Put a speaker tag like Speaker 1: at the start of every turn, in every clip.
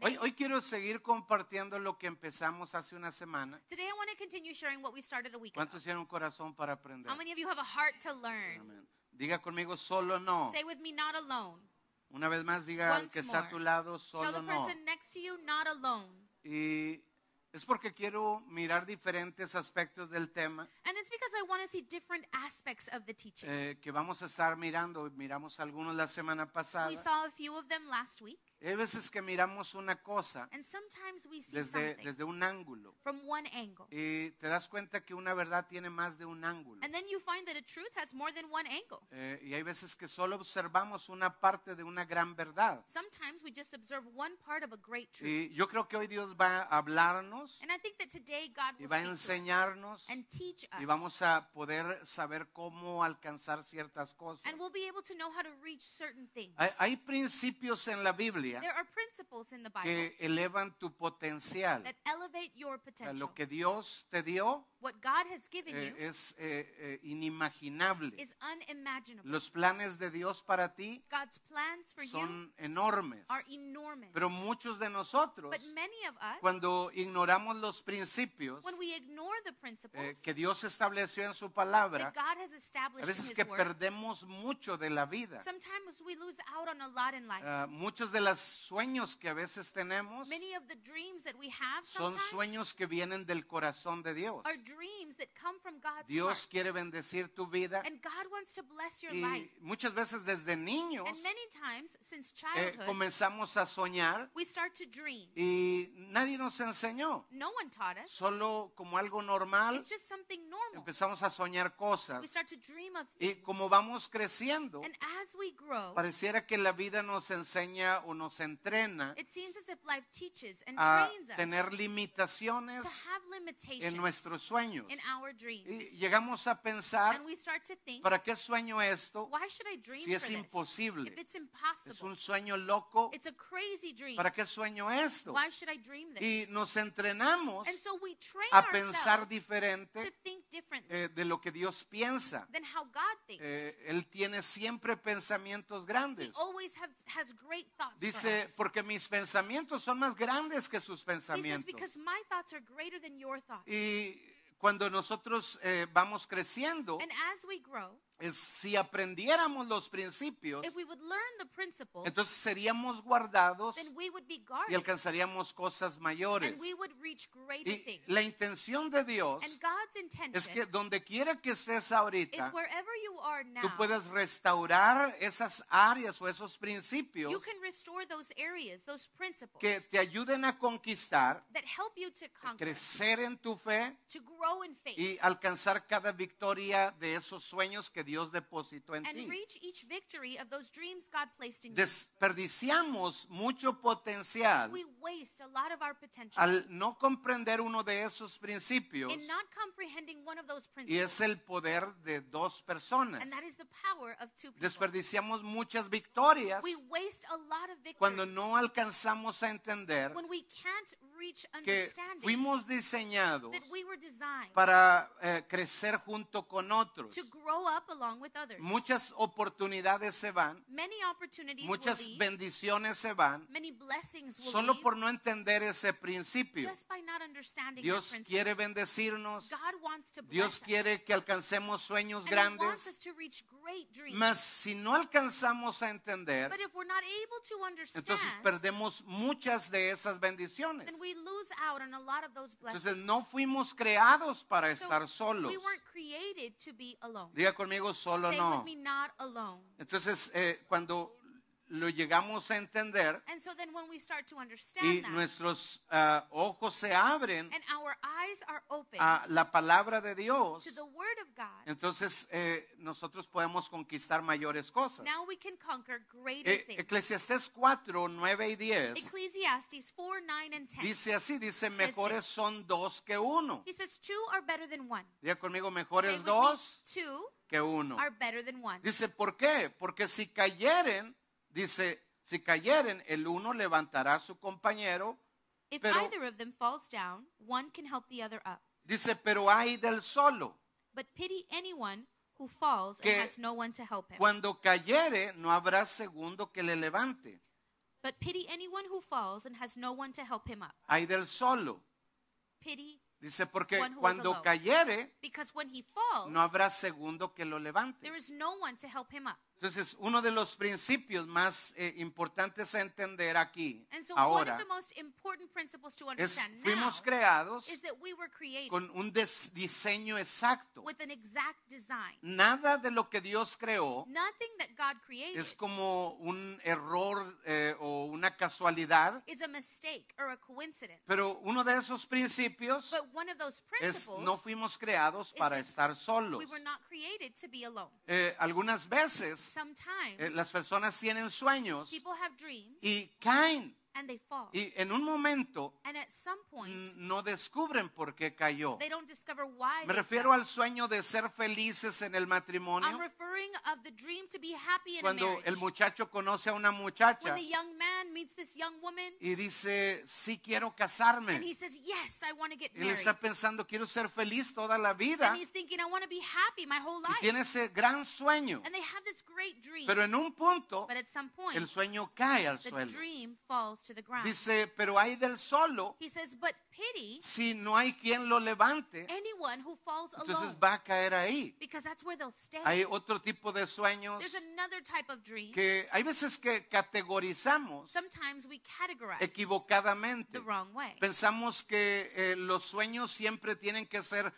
Speaker 1: Hoy quiero seguir compartiendo lo que empezamos hace una semana.
Speaker 2: Today I want to continue sharing what we started a week ago.
Speaker 1: ¿Cuántos tienen un corazón para aprender?
Speaker 2: How many of you have a heart to learn?
Speaker 1: Amén. Diga conmigo, solo no.
Speaker 2: Say with me, not alone.
Speaker 1: Una vez más, diga al
Speaker 2: Once
Speaker 1: que está a
Speaker 2: more.
Speaker 1: tu lado,
Speaker 2: Tell
Speaker 1: solo
Speaker 2: the
Speaker 1: no.
Speaker 2: person next to you, not alone.
Speaker 1: Y es porque quiero mirar diferentes aspectos del tema
Speaker 2: And it's because I want to see different aspects of the teaching.
Speaker 1: eh, que vamos a estar mirando. Miramos algunos la semana pasada.
Speaker 2: We saw a few of them last week,
Speaker 1: Hay veces que miramos una cosa
Speaker 2: and sometimes we see
Speaker 1: desde,
Speaker 2: something
Speaker 1: desde un ángulo
Speaker 2: from one angle.
Speaker 1: y te das cuenta que una verdad tiene más de un ángulo.
Speaker 2: And then you find that a truth has more than one angle.
Speaker 1: Eh, y hay veces que solo observamos una parte de una gran verdad.
Speaker 2: Sometimes we just observe one part of a great truth.
Speaker 1: Y yo creo que hoy Dios va a hablarnos
Speaker 2: And I think that today God
Speaker 1: y
Speaker 2: will
Speaker 1: va a
Speaker 2: speak to us
Speaker 1: enseñarnos
Speaker 2: and teach
Speaker 1: y
Speaker 2: us.
Speaker 1: vamos a poder saber cómo alcanzar ciertas cosas.
Speaker 2: And we'll be able to know how to reach certain things.
Speaker 1: Hay, hay principios en la Biblia
Speaker 2: There are principles in the Bible
Speaker 1: que elevan tu potencial.
Speaker 2: that elevate your
Speaker 1: O sea,
Speaker 2: potential.
Speaker 1: lo que Dios te dio
Speaker 2: What God has given
Speaker 1: eh,
Speaker 2: you
Speaker 1: es eh, eh, inimaginable.
Speaker 2: is unimaginable.
Speaker 1: Los planes de Dios para ti
Speaker 2: God's plans for you
Speaker 1: son enormes.
Speaker 2: are enormous.
Speaker 1: Pero muchos de nosotros,
Speaker 2: But many of us,
Speaker 1: cuando ignoramos los principios
Speaker 2: when we ignore the
Speaker 1: eh,
Speaker 2: principles
Speaker 1: que Dios estableció en su palabra,
Speaker 2: that God has
Speaker 1: a
Speaker 2: established in
Speaker 1: veces
Speaker 2: His
Speaker 1: que
Speaker 2: Word,
Speaker 1: perdemos mucho de la vida.
Speaker 2: sometimes we lose out on a lot in life.
Speaker 1: Ah, muchos de los sueños que a veces tenemos
Speaker 2: Many of the dreams that we have
Speaker 1: son
Speaker 2: sometimes
Speaker 1: sueños que vienen del corazón de Dios.
Speaker 2: are dreams that come from God's
Speaker 1: Dios
Speaker 2: heart.
Speaker 1: quiere bendecir tu vida
Speaker 2: And God wants to bless your
Speaker 1: y
Speaker 2: life.
Speaker 1: muchas veces desde niños
Speaker 2: And many times since
Speaker 1: eh,
Speaker 2: childhood,
Speaker 1: comenzamos a soñar
Speaker 2: we start to dream.
Speaker 1: y nadie nos enseñó.
Speaker 2: No one taught us.
Speaker 1: Solo como algo normal
Speaker 2: It's just something normal.
Speaker 1: empezamos a soñar
Speaker 2: We
Speaker 1: cosas
Speaker 2: start to dream of
Speaker 1: y
Speaker 2: things.
Speaker 1: como vamos creciendo
Speaker 2: And as we grow,
Speaker 1: pareciera que la vida nos enseña o nos entrena
Speaker 2: it seems as if life teaches and
Speaker 1: a
Speaker 2: trains us
Speaker 1: tener
Speaker 2: to
Speaker 1: limitaciones
Speaker 2: have limitations
Speaker 1: en nuestros sueños.
Speaker 2: in our dreams.
Speaker 1: Y llegamos a pensar,
Speaker 2: And we start to think,
Speaker 1: ¿para qué sueño esto?
Speaker 2: why should I dream
Speaker 1: si es
Speaker 2: for
Speaker 1: imposible,
Speaker 2: this? If it's
Speaker 1: Es
Speaker 2: impossible,
Speaker 1: un sueño loco,
Speaker 2: it's a crazy dream.
Speaker 1: ¿para qué sueño esto?
Speaker 2: Why should I dream
Speaker 1: Y
Speaker 2: this?
Speaker 1: nos entrenamos
Speaker 2: and so we train
Speaker 1: a pensar
Speaker 2: ourselves to
Speaker 1: diferente
Speaker 2: think differently
Speaker 1: eh, de lo que Dios piensa.
Speaker 2: than how God thinks.
Speaker 1: Eh, él tiene siempre pensamientos
Speaker 2: he
Speaker 1: grandes.
Speaker 2: always has, has great thoughts
Speaker 1: Dice,
Speaker 2: for us.
Speaker 1: porque mis pensamientos son más grandes que sus
Speaker 2: he says,
Speaker 1: pensamientos.
Speaker 2: because my thoughts are greater than your thoughts.
Speaker 1: Y cuando nosotros eh, vamos creciendo,
Speaker 2: and as we grow,
Speaker 1: es, si aprendiéramos los principios,
Speaker 2: if we would learn the principles,
Speaker 1: entonces seríamos guardados
Speaker 2: then we would be
Speaker 1: y
Speaker 2: guarded
Speaker 1: alcanzaríamos cosas mayores.
Speaker 2: and we would reach greater
Speaker 1: Y
Speaker 2: things.
Speaker 1: la intención de Dios
Speaker 2: and God's
Speaker 1: es
Speaker 2: intention
Speaker 1: que donde quiera que estés
Speaker 2: is
Speaker 1: ahorita,
Speaker 2: wherever you are now,
Speaker 1: tú puedas restaurar esas áreas o esos
Speaker 2: you
Speaker 1: principios
Speaker 2: can restore those areas, those principles
Speaker 1: que te ayuden a conquistar,
Speaker 2: that help you to conquer,
Speaker 1: crecer en tu fe
Speaker 2: to grow in faith,
Speaker 1: y alcanzar cada victoria de esos sueños que Dios depositó en
Speaker 2: and
Speaker 1: ti.
Speaker 2: reach each victory of those dreams God placed in you.
Speaker 1: Desperdiciamos mucho potencial
Speaker 2: We waste a lot of our potential
Speaker 1: al no comprender uno de esos principios
Speaker 2: in not comprehending one of those
Speaker 1: y
Speaker 2: principles,
Speaker 1: es el poder de dos personas.
Speaker 2: and that is the power of two people.
Speaker 1: Desperdiciamos muchas victorias
Speaker 2: We waste a lot of
Speaker 1: cuando
Speaker 2: victories
Speaker 1: no alcanzamos a entender
Speaker 2: when we can't reach
Speaker 1: que
Speaker 2: understanding
Speaker 1: fuimos diseñados
Speaker 2: that we were designed
Speaker 1: para eh, crecer junto con otros.
Speaker 2: to grow up along with others.
Speaker 1: Muchas oportunidades se van,
Speaker 2: Many opportunities
Speaker 1: muchas
Speaker 2: will leave,
Speaker 1: bendiciones se van
Speaker 2: many blessings will
Speaker 1: solo
Speaker 2: leave
Speaker 1: por no entender ese principio.
Speaker 2: just by not understanding the
Speaker 1: Dios
Speaker 2: principle.
Speaker 1: quiere bendecirnos,
Speaker 2: God wants to bless
Speaker 1: Dios quiere que alcancemos sueños
Speaker 2: us, and he wants
Speaker 1: grandes,
Speaker 2: us to reach great dreams.
Speaker 1: mas si no alcanzamos a entender,
Speaker 2: but if we're not able to understand,
Speaker 1: entonces perdemos muchas de esas bendiciones.
Speaker 2: then we lose out on a lot of those blessings.
Speaker 1: Entonces no fuimos creados para
Speaker 2: So
Speaker 1: estar solos.
Speaker 2: We weren't created to be alone.
Speaker 1: Diga conmigo, solo
Speaker 2: Say
Speaker 1: no.
Speaker 2: with me, not alone.
Speaker 1: Entonces, eh, cuando lo llegamos a entender
Speaker 2: And so then when we start to understand
Speaker 1: y
Speaker 2: that,
Speaker 1: nuestros ah, ojos se abren
Speaker 2: and our eyes are open
Speaker 1: a la palabra de Dios,
Speaker 2: to the Word of God,
Speaker 1: entonces eh, nosotros podemos conquistar mayores cosas.
Speaker 2: now we can conquer greater
Speaker 1: Eh,
Speaker 2: things.
Speaker 1: Eclesiastés 4, 9 y 10
Speaker 2: Ecclesiastes 4, 9, and 10.
Speaker 1: dice así, dice,
Speaker 2: Says
Speaker 1: mejores son dos que uno.
Speaker 2: He says, two are better than one.
Speaker 1: Diga conmigo,
Speaker 2: Say
Speaker 1: mejores
Speaker 2: with
Speaker 1: dos
Speaker 2: me, two
Speaker 1: que uno.
Speaker 2: are better than one.
Speaker 1: Dice, ¿por qué? Porque si cayeren, dice, si cayeren, el uno levantará a su compañero.
Speaker 2: If
Speaker 1: pero-
Speaker 2: either of them falls down, one can help the other up.
Speaker 1: Dice, pero hay del solo.
Speaker 2: But pity anyone who falls
Speaker 1: Que
Speaker 2: and has no one to help him.
Speaker 1: Cuando cayere, no habrá segundo que le levante.
Speaker 2: But pity anyone who falls and has no one to help him up.
Speaker 1: Hay del solo.
Speaker 2: Pity,
Speaker 1: Dice, porque
Speaker 2: One who is
Speaker 1: cuando
Speaker 2: alone.
Speaker 1: cayere,
Speaker 2: because when he falls,
Speaker 1: no habrá segundo que lo levante.
Speaker 2: there is no one to help him up.
Speaker 1: Entonces, uno de los principios más eh, importantes a entender aquí,
Speaker 2: And so, one
Speaker 1: ahora,
Speaker 2: of the most important principles to
Speaker 1: es
Speaker 2: understand now
Speaker 1: fuimos creados
Speaker 2: is that we were created
Speaker 1: con un des- diseño exacto.
Speaker 2: with an exact design.
Speaker 1: Nada de lo que Dios creó
Speaker 2: Nothing that God created
Speaker 1: es como un error eh, o una casualidad,
Speaker 2: is a mistake or a coincidence.
Speaker 1: pero uno de esos principios
Speaker 2: but one of those
Speaker 1: es
Speaker 2: principles,
Speaker 1: no fuimos creados
Speaker 2: is
Speaker 1: para
Speaker 2: that
Speaker 1: estar solos.
Speaker 2: we were not created to be alone.
Speaker 1: Eh, algunas veces
Speaker 2: Sometimes
Speaker 1: eh, las personas tienen sueños
Speaker 2: people have dreams
Speaker 1: y caen
Speaker 2: and they fall.
Speaker 1: y en un momento
Speaker 2: and at some point,
Speaker 1: n- no descubren por qué cayó.
Speaker 2: they don't discover why.
Speaker 1: Me
Speaker 2: they
Speaker 1: refiero
Speaker 2: fell.
Speaker 1: al sueño de ser felices en el
Speaker 2: I'm
Speaker 1: matrimonio
Speaker 2: referring of the dream to be happy in a
Speaker 1: cuando
Speaker 2: marriage.
Speaker 1: el muchacho conoce a una
Speaker 2: when
Speaker 1: muchacha
Speaker 2: the young man meets this young woman
Speaker 1: y dice, sí quiero
Speaker 2: and he
Speaker 1: casarme.
Speaker 2: says, Yes, I want to get
Speaker 1: Él
Speaker 2: married.
Speaker 1: está pensando, quiero ser feliz toda la vida.
Speaker 2: And
Speaker 1: Y
Speaker 2: he's thinking, I want to be happy my whole life.
Speaker 1: tiene ese gran sueño.
Speaker 2: And they have this great dream.
Speaker 1: Pero en un punto,
Speaker 2: but at some point,
Speaker 1: el sueño cae al
Speaker 2: the
Speaker 1: suelo.
Speaker 2: dream falls to the ground.
Speaker 1: Dice, pero hay del solo,
Speaker 2: he says, But pity
Speaker 1: si no hay quien lo levante,
Speaker 2: anyone who falls
Speaker 1: entonces
Speaker 2: alone
Speaker 1: va a caer ahí.
Speaker 2: because that's where they'll stay.
Speaker 1: Hay otro tipo de sueños
Speaker 2: There's another type of dream.
Speaker 1: que hay veces que categorizamos
Speaker 2: Sometimes we categorize
Speaker 1: equivocadamente.
Speaker 2: the wrong way.
Speaker 1: Pensamos que eh, los sueños siempre tienen que ser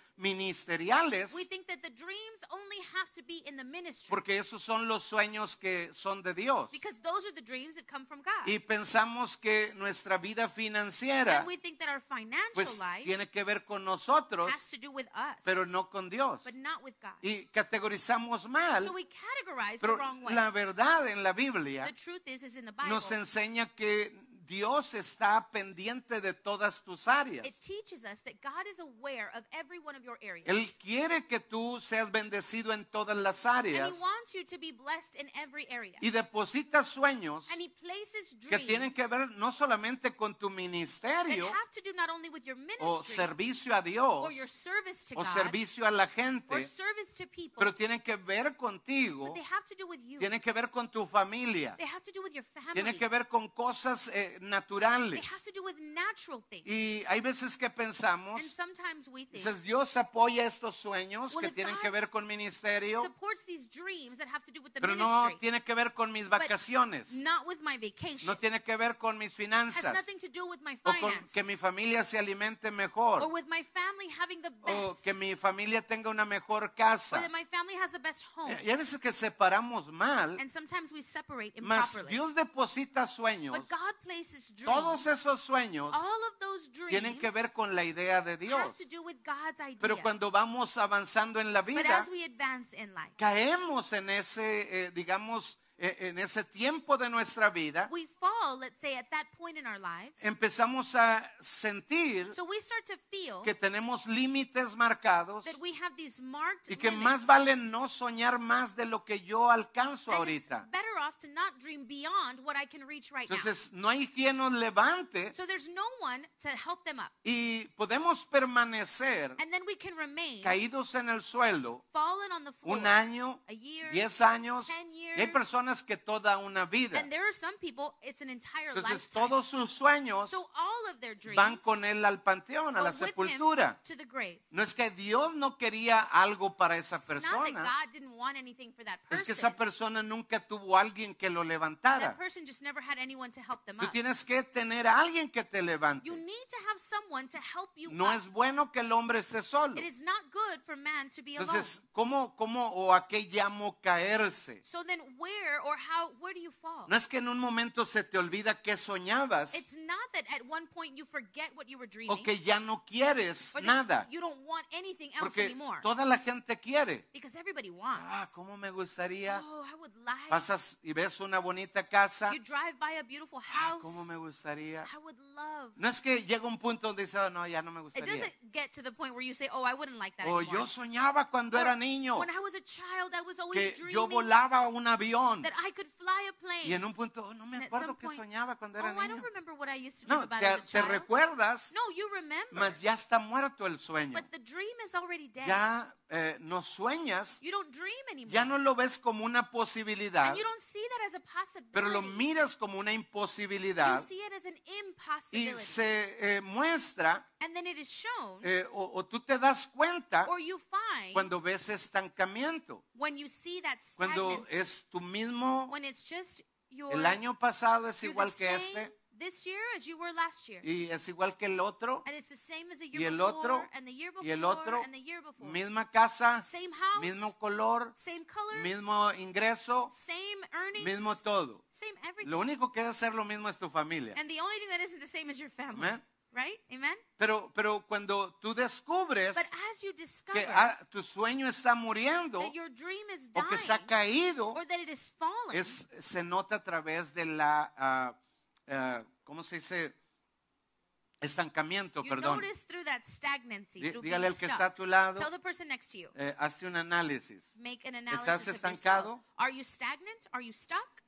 Speaker 1: ministeriales
Speaker 2: We think that the dreams only have to be in the ministry
Speaker 1: porque esos son los sueños que son de Dios.
Speaker 2: because those are the dreams that come from God.
Speaker 1: Y pensamos que nuestra vida financiera
Speaker 2: and we think that our financial
Speaker 1: pues
Speaker 2: life
Speaker 1: tiene que ver con nosotros,
Speaker 2: has to do with us,
Speaker 1: pero no con Dios.
Speaker 2: but not with God.
Speaker 1: Y categorizamos mal,
Speaker 2: so we categorize the
Speaker 1: pero
Speaker 2: wrong way.
Speaker 1: la verdad en la Biblia
Speaker 2: the truth is, is in the Bible.
Speaker 1: nos enseña que Dios está pendiente de todas tus áreas.
Speaker 2: It teaches us that God is aware of every one of your areas.
Speaker 1: Él quiere que tú seas bendecido en todas las
Speaker 2: and
Speaker 1: áreas
Speaker 2: He wants you to be blessed in every area.
Speaker 1: y deposita sueños
Speaker 2: and He places
Speaker 1: que
Speaker 2: dreams
Speaker 1: tienen que ver no solamente con tu
Speaker 2: that
Speaker 1: ministerio
Speaker 2: have to do not only with your
Speaker 1: o
Speaker 2: ministry
Speaker 1: servicio a Dios
Speaker 2: or your service to
Speaker 1: o
Speaker 2: God
Speaker 1: servicio a la
Speaker 2: or
Speaker 1: gente,
Speaker 2: service to people,
Speaker 1: pero tienen que ver contigo,
Speaker 2: but they have to do with you.
Speaker 1: tienen que ver con tu familia,
Speaker 2: They have to do with your family.
Speaker 1: tienen que ver con cosas eh,
Speaker 2: They
Speaker 1: naturales.
Speaker 2: have to do with natural things.
Speaker 1: Y hay veces que pensamos,
Speaker 2: and sometimes we think
Speaker 1: dices, Dios apoya estos sueños
Speaker 2: Well,
Speaker 1: que
Speaker 2: if
Speaker 1: tienen
Speaker 2: God
Speaker 1: que ver con ministerio,
Speaker 2: supports these dreams that have to do with the
Speaker 1: pero no
Speaker 2: ministry,
Speaker 1: tiene que ver con mis
Speaker 2: but
Speaker 1: vacaciones.
Speaker 2: not with my vacation.
Speaker 1: no tiene que ver con mis
Speaker 2: has
Speaker 1: finanzas
Speaker 2: nothing to do with my
Speaker 1: o con
Speaker 2: finances
Speaker 1: que mi familia se alimente mejor
Speaker 2: or with my family having the
Speaker 1: o
Speaker 2: best
Speaker 1: que mi familia tenga una mejor
Speaker 2: or
Speaker 1: casa.
Speaker 2: that my family has the best home.
Speaker 1: Y a veces que separamos mal,
Speaker 2: And sometimes we separate
Speaker 1: mas
Speaker 2: improperly.
Speaker 1: Dios deposita sueños.
Speaker 2: but God places dreams.
Speaker 1: Todos esos sueños
Speaker 2: all of those dreams
Speaker 1: tienen que ver con la idea de
Speaker 2: have
Speaker 1: Dios.
Speaker 2: to do with God's idea.
Speaker 1: Pero cuando vamos avanzando en la
Speaker 2: but
Speaker 1: vida,
Speaker 2: as we advance in life,
Speaker 1: caemos en ese, eh, digamos, eh, en ese tiempo de nuestra vida,
Speaker 2: we fall, let's say, at that point in our lives.
Speaker 1: empezamos a sentir
Speaker 2: so we start to feel
Speaker 1: que tenemos límites marcados
Speaker 2: that we have these marked
Speaker 1: y que
Speaker 2: limits,
Speaker 1: más vale no soñar más de lo que yo alcanzo
Speaker 2: and it's
Speaker 1: ahorita.
Speaker 2: better off to not dream beyond what I can reach right
Speaker 1: Entonces, no hay quien nos levante
Speaker 2: now. So there's no one to help them up.
Speaker 1: y podemos permanecer
Speaker 2: And then we can remain
Speaker 1: caídos en el suelo
Speaker 2: fallen on the floor.
Speaker 1: un año,
Speaker 2: a year,
Speaker 1: diez años,
Speaker 2: ten
Speaker 1: y hay
Speaker 2: years.
Speaker 1: personas que toda una vida.
Speaker 2: and there are some people, it's an entire
Speaker 1: Entonces,
Speaker 2: lifetime.
Speaker 1: todos sus sueños
Speaker 2: so all of their dreams
Speaker 1: van con él al panteón, a
Speaker 2: go
Speaker 1: la
Speaker 2: with him
Speaker 1: sepultura.
Speaker 2: to the grave.
Speaker 1: No es que Dios no quería algo para esa
Speaker 2: It's not that
Speaker 1: persona,
Speaker 2: God didn't want anything for that
Speaker 1: es
Speaker 2: person.
Speaker 1: que esa persona nunca tuvo alguien que lo levantara.
Speaker 2: that person just never had anyone to help them
Speaker 1: Tú
Speaker 2: up.
Speaker 1: tienes que tener a alguien que te levante.
Speaker 2: You need to have someone to help you
Speaker 1: No
Speaker 2: up.
Speaker 1: es bueno que el hombre esté solo.
Speaker 2: It is not good for man to be alone.
Speaker 1: Entonces, ¿cómo, cómo o a qué llamo caerse?
Speaker 2: So then where or how where do you fall?
Speaker 1: No es que en un momento se te olvida que soñabas
Speaker 2: It's not that at one point you forget what you were dreaming
Speaker 1: o que ya no quieres
Speaker 2: or that
Speaker 1: nada,
Speaker 2: you don't want anything else
Speaker 1: porque
Speaker 2: anymore.
Speaker 1: toda la gente quiere.
Speaker 2: Because everybody wants.
Speaker 1: Ah, cómo me gustaría.
Speaker 2: oh, I would like.
Speaker 1: Pasas y ves una bonita casa.
Speaker 2: You drive by a beautiful
Speaker 1: Ah,
Speaker 2: house.
Speaker 1: cómo me gustaría.
Speaker 2: I would love.
Speaker 1: No es que llega un punto donde dices, "Oh, no, ya no me
Speaker 2: It
Speaker 1: gustaría.
Speaker 2: doesn't get to the point where you say, "Oh, I wouldn't like that
Speaker 1: O
Speaker 2: anymore."
Speaker 1: yo soñaba cuando era
Speaker 2: Or,
Speaker 1: niño
Speaker 2: When I was a child, I was always
Speaker 1: que yo
Speaker 2: dreaming
Speaker 1: volaba un avión.
Speaker 2: that I could fly a plane.
Speaker 1: Y en un punto, "Oh, no me
Speaker 2: And at
Speaker 1: acuerdo
Speaker 2: some
Speaker 1: que
Speaker 2: point,
Speaker 1: soñaba cuando era
Speaker 2: oh,
Speaker 1: niño.
Speaker 2: I don't remember what I used to dream
Speaker 1: No,
Speaker 2: about
Speaker 1: te,
Speaker 2: as a
Speaker 1: te Te
Speaker 2: while.
Speaker 1: recuerdas,
Speaker 2: No, you remember.
Speaker 1: mas ya está muerto el sueño.
Speaker 2: But the dream is already dead.
Speaker 1: Ya eh, no sueñas,
Speaker 2: You don't dream anymore.
Speaker 1: ya no lo ves como una posibilidad,
Speaker 2: and you don't see that as a possibility.
Speaker 1: pero lo miras como una
Speaker 2: you
Speaker 1: imposibilidad
Speaker 2: see it as an
Speaker 1: y
Speaker 2: impossibility.
Speaker 1: se eh, muestra
Speaker 2: and then it is shown,
Speaker 1: eh, o, o tú te das cuenta
Speaker 2: or you find,
Speaker 1: cuando ves estancamiento,
Speaker 2: when you see that
Speaker 1: cuando
Speaker 2: stagnancy,
Speaker 1: es tu mismo,
Speaker 2: when it's just your
Speaker 1: el año pasado es
Speaker 2: you're the
Speaker 1: igual que
Speaker 2: same
Speaker 1: este
Speaker 2: this year as you were last year.
Speaker 1: y es igual que el otro,
Speaker 2: and it's the same as the
Speaker 1: y
Speaker 2: year
Speaker 1: el
Speaker 2: before,
Speaker 1: otro,
Speaker 2: and the year before,
Speaker 1: y el otro,
Speaker 2: and the year before.
Speaker 1: misma casa,
Speaker 2: same house,
Speaker 1: mismo color,
Speaker 2: same color,
Speaker 1: mismo ingreso,
Speaker 2: same earnings,
Speaker 1: mismo todo.
Speaker 2: same everything.
Speaker 1: Lo único que debe ser lo mismo es tu familia.
Speaker 2: and the only thing that isn't the same is your family.
Speaker 1: Amen.
Speaker 2: Right? Amen?
Speaker 1: Pero, pero cuando tú descubres
Speaker 2: But as you
Speaker 1: que
Speaker 2: discover
Speaker 1: ah, tu sueño está muriendo
Speaker 2: that your dream is
Speaker 1: o que se ha
Speaker 2: dying,
Speaker 1: caído,
Speaker 2: or that it is falling,
Speaker 1: es, se nota a través de la, ah, ah, ¿cómo se dice? Estancamiento,
Speaker 2: you
Speaker 1: perdón.
Speaker 2: notice through that stagnancy,
Speaker 1: Dí-
Speaker 2: through
Speaker 1: Dígale
Speaker 2: being
Speaker 1: al que
Speaker 2: stuck.
Speaker 1: está a tu lado,
Speaker 2: Tell the person next to you.
Speaker 1: eh, hazte un análisis.
Speaker 2: Make an analysis
Speaker 1: ¿Estás
Speaker 2: of yourself.
Speaker 1: estancado?
Speaker 2: Are you stagnant? Are you stuck?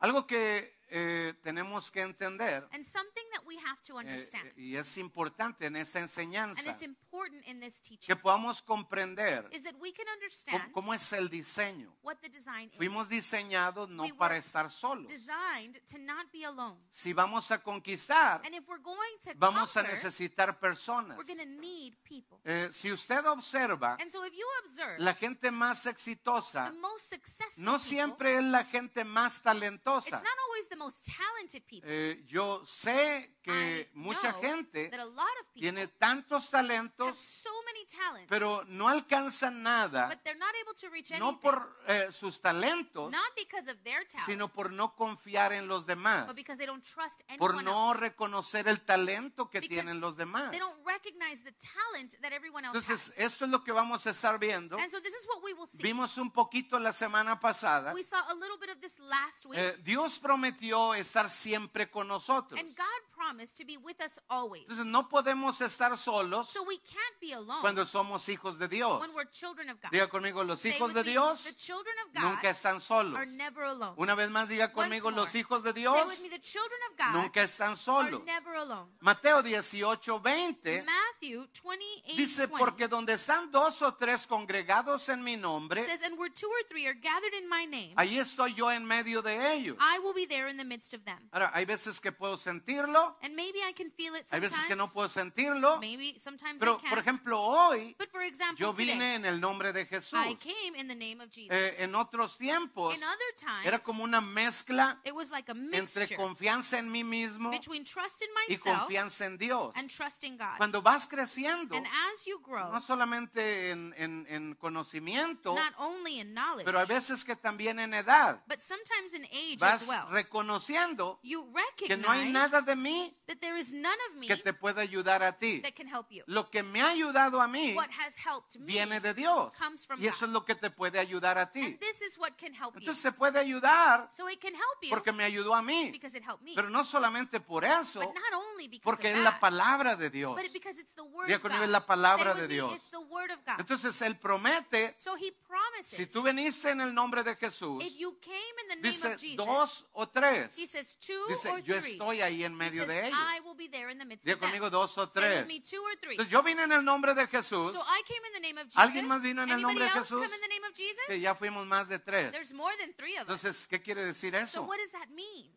Speaker 1: Algo que eh, tenemos que entender,
Speaker 2: And something that we have to
Speaker 1: eh,
Speaker 2: understand,
Speaker 1: y es importante en esta
Speaker 2: and
Speaker 1: enseñanza,
Speaker 2: it's important in this
Speaker 1: que
Speaker 2: teaching,
Speaker 1: podamos comprender
Speaker 2: is that we can
Speaker 1: cómo,
Speaker 2: understand
Speaker 1: cómo es el diseño.
Speaker 2: what the design is.
Speaker 1: Fuimos diseñados no
Speaker 2: We were
Speaker 1: para estar solos.
Speaker 2: Designed to not be alone.
Speaker 1: Si vamos a conquistar,
Speaker 2: And if we're going to
Speaker 1: vamos a
Speaker 2: conquer,
Speaker 1: necesitar personas.
Speaker 2: we're going to need people.
Speaker 1: Eh, si usted observa,
Speaker 2: And so if you observe,
Speaker 1: la gente más
Speaker 2: the
Speaker 1: exitosa
Speaker 2: most successful
Speaker 1: no
Speaker 2: people,
Speaker 1: siempre es la gente más
Speaker 2: it's
Speaker 1: talentosa.
Speaker 2: not always the most talented people.
Speaker 1: Eh, yo sé que
Speaker 2: I
Speaker 1: mucha
Speaker 2: know
Speaker 1: gente
Speaker 2: that a lot of people
Speaker 1: tiene tantos
Speaker 2: have
Speaker 1: talentos,
Speaker 2: so many talents,
Speaker 1: pero no alcanza
Speaker 2: but
Speaker 1: nada,
Speaker 2: they're not able to reach
Speaker 1: no
Speaker 2: anything,
Speaker 1: por eh, sus talentos,
Speaker 2: not because of their talents,
Speaker 1: sino por no confiar en los demás,
Speaker 2: but because they don't trust anyone
Speaker 1: por no
Speaker 2: else.
Speaker 1: reconocer el talento que
Speaker 2: Because
Speaker 1: tienen los demás.
Speaker 2: They don't recognize the talent that everyone else
Speaker 1: Entonces,
Speaker 2: has.
Speaker 1: esto es lo que vamos a estar viendo.
Speaker 2: And so this is what we will see.
Speaker 1: Vimos un poquito la semana pasada.
Speaker 2: We saw a little bit of this last week.
Speaker 1: Eh, Dios prometió estar siempre con nosotros.
Speaker 2: And God promised to be with us always.
Speaker 1: Entonces no podemos estar solos
Speaker 2: So we can't be alone
Speaker 1: cuando somos hijos de Dios.
Speaker 2: when we're children of God.
Speaker 1: Diga conmigo, los
Speaker 2: Say
Speaker 1: hijos
Speaker 2: with
Speaker 1: de
Speaker 2: me,
Speaker 1: Dios
Speaker 2: the children of God
Speaker 1: nunca están solos.
Speaker 2: are never alone.
Speaker 1: Una vez más diga
Speaker 2: Once
Speaker 1: conmigo,
Speaker 2: more.
Speaker 1: los hijos de
Speaker 2: Say
Speaker 1: Dios
Speaker 2: with me, the children of God
Speaker 1: nunca están
Speaker 2: are
Speaker 1: solos.
Speaker 2: never alone.
Speaker 1: Mateo 18, 20
Speaker 2: Matthew 28
Speaker 1: dice,
Speaker 2: 20
Speaker 1: porque donde están dos o tres congregados en mi nombre,
Speaker 2: says, And where two or three are gathered in my name,
Speaker 1: ahí estoy yo en medio de ellos.
Speaker 2: I will be there in the midst of them.
Speaker 1: Ahora, hay veces que puedo sentirlo,
Speaker 2: And maybe I can feel it
Speaker 1: hay
Speaker 2: sometimes.
Speaker 1: veces que no puedo sentirlo,
Speaker 2: Maybe sometimes
Speaker 1: pero
Speaker 2: I can't.
Speaker 1: por ejemplo hoy
Speaker 2: but for example,
Speaker 1: yo vine
Speaker 2: today,
Speaker 1: en el nombre de Jesús.
Speaker 2: I came in the name of Jesus.
Speaker 1: Eh, en otros tiempos
Speaker 2: in other times,
Speaker 1: era como una mezcla
Speaker 2: it was like a
Speaker 1: entre
Speaker 2: mixture
Speaker 1: confianza en mí mismo
Speaker 2: between trust in
Speaker 1: y
Speaker 2: myself
Speaker 1: confianza en Dios.
Speaker 2: and trust in God.
Speaker 1: Cuando vas creciendo,
Speaker 2: and as you grow,
Speaker 1: no solamente en, en- en conocimiento,
Speaker 2: not only in knowledge,
Speaker 1: pero a veces que también en edad,
Speaker 2: but sometimes in age
Speaker 1: vas
Speaker 2: as well,
Speaker 1: reconociendo
Speaker 2: you
Speaker 1: que
Speaker 2: recognize
Speaker 1: no hay nada de mí
Speaker 2: that there is none of me
Speaker 1: que te pueda ayudar a ti.
Speaker 2: that can help you.
Speaker 1: Lo que me ha ayudado a mí
Speaker 2: What has helped me,
Speaker 1: viene de Dios.
Speaker 2: comes from
Speaker 1: Y eso
Speaker 2: God.
Speaker 1: es lo que te puede ayudar a
Speaker 2: and
Speaker 1: ti.
Speaker 2: this is what can help
Speaker 1: Entonces
Speaker 2: you.
Speaker 1: se puede ayudar
Speaker 2: So it can help you
Speaker 1: porque me ayudó a mí.
Speaker 2: because it helped me.
Speaker 1: Pero no solamente por eso,
Speaker 2: but not only because
Speaker 1: porque
Speaker 2: of
Speaker 1: es
Speaker 2: that,
Speaker 1: la palabra de Dios.
Speaker 2: but it- because it's the word
Speaker 1: Diga
Speaker 2: of God.
Speaker 1: conmigo, es la palabra
Speaker 2: Say
Speaker 1: de
Speaker 2: with me,
Speaker 1: Dios.
Speaker 2: it's the word of God.
Speaker 1: Entonces Él promete,
Speaker 2: so he promises
Speaker 1: si tú veniste en el nombre de Jesús,
Speaker 2: if you came in the name
Speaker 1: dice
Speaker 2: of Jesus,
Speaker 1: dos o tres,
Speaker 2: he says two or
Speaker 1: dice yo
Speaker 2: three.
Speaker 1: estoy ahí en medio
Speaker 2: he says,
Speaker 1: de
Speaker 2: I
Speaker 1: ellos.
Speaker 2: will be there in the midst
Speaker 1: Diga
Speaker 2: of them.
Speaker 1: conmigo dos o
Speaker 2: Say
Speaker 1: tres.
Speaker 2: with me, two or three.
Speaker 1: Entonces yo vine en el nombre de Jesús,
Speaker 2: so I came in the name of Jesus.
Speaker 1: ¿Alguien más vino en el
Speaker 2: Anybody
Speaker 1: nombre de
Speaker 2: else
Speaker 1: Jesús?
Speaker 2: come in the name of Jesus?
Speaker 1: que ya fuimos más de tres.
Speaker 2: There's more than three of us.
Speaker 1: Entonces, ¿qué quiere decir
Speaker 2: So
Speaker 1: eso?
Speaker 2: what does that mean?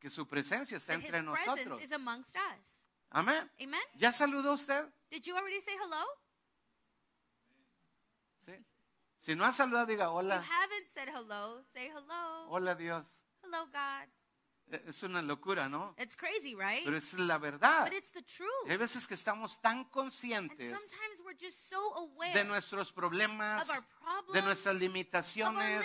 Speaker 1: Que su presencia está
Speaker 2: That his
Speaker 1: entre nosotros.
Speaker 2: presence is amongst us.
Speaker 1: Amén.
Speaker 2: Amen?
Speaker 1: ¿Ya saludó usted?
Speaker 2: Did you already say hello?
Speaker 1: Sí. Si no ha saludado, diga
Speaker 2: You
Speaker 1: hola,
Speaker 2: haven't said hello. Say hello.
Speaker 1: hola Dios.
Speaker 2: Hello, God.
Speaker 1: Eh, Es una locura, ¿no?
Speaker 2: It's crazy, right?
Speaker 1: Pero es la verdad.
Speaker 2: But it's the truth.
Speaker 1: Y Hay veces que estamos tan
Speaker 2: And
Speaker 1: conscientes
Speaker 2: sometimes we're just so
Speaker 1: de
Speaker 2: aware
Speaker 1: nuestros problemas,
Speaker 2: of our problems,
Speaker 1: de nuestras limitaciones,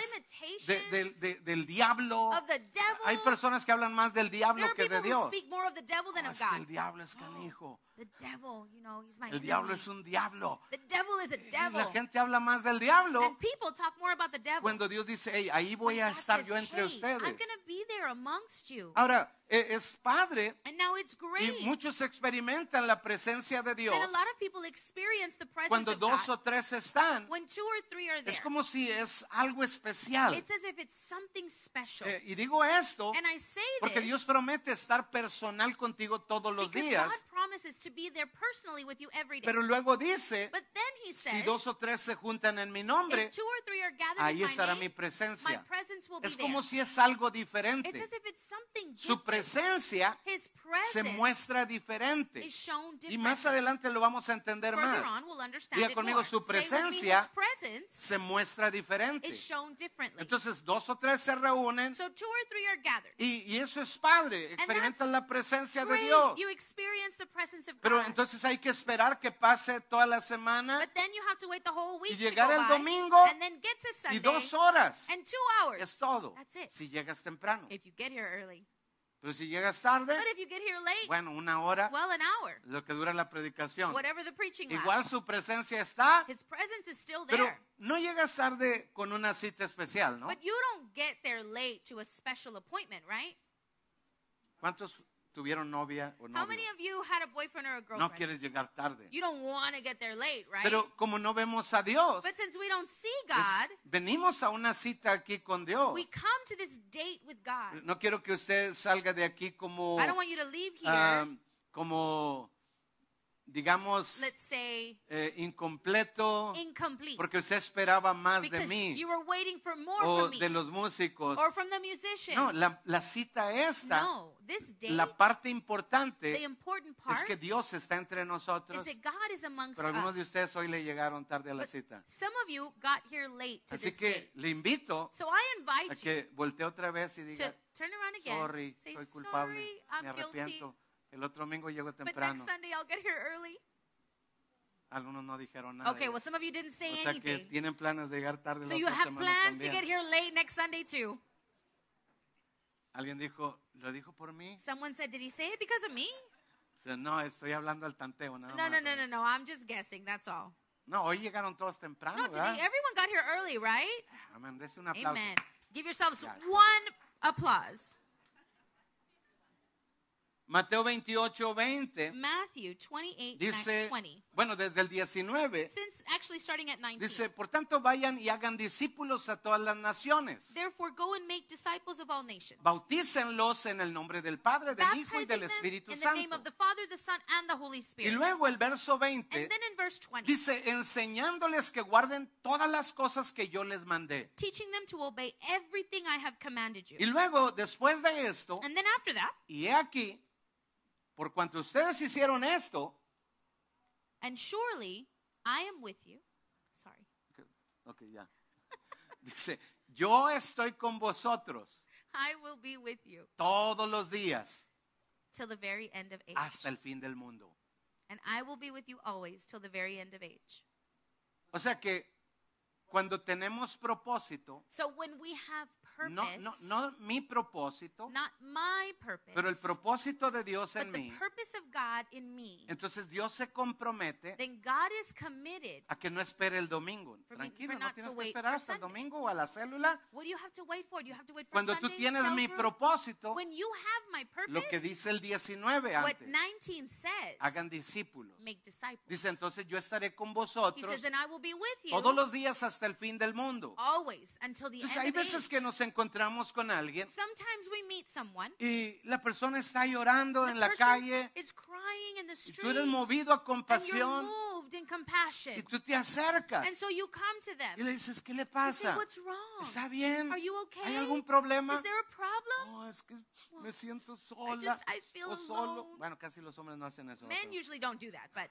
Speaker 1: de- del-
Speaker 2: limitations,
Speaker 1: de- del diablo.
Speaker 2: of the devil.
Speaker 1: Hay personas que hablan más del diablo
Speaker 2: there are
Speaker 1: que
Speaker 2: people
Speaker 1: de
Speaker 2: who
Speaker 1: Dios.
Speaker 2: speak more of the devil than
Speaker 1: No,
Speaker 2: of
Speaker 1: es que
Speaker 2: God.
Speaker 1: el diablo es canijo.
Speaker 2: The devil, you know, he's my
Speaker 1: El diablo
Speaker 2: enemy.
Speaker 1: es un diablo.
Speaker 2: The devil is a
Speaker 1: Y
Speaker 2: devil.
Speaker 1: la gente habla más del diablo
Speaker 2: and people talk more about the devil.
Speaker 1: cuando Dios dice, "Hey, ahí voy
Speaker 2: When
Speaker 1: a
Speaker 2: God
Speaker 1: estar
Speaker 2: says,
Speaker 1: yo entre
Speaker 2: "Hey, I'm
Speaker 1: ustedes.
Speaker 2: going to be there amongst you.
Speaker 1: Ahora, e- es padre
Speaker 2: And now it's
Speaker 1: y
Speaker 2: great
Speaker 1: muchos experimentan la presencia de Dios
Speaker 2: that a lot of people experience the presence
Speaker 1: cuando
Speaker 2: of
Speaker 1: dos
Speaker 2: God
Speaker 1: o tres están.
Speaker 2: when two or three are there.
Speaker 1: Es como si es algo especial.
Speaker 2: It's as if it's something special.
Speaker 1: Eh, y digo esto
Speaker 2: and I say
Speaker 1: porque
Speaker 2: this
Speaker 1: Dios promete estar personal contigo todos los
Speaker 2: because
Speaker 1: días,
Speaker 2: God promises to be there personally with you every day.
Speaker 1: pero luego dice,
Speaker 2: but then he says,
Speaker 1: si dos o tres se juntan en mi nombre,
Speaker 2: if two or three are gathered
Speaker 1: ahí
Speaker 2: in my
Speaker 1: estará mi
Speaker 2: name, my
Speaker 1: presencia.
Speaker 2: presence will
Speaker 1: Es
Speaker 2: be
Speaker 1: como
Speaker 2: there.
Speaker 1: si es algo
Speaker 2: It's
Speaker 1: diferente.
Speaker 2: as if it's something
Speaker 1: Su
Speaker 2: different.
Speaker 1: presencia
Speaker 2: His
Speaker 1: se
Speaker 2: presence
Speaker 1: muestra diferente.
Speaker 2: is shown
Speaker 1: Y
Speaker 2: differently.
Speaker 1: más adelante lo vamos a entender
Speaker 2: Further
Speaker 1: más.
Speaker 2: on, we'll understand
Speaker 1: Diga
Speaker 2: it
Speaker 1: conmigo,
Speaker 2: more.
Speaker 1: su
Speaker 2: Say with me,
Speaker 1: presencia
Speaker 2: his presence
Speaker 1: Se muestra diferente.
Speaker 2: is shown differently.
Speaker 1: Entonces dos o tres se reúnen
Speaker 2: so two or three are gathered.
Speaker 1: y, y eso es padre. Experimentan la presencia de
Speaker 2: Great,
Speaker 1: Dios.
Speaker 2: You experience the presence of
Speaker 1: Pero
Speaker 2: God.
Speaker 1: entonces hay que esperar que pase toda la semana
Speaker 2: but then you have to wait the whole week
Speaker 1: llegar
Speaker 2: to go
Speaker 1: el
Speaker 2: by,
Speaker 1: domingo
Speaker 2: and then get to
Speaker 1: y
Speaker 2: Sunday
Speaker 1: dos horas.
Speaker 2: and two hours.
Speaker 1: Es todo.
Speaker 2: That's it.
Speaker 1: Si llegas temprano.
Speaker 2: If you get here early.
Speaker 1: Pero si llegas tarde,
Speaker 2: But if you get here late,
Speaker 1: Eh, bueno, una hora,
Speaker 2: well, an hour.
Speaker 1: lo que dura la predicación.
Speaker 2: Whatever the preaching
Speaker 1: Igual
Speaker 2: lasts.
Speaker 1: su presencia está,
Speaker 2: His presence is still there.
Speaker 1: pero no llegas tarde con una cita especial, ¿no?
Speaker 2: But you don't get there late to a special appointment, right?
Speaker 1: ¿Cuántos tuvieron novia o
Speaker 2: How many
Speaker 1: novio?
Speaker 2: of you had a boyfriend or a
Speaker 1: No
Speaker 2: girlfriend?
Speaker 1: quieres llegar tarde.
Speaker 2: You don't want to get there late, right?
Speaker 1: Pero como no vemos a Dios,
Speaker 2: but since we don't see
Speaker 1: es-
Speaker 2: God,
Speaker 1: venimos a una cita aquí con Dios.
Speaker 2: we come to this date with God.
Speaker 1: No quiero que usted salga de aquí como
Speaker 2: I don't want you to leave here,
Speaker 1: ah, como digamos
Speaker 2: let's say,
Speaker 1: eh, incompleto
Speaker 2: incomplete.
Speaker 1: porque usted esperaba más de
Speaker 2: because
Speaker 1: mí
Speaker 2: you were waiting for more
Speaker 1: o
Speaker 2: from me
Speaker 1: de los músicos.
Speaker 2: or from the musicians.
Speaker 1: No, la, la cita esta,
Speaker 2: No, this date,
Speaker 1: la parte
Speaker 2: the
Speaker 1: importante
Speaker 2: important part
Speaker 1: es que Dios está entre nosotros.
Speaker 2: is that God is amongst
Speaker 1: Pero algunos
Speaker 2: us.
Speaker 1: de ustedes hoy le llegaron tarde a la
Speaker 2: But
Speaker 1: cita.
Speaker 2: Some of you got here late to
Speaker 1: Así
Speaker 2: this
Speaker 1: que
Speaker 2: date.
Speaker 1: le invito
Speaker 2: So I
Speaker 1: a
Speaker 2: invite you
Speaker 1: que voltee otra vez y
Speaker 2: to
Speaker 1: diga,
Speaker 2: turn around again,
Speaker 1: sorry,
Speaker 2: say,
Speaker 1: soy culpable,
Speaker 2: sorry, I'm
Speaker 1: me
Speaker 2: guilty,
Speaker 1: arrepiento. El otro domingo llego
Speaker 2: but next
Speaker 1: temprano.
Speaker 2: Sunday I'll get here early.
Speaker 1: Algunos no dijeron nada.
Speaker 2: Okay, well, some of you didn't say
Speaker 1: o sea que
Speaker 2: anything.
Speaker 1: tienen planes de llegar tarde
Speaker 2: So
Speaker 1: la
Speaker 2: you
Speaker 1: otra
Speaker 2: have
Speaker 1: semana
Speaker 2: plans to get
Speaker 1: también.
Speaker 2: here late next Sunday too.
Speaker 1: Alguien dijo, ¿lo dijo por mí?
Speaker 2: Someone said, did he say it because of me?
Speaker 1: O sea, no, estoy hablando al tanteo nada más.
Speaker 2: No, no, no, no, no. I'm just guessing. That's all.
Speaker 1: No, hoy llegaron todos temprano,
Speaker 2: No, today
Speaker 1: ¿verdad?
Speaker 2: everyone got here early, right?
Speaker 1: Amén, dese un aplauso.
Speaker 2: Amen. Give yourselves
Speaker 1: Gracias.
Speaker 2: one applause.
Speaker 1: Mateo 28, 20
Speaker 2: Mm, Matthew 28,
Speaker 1: dice,
Speaker 2: 20.
Speaker 1: bueno, desde el 19,
Speaker 2: Since actually starting at 19.
Speaker 1: dice, por tanto vayan y hagan discípulos a todas las naciones.
Speaker 2: Therefore, go and make disciples of all nations.
Speaker 1: Bautícenlos en el nombre del Padre, del Hijo y
Speaker 2: baptizing them
Speaker 1: del Espíritu
Speaker 2: in the name
Speaker 1: Santo.
Speaker 2: of the Father, the Son, and the Holy
Speaker 1: Y
Speaker 2: Spirit.
Speaker 1: luego el verso
Speaker 2: and
Speaker 1: 20
Speaker 2: then in verse 20,
Speaker 1: dice, enseñándoles que guarden todas las cosas que yo les mandé.
Speaker 2: teaching them to obey everything I have commanded you.
Speaker 1: Y luego, después de esto,
Speaker 2: and then after that,
Speaker 1: y he aquí, por cuanto ustedes hicieron esto,
Speaker 2: and surely I am with you. Sorry.
Speaker 1: ok, ya. Dice, yo estoy con vosotros
Speaker 2: I will be with you
Speaker 1: todos los días
Speaker 2: till the very end of age.
Speaker 1: hasta el fin del mundo.
Speaker 2: And I will be with you always till the very end of age.
Speaker 1: O sea que cuando tenemos propósito,
Speaker 2: So when we have purpose,
Speaker 1: no, no, no mi propósito,
Speaker 2: not my purpose,
Speaker 1: pero el propósito de Dios
Speaker 2: but
Speaker 1: en
Speaker 2: the
Speaker 1: mí,
Speaker 2: purpose of God in me,
Speaker 1: entonces Dios se compromete
Speaker 2: then God is committed.
Speaker 1: a que no espere el domingo.
Speaker 2: For me-
Speaker 1: Tranquilo,
Speaker 2: for
Speaker 1: no
Speaker 2: not
Speaker 1: tienes
Speaker 2: to
Speaker 1: que
Speaker 2: wait
Speaker 1: esperar
Speaker 2: for
Speaker 1: hasta el
Speaker 2: Sunday.
Speaker 1: domingo o a la célula.
Speaker 2: What do you have to wait for? Do you have to wait for
Speaker 1: Cuando tú
Speaker 2: Sunday's
Speaker 1: tienes
Speaker 2: cell
Speaker 1: mi
Speaker 2: group?
Speaker 1: propósito,
Speaker 2: When you have my purpose,
Speaker 1: lo que dice el 19
Speaker 2: what
Speaker 1: antes,
Speaker 2: 19 says,
Speaker 1: hagan discípulos.
Speaker 2: make disciples.
Speaker 1: Dice, entonces yo estaré con
Speaker 2: he
Speaker 1: vosotros
Speaker 2: says, and I will be with you
Speaker 1: todos los días hasta el fin del mundo.
Speaker 2: always until the
Speaker 1: Entonces
Speaker 2: end
Speaker 1: hay
Speaker 2: of
Speaker 1: veces
Speaker 2: age.
Speaker 1: que nos encontramos con alguien
Speaker 2: Sometimes we meet someone.
Speaker 1: y la persona está llorando
Speaker 2: the
Speaker 1: en la
Speaker 2: person
Speaker 1: calle
Speaker 2: is crying in the
Speaker 1: y
Speaker 2: street.
Speaker 1: tú eres movido a
Speaker 2: and you're
Speaker 1: compasión
Speaker 2: moved in compassion.
Speaker 1: y tú te acercas
Speaker 2: And so you come to them.
Speaker 1: y le dices, ¿qué le
Speaker 2: You say,
Speaker 1: pasa?
Speaker 2: What's wrong?
Speaker 1: ¿Está bien?
Speaker 2: Are you okay?
Speaker 1: ¿Hay algún problema?
Speaker 2: Is there a problem?
Speaker 1: No, es que me
Speaker 2: Well,
Speaker 1: siento sola
Speaker 2: just- I feel
Speaker 1: o solo.
Speaker 2: alone.
Speaker 1: Bueno, casi los hombres no hacen eso.
Speaker 2: Men
Speaker 1: pero-
Speaker 2: usually don't do that, but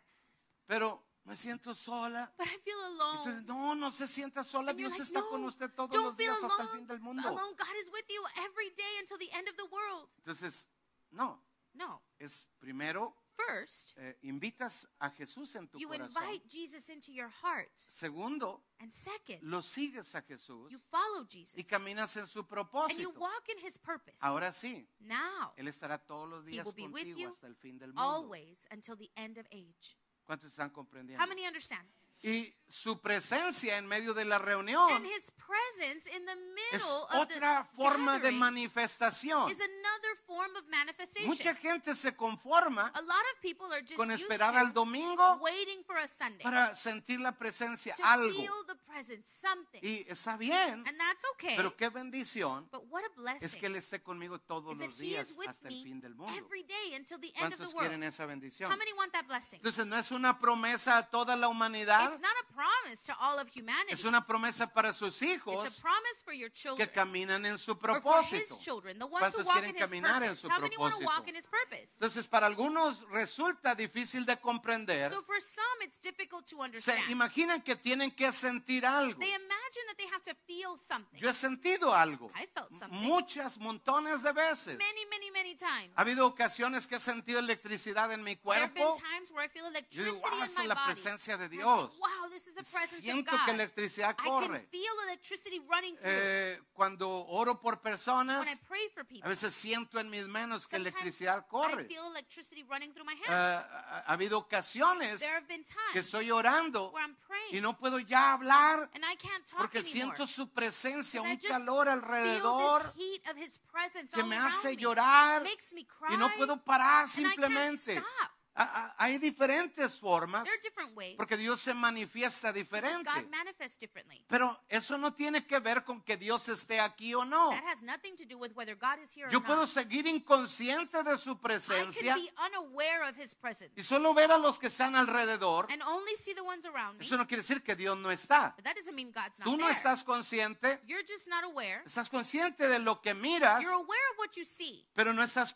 Speaker 1: Pero me siento sola.
Speaker 2: but I feel
Speaker 1: Entonces,
Speaker 2: alone.
Speaker 1: no, no se sienta sola.
Speaker 2: And you're
Speaker 1: Dios
Speaker 2: like,
Speaker 1: está con
Speaker 2: "No,
Speaker 1: usted todos
Speaker 2: don't
Speaker 1: los
Speaker 2: feel
Speaker 1: días hasta el
Speaker 2: alone.
Speaker 1: fin del mundo.
Speaker 2: alone. God is with you every day until the end of the world.
Speaker 1: Entonces, no,
Speaker 2: No.
Speaker 1: es primero
Speaker 2: First,
Speaker 1: eh, invitas a Jesús en tu
Speaker 2: you
Speaker 1: corazón.
Speaker 2: invite Jesus into your heart.
Speaker 1: Segundo,
Speaker 2: And second,
Speaker 1: lo sigues a Jesús
Speaker 2: you follow Jesus.
Speaker 1: y caminas en su
Speaker 2: And you
Speaker 1: propósito.
Speaker 2: walk in his purpose.
Speaker 1: Ahora sí,
Speaker 2: Now,
Speaker 1: Él estará todos los días
Speaker 2: will be with
Speaker 1: contigo
Speaker 2: you
Speaker 1: hasta el fin del mundo.
Speaker 2: always until the end of age.
Speaker 1: ¿Cuántos están comprendiendo?
Speaker 2: How many understand?
Speaker 1: Y su presencia en medio de la
Speaker 2: And
Speaker 1: reunión
Speaker 2: his presence in the
Speaker 1: Oh. es
Speaker 2: middle of the
Speaker 1: otra forma de
Speaker 2: gathering
Speaker 1: manifestación.
Speaker 2: is another form of
Speaker 1: Mucha
Speaker 2: manifestation.
Speaker 1: gente se conforma
Speaker 2: A lot of people are just
Speaker 1: con
Speaker 2: used
Speaker 1: esperar al
Speaker 2: to
Speaker 1: domingo
Speaker 2: waiting for a Sunday
Speaker 1: para sentir la presencia,
Speaker 2: to
Speaker 1: algo.
Speaker 2: feel the presence, something.
Speaker 1: Y está bien,
Speaker 2: and that's okay.
Speaker 1: pero qué bendición
Speaker 2: but what a blessing
Speaker 1: es que Él esté conmigo todos
Speaker 2: is that
Speaker 1: los
Speaker 2: he
Speaker 1: días
Speaker 2: is with
Speaker 1: hasta el
Speaker 2: me
Speaker 1: fin del mundo.
Speaker 2: every day until the end of the
Speaker 1: ¿Cuántos
Speaker 2: world.
Speaker 1: quieren esa bendición?
Speaker 2: How many want that blessing?
Speaker 1: Entonces no es una promesa a toda la humanidad,
Speaker 2: It's not a promise to all of humanity.
Speaker 1: es una promesa para sus hijos
Speaker 2: it's a promise for your children.
Speaker 1: que caminan en su
Speaker 2: or for his
Speaker 1: propósito.
Speaker 2: children, the ones who
Speaker 1: ¿Cuántos
Speaker 2: walk
Speaker 1: quieren
Speaker 2: in his
Speaker 1: caminar en
Speaker 2: purpose.
Speaker 1: su
Speaker 2: How many want to
Speaker 1: propósito?
Speaker 2: walk in his purpose?
Speaker 1: Entonces para algunos resulta difícil de comprender.
Speaker 2: so for some, it's difficult to
Speaker 1: Se
Speaker 2: understand.
Speaker 1: imaginan que tienen que sentir algo.
Speaker 2: They imagine that they have to feel something.
Speaker 1: Yo he sentido algo
Speaker 2: I felt something.
Speaker 1: muchas, montones de veces.
Speaker 2: many, many, many times.
Speaker 1: Ha habido ocasiones que he sentido electricidad en mi
Speaker 2: there have been
Speaker 1: cuerpo.
Speaker 2: times where I feel
Speaker 1: Yo digo,
Speaker 2: electricity
Speaker 1: wow,
Speaker 2: in
Speaker 1: esa
Speaker 2: my
Speaker 1: es la
Speaker 2: body.
Speaker 1: presencia de
Speaker 2: And I say,
Speaker 1: Dios.
Speaker 2: wow, this is the presence of
Speaker 1: Siento
Speaker 2: God.
Speaker 1: que electricidad
Speaker 2: I can
Speaker 1: corre.
Speaker 2: feel electricity running through.
Speaker 1: Eh, cuando oro por personas,
Speaker 2: when I pray for people,
Speaker 1: a veces siento en mis manos que
Speaker 2: sometimes
Speaker 1: electricidad
Speaker 2: I
Speaker 1: corre.
Speaker 2: feel electricity running through my
Speaker 1: Ah,
Speaker 2: hands.
Speaker 1: ha ha habido ocasiones
Speaker 2: there have been
Speaker 1: que
Speaker 2: times
Speaker 1: estoy orando
Speaker 2: where I'm praying
Speaker 1: y no puedo ya hablar
Speaker 2: and I can't talk
Speaker 1: porque
Speaker 2: anymore.
Speaker 1: siento su presencia,
Speaker 2: 'cause I
Speaker 1: un
Speaker 2: just
Speaker 1: calor
Speaker 2: feel
Speaker 1: alrededor
Speaker 2: this heat of his presence
Speaker 1: que
Speaker 2: all
Speaker 1: me
Speaker 2: around
Speaker 1: hace
Speaker 2: me.
Speaker 1: llorar
Speaker 2: Makes me cry,
Speaker 1: y no puedo parar
Speaker 2: and I can't
Speaker 1: simplemente.
Speaker 2: stop.
Speaker 1: A- a- Hay diferentes formas
Speaker 2: There are different ways
Speaker 1: porque Dios se manifiesta
Speaker 2: because
Speaker 1: diferente.
Speaker 2: God manifests differently.
Speaker 1: Pero eso no tiene que ver con que Dios esté aquí o no.
Speaker 2: That has nothing to do with whether God is here
Speaker 1: Yo
Speaker 2: or not.
Speaker 1: puedo seguir inconsciente de su
Speaker 2: I
Speaker 1: presencia
Speaker 2: can be unaware of his presence
Speaker 1: y solo ver a los que están alrededor.
Speaker 2: and only see the ones around me.
Speaker 1: Eso no quiere decir que Dios no está.
Speaker 2: But that doesn't mean God's not
Speaker 1: Tú no
Speaker 2: there.
Speaker 1: estás consciente,
Speaker 2: You're just not aware.
Speaker 1: estás consciente de lo que miras,
Speaker 2: You're aware of what you see,
Speaker 1: pero no estás
Speaker 2: but you're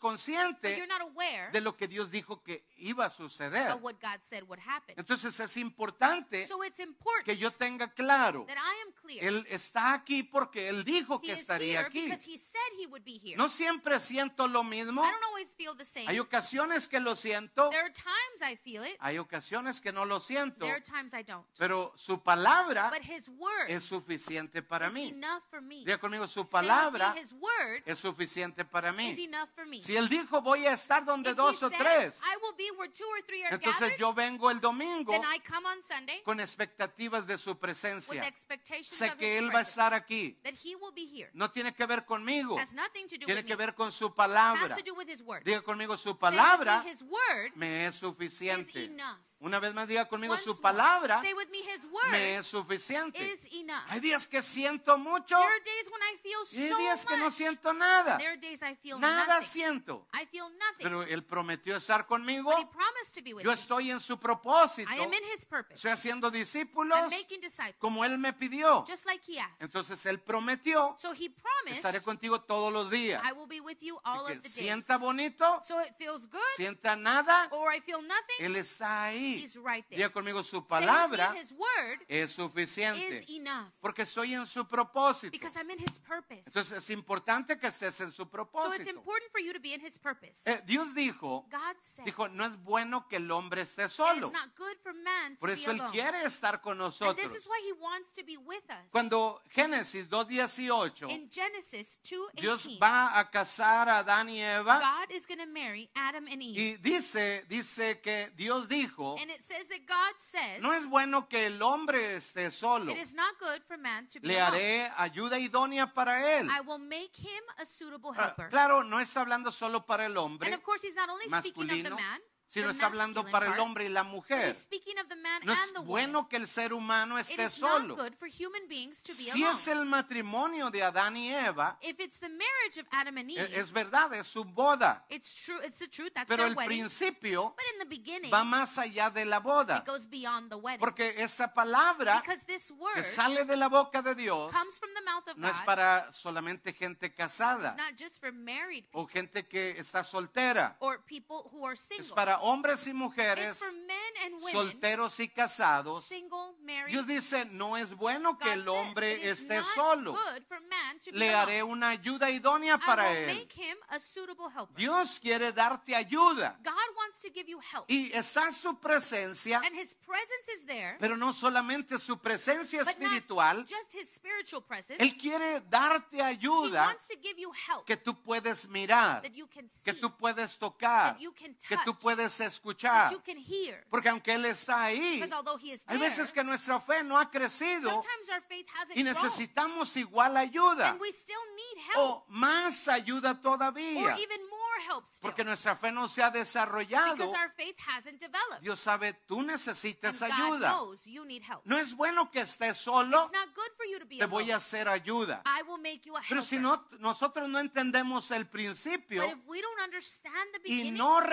Speaker 1: consciente
Speaker 2: not aware
Speaker 1: de lo que Dios dijo que iba a suceder.
Speaker 2: of what God said would happen.
Speaker 1: Entonces es importante
Speaker 2: So it's important
Speaker 1: que yo tenga claro,
Speaker 2: that I am clear.
Speaker 1: Él está aquí porque Él dijo
Speaker 2: he
Speaker 1: que
Speaker 2: is
Speaker 1: estaría
Speaker 2: here
Speaker 1: aquí.
Speaker 2: because he said he would be here.
Speaker 1: No siempre siento lo mismo.
Speaker 2: I don't always feel the same.
Speaker 1: Hay ocasiones que lo siento,
Speaker 2: There are times I feel it.
Speaker 1: hay ocasiones que no lo siento,
Speaker 2: There are times I don't.
Speaker 1: pero su palabra
Speaker 2: But his word
Speaker 1: es suficiente para
Speaker 2: is
Speaker 1: mí.
Speaker 2: enough for me.
Speaker 1: Diga conmigo, su
Speaker 2: Say with me,
Speaker 1: palabra
Speaker 2: his word
Speaker 1: es suficiente para
Speaker 2: is
Speaker 1: mí.
Speaker 2: enough for me.
Speaker 1: Si él dijo voy a estar donde
Speaker 2: If
Speaker 1: dos
Speaker 2: he
Speaker 1: o
Speaker 2: said,
Speaker 1: tres,
Speaker 2: I will be where two or three are
Speaker 1: entonces
Speaker 2: gathered,
Speaker 1: yo vengo el domingo
Speaker 2: then I come on Sunday
Speaker 1: con expectativas de su
Speaker 2: with
Speaker 1: presencia.
Speaker 2: expectations
Speaker 1: Sé
Speaker 2: of
Speaker 1: que
Speaker 2: his
Speaker 1: él va a
Speaker 2: presence,
Speaker 1: estar aquí.
Speaker 2: that he will be here.
Speaker 1: No tiene que ver conmigo,
Speaker 2: Has nothing to do
Speaker 1: tiene
Speaker 2: with
Speaker 1: que
Speaker 2: me.
Speaker 1: ver con su
Speaker 2: Has
Speaker 1: palabra.
Speaker 2: to do with his word.
Speaker 1: Diga conmigo, su
Speaker 2: Say with me,
Speaker 1: palabra
Speaker 2: his word
Speaker 1: me es
Speaker 2: is
Speaker 1: suficiente.
Speaker 2: enough.
Speaker 1: Una vez más diga conmigo,
Speaker 2: Once
Speaker 1: su
Speaker 2: more,
Speaker 1: palabra
Speaker 2: Say with me, his word
Speaker 1: me es suficiente.
Speaker 2: is enough.
Speaker 1: Hay días que siento mucho
Speaker 2: There are days when I feel
Speaker 1: y hay
Speaker 2: so
Speaker 1: días que no
Speaker 2: much.
Speaker 1: siento nada.
Speaker 2: There are days I feel
Speaker 1: Nada
Speaker 2: nothing.
Speaker 1: siento.
Speaker 2: I feel nothing.
Speaker 1: Pero él prometió estar conmigo.
Speaker 2: but he promised to be with
Speaker 1: Yo
Speaker 2: me.
Speaker 1: estoy en su propósito.
Speaker 2: I am in his purpose.
Speaker 1: Estoy haciendo
Speaker 2: I'm
Speaker 1: discípulos
Speaker 2: making disciples.
Speaker 1: como él me pidió.
Speaker 2: Just like he asked.
Speaker 1: Entonces él prometió,
Speaker 2: so he promised,
Speaker 1: estaré contigo todos los días.
Speaker 2: I will be with you
Speaker 1: Así
Speaker 2: all
Speaker 1: que
Speaker 2: of the days.
Speaker 1: sienta bonito,
Speaker 2: so it feels good,
Speaker 1: sienta nada,
Speaker 2: or I feel nothing,
Speaker 1: él está ahí.
Speaker 2: he's right there.
Speaker 1: Diga conmigo, su
Speaker 2: Say with me,
Speaker 1: palabra
Speaker 2: his word
Speaker 1: es suficiente
Speaker 2: is enough.
Speaker 1: porque estoy en su propósito.
Speaker 2: Because I'm in his purpose.
Speaker 1: Entonces es importante que estés en su
Speaker 2: so it's
Speaker 1: propósito.
Speaker 2: important for you to be in his purpose.
Speaker 1: Eh, Dios dijo,
Speaker 2: God said,
Speaker 1: dijo, no es bueno que el hombre esté
Speaker 2: it
Speaker 1: solo.
Speaker 2: is not good for man to
Speaker 1: Por eso
Speaker 2: be
Speaker 1: él
Speaker 2: alone.
Speaker 1: quiere estar con
Speaker 2: and this is
Speaker 1: nosotros.
Speaker 2: why he wants to be with us.
Speaker 1: Cuando Génesis 2.18,
Speaker 2: in Genesis 2:18,
Speaker 1: Dios va a casar a Adán y Eva
Speaker 2: God is going to marry Adam and Eve.
Speaker 1: y dice, dice que Dios dijo,
Speaker 2: and it says that God says,
Speaker 1: no es bueno que el hombre esté solo.
Speaker 2: It is not good for man to be
Speaker 1: Le
Speaker 2: alone.
Speaker 1: haré ayuda idónea para él.
Speaker 2: I will make him a suitable
Speaker 1: Ah,
Speaker 2: helper.
Speaker 1: Claro, no está hablando solo para el
Speaker 2: and
Speaker 1: hombre
Speaker 2: of course, he's not only speaking of the
Speaker 1: masculino,
Speaker 2: man,
Speaker 1: sino
Speaker 2: the
Speaker 1: está hablando
Speaker 2: masculine
Speaker 1: para el
Speaker 2: part,
Speaker 1: hombre y la
Speaker 2: but
Speaker 1: mujer.
Speaker 2: he's speaking of the man
Speaker 1: No es
Speaker 2: and the woman.
Speaker 1: bueno que el ser humano
Speaker 2: It
Speaker 1: esté
Speaker 2: is
Speaker 1: solo.
Speaker 2: not good for human beings to be
Speaker 1: Si
Speaker 2: alone.
Speaker 1: es el matrimonio de Adán y Eva,
Speaker 2: if it's the marriage of Adam and
Speaker 1: e-
Speaker 2: Eve,
Speaker 1: es verdad, es su boda.
Speaker 2: it's true. It's the truth. That's
Speaker 1: Pero
Speaker 2: their
Speaker 1: el
Speaker 2: wedding.
Speaker 1: principio
Speaker 2: but in the beginning,
Speaker 1: va más allá de la boda.
Speaker 2: it goes beyond the wedding.
Speaker 1: Porque esa palabra
Speaker 2: because this
Speaker 1: que
Speaker 2: word
Speaker 1: sale de la boca de Dios
Speaker 2: comes from the mouth of
Speaker 1: no es
Speaker 2: God.
Speaker 1: para solamente gente casada
Speaker 2: it's not just for married people
Speaker 1: o gente que está soltera.
Speaker 2: or people who are
Speaker 1: Es
Speaker 2: single.
Speaker 1: para hombres y
Speaker 2: it's
Speaker 1: mujeres,
Speaker 2: for men and women,
Speaker 1: solteros y casados.
Speaker 2: single, married,
Speaker 1: Dios dice, no es bueno que
Speaker 2: God
Speaker 1: el
Speaker 2: says,
Speaker 1: hombre
Speaker 2: "It is
Speaker 1: esté
Speaker 2: not
Speaker 1: solo.
Speaker 2: good for man to be
Speaker 1: Le haré
Speaker 2: alone.
Speaker 1: una ayuda idónea
Speaker 2: I
Speaker 1: para
Speaker 2: will
Speaker 1: él.
Speaker 2: make him a suitable helper.
Speaker 1: Dios quiere darte ayuda.
Speaker 2: God wants to give you help.
Speaker 1: Y está su presencia,
Speaker 2: and his presence is there,
Speaker 1: pero no solamente su presencia
Speaker 2: but
Speaker 1: espiritual.
Speaker 2: not just his spiritual presence.
Speaker 1: Él quiere darte
Speaker 2: he
Speaker 1: ayuda
Speaker 2: wants to give you help
Speaker 1: que tú puedes mirar,
Speaker 2: that you can see,
Speaker 1: que tú puedes tocar,
Speaker 2: that you can touch,
Speaker 1: que tú puedes puedes
Speaker 2: that
Speaker 1: escuchar.
Speaker 2: you can hear.
Speaker 1: Porque aunque Él está ahí,
Speaker 2: Because although he is there,
Speaker 1: hay veces que nuestra fe no ha crecido
Speaker 2: sometimes our faith hasn't
Speaker 1: y
Speaker 2: grown.
Speaker 1: necesitamos igual ayuda
Speaker 2: And we still need help.
Speaker 1: o más ayuda
Speaker 2: or
Speaker 1: todavía.
Speaker 2: even more help still.
Speaker 1: Porque nuestra fe no se ha desarrollado.
Speaker 2: because our faith hasn't developed.
Speaker 1: Dios sabe, tú
Speaker 2: and
Speaker 1: necesitas
Speaker 2: God
Speaker 1: ayuda.
Speaker 2: knows you need help.
Speaker 1: No es bueno que estés solo,
Speaker 2: it's not good for you to be
Speaker 1: te
Speaker 2: alone.
Speaker 1: voy a hacer ayuda.
Speaker 2: I will make you a
Speaker 1: Pero
Speaker 2: helper.
Speaker 1: si no, nosotros no entendemos el principio
Speaker 2: but if we don't understand the
Speaker 1: y
Speaker 2: beginning
Speaker 1: no
Speaker 2: and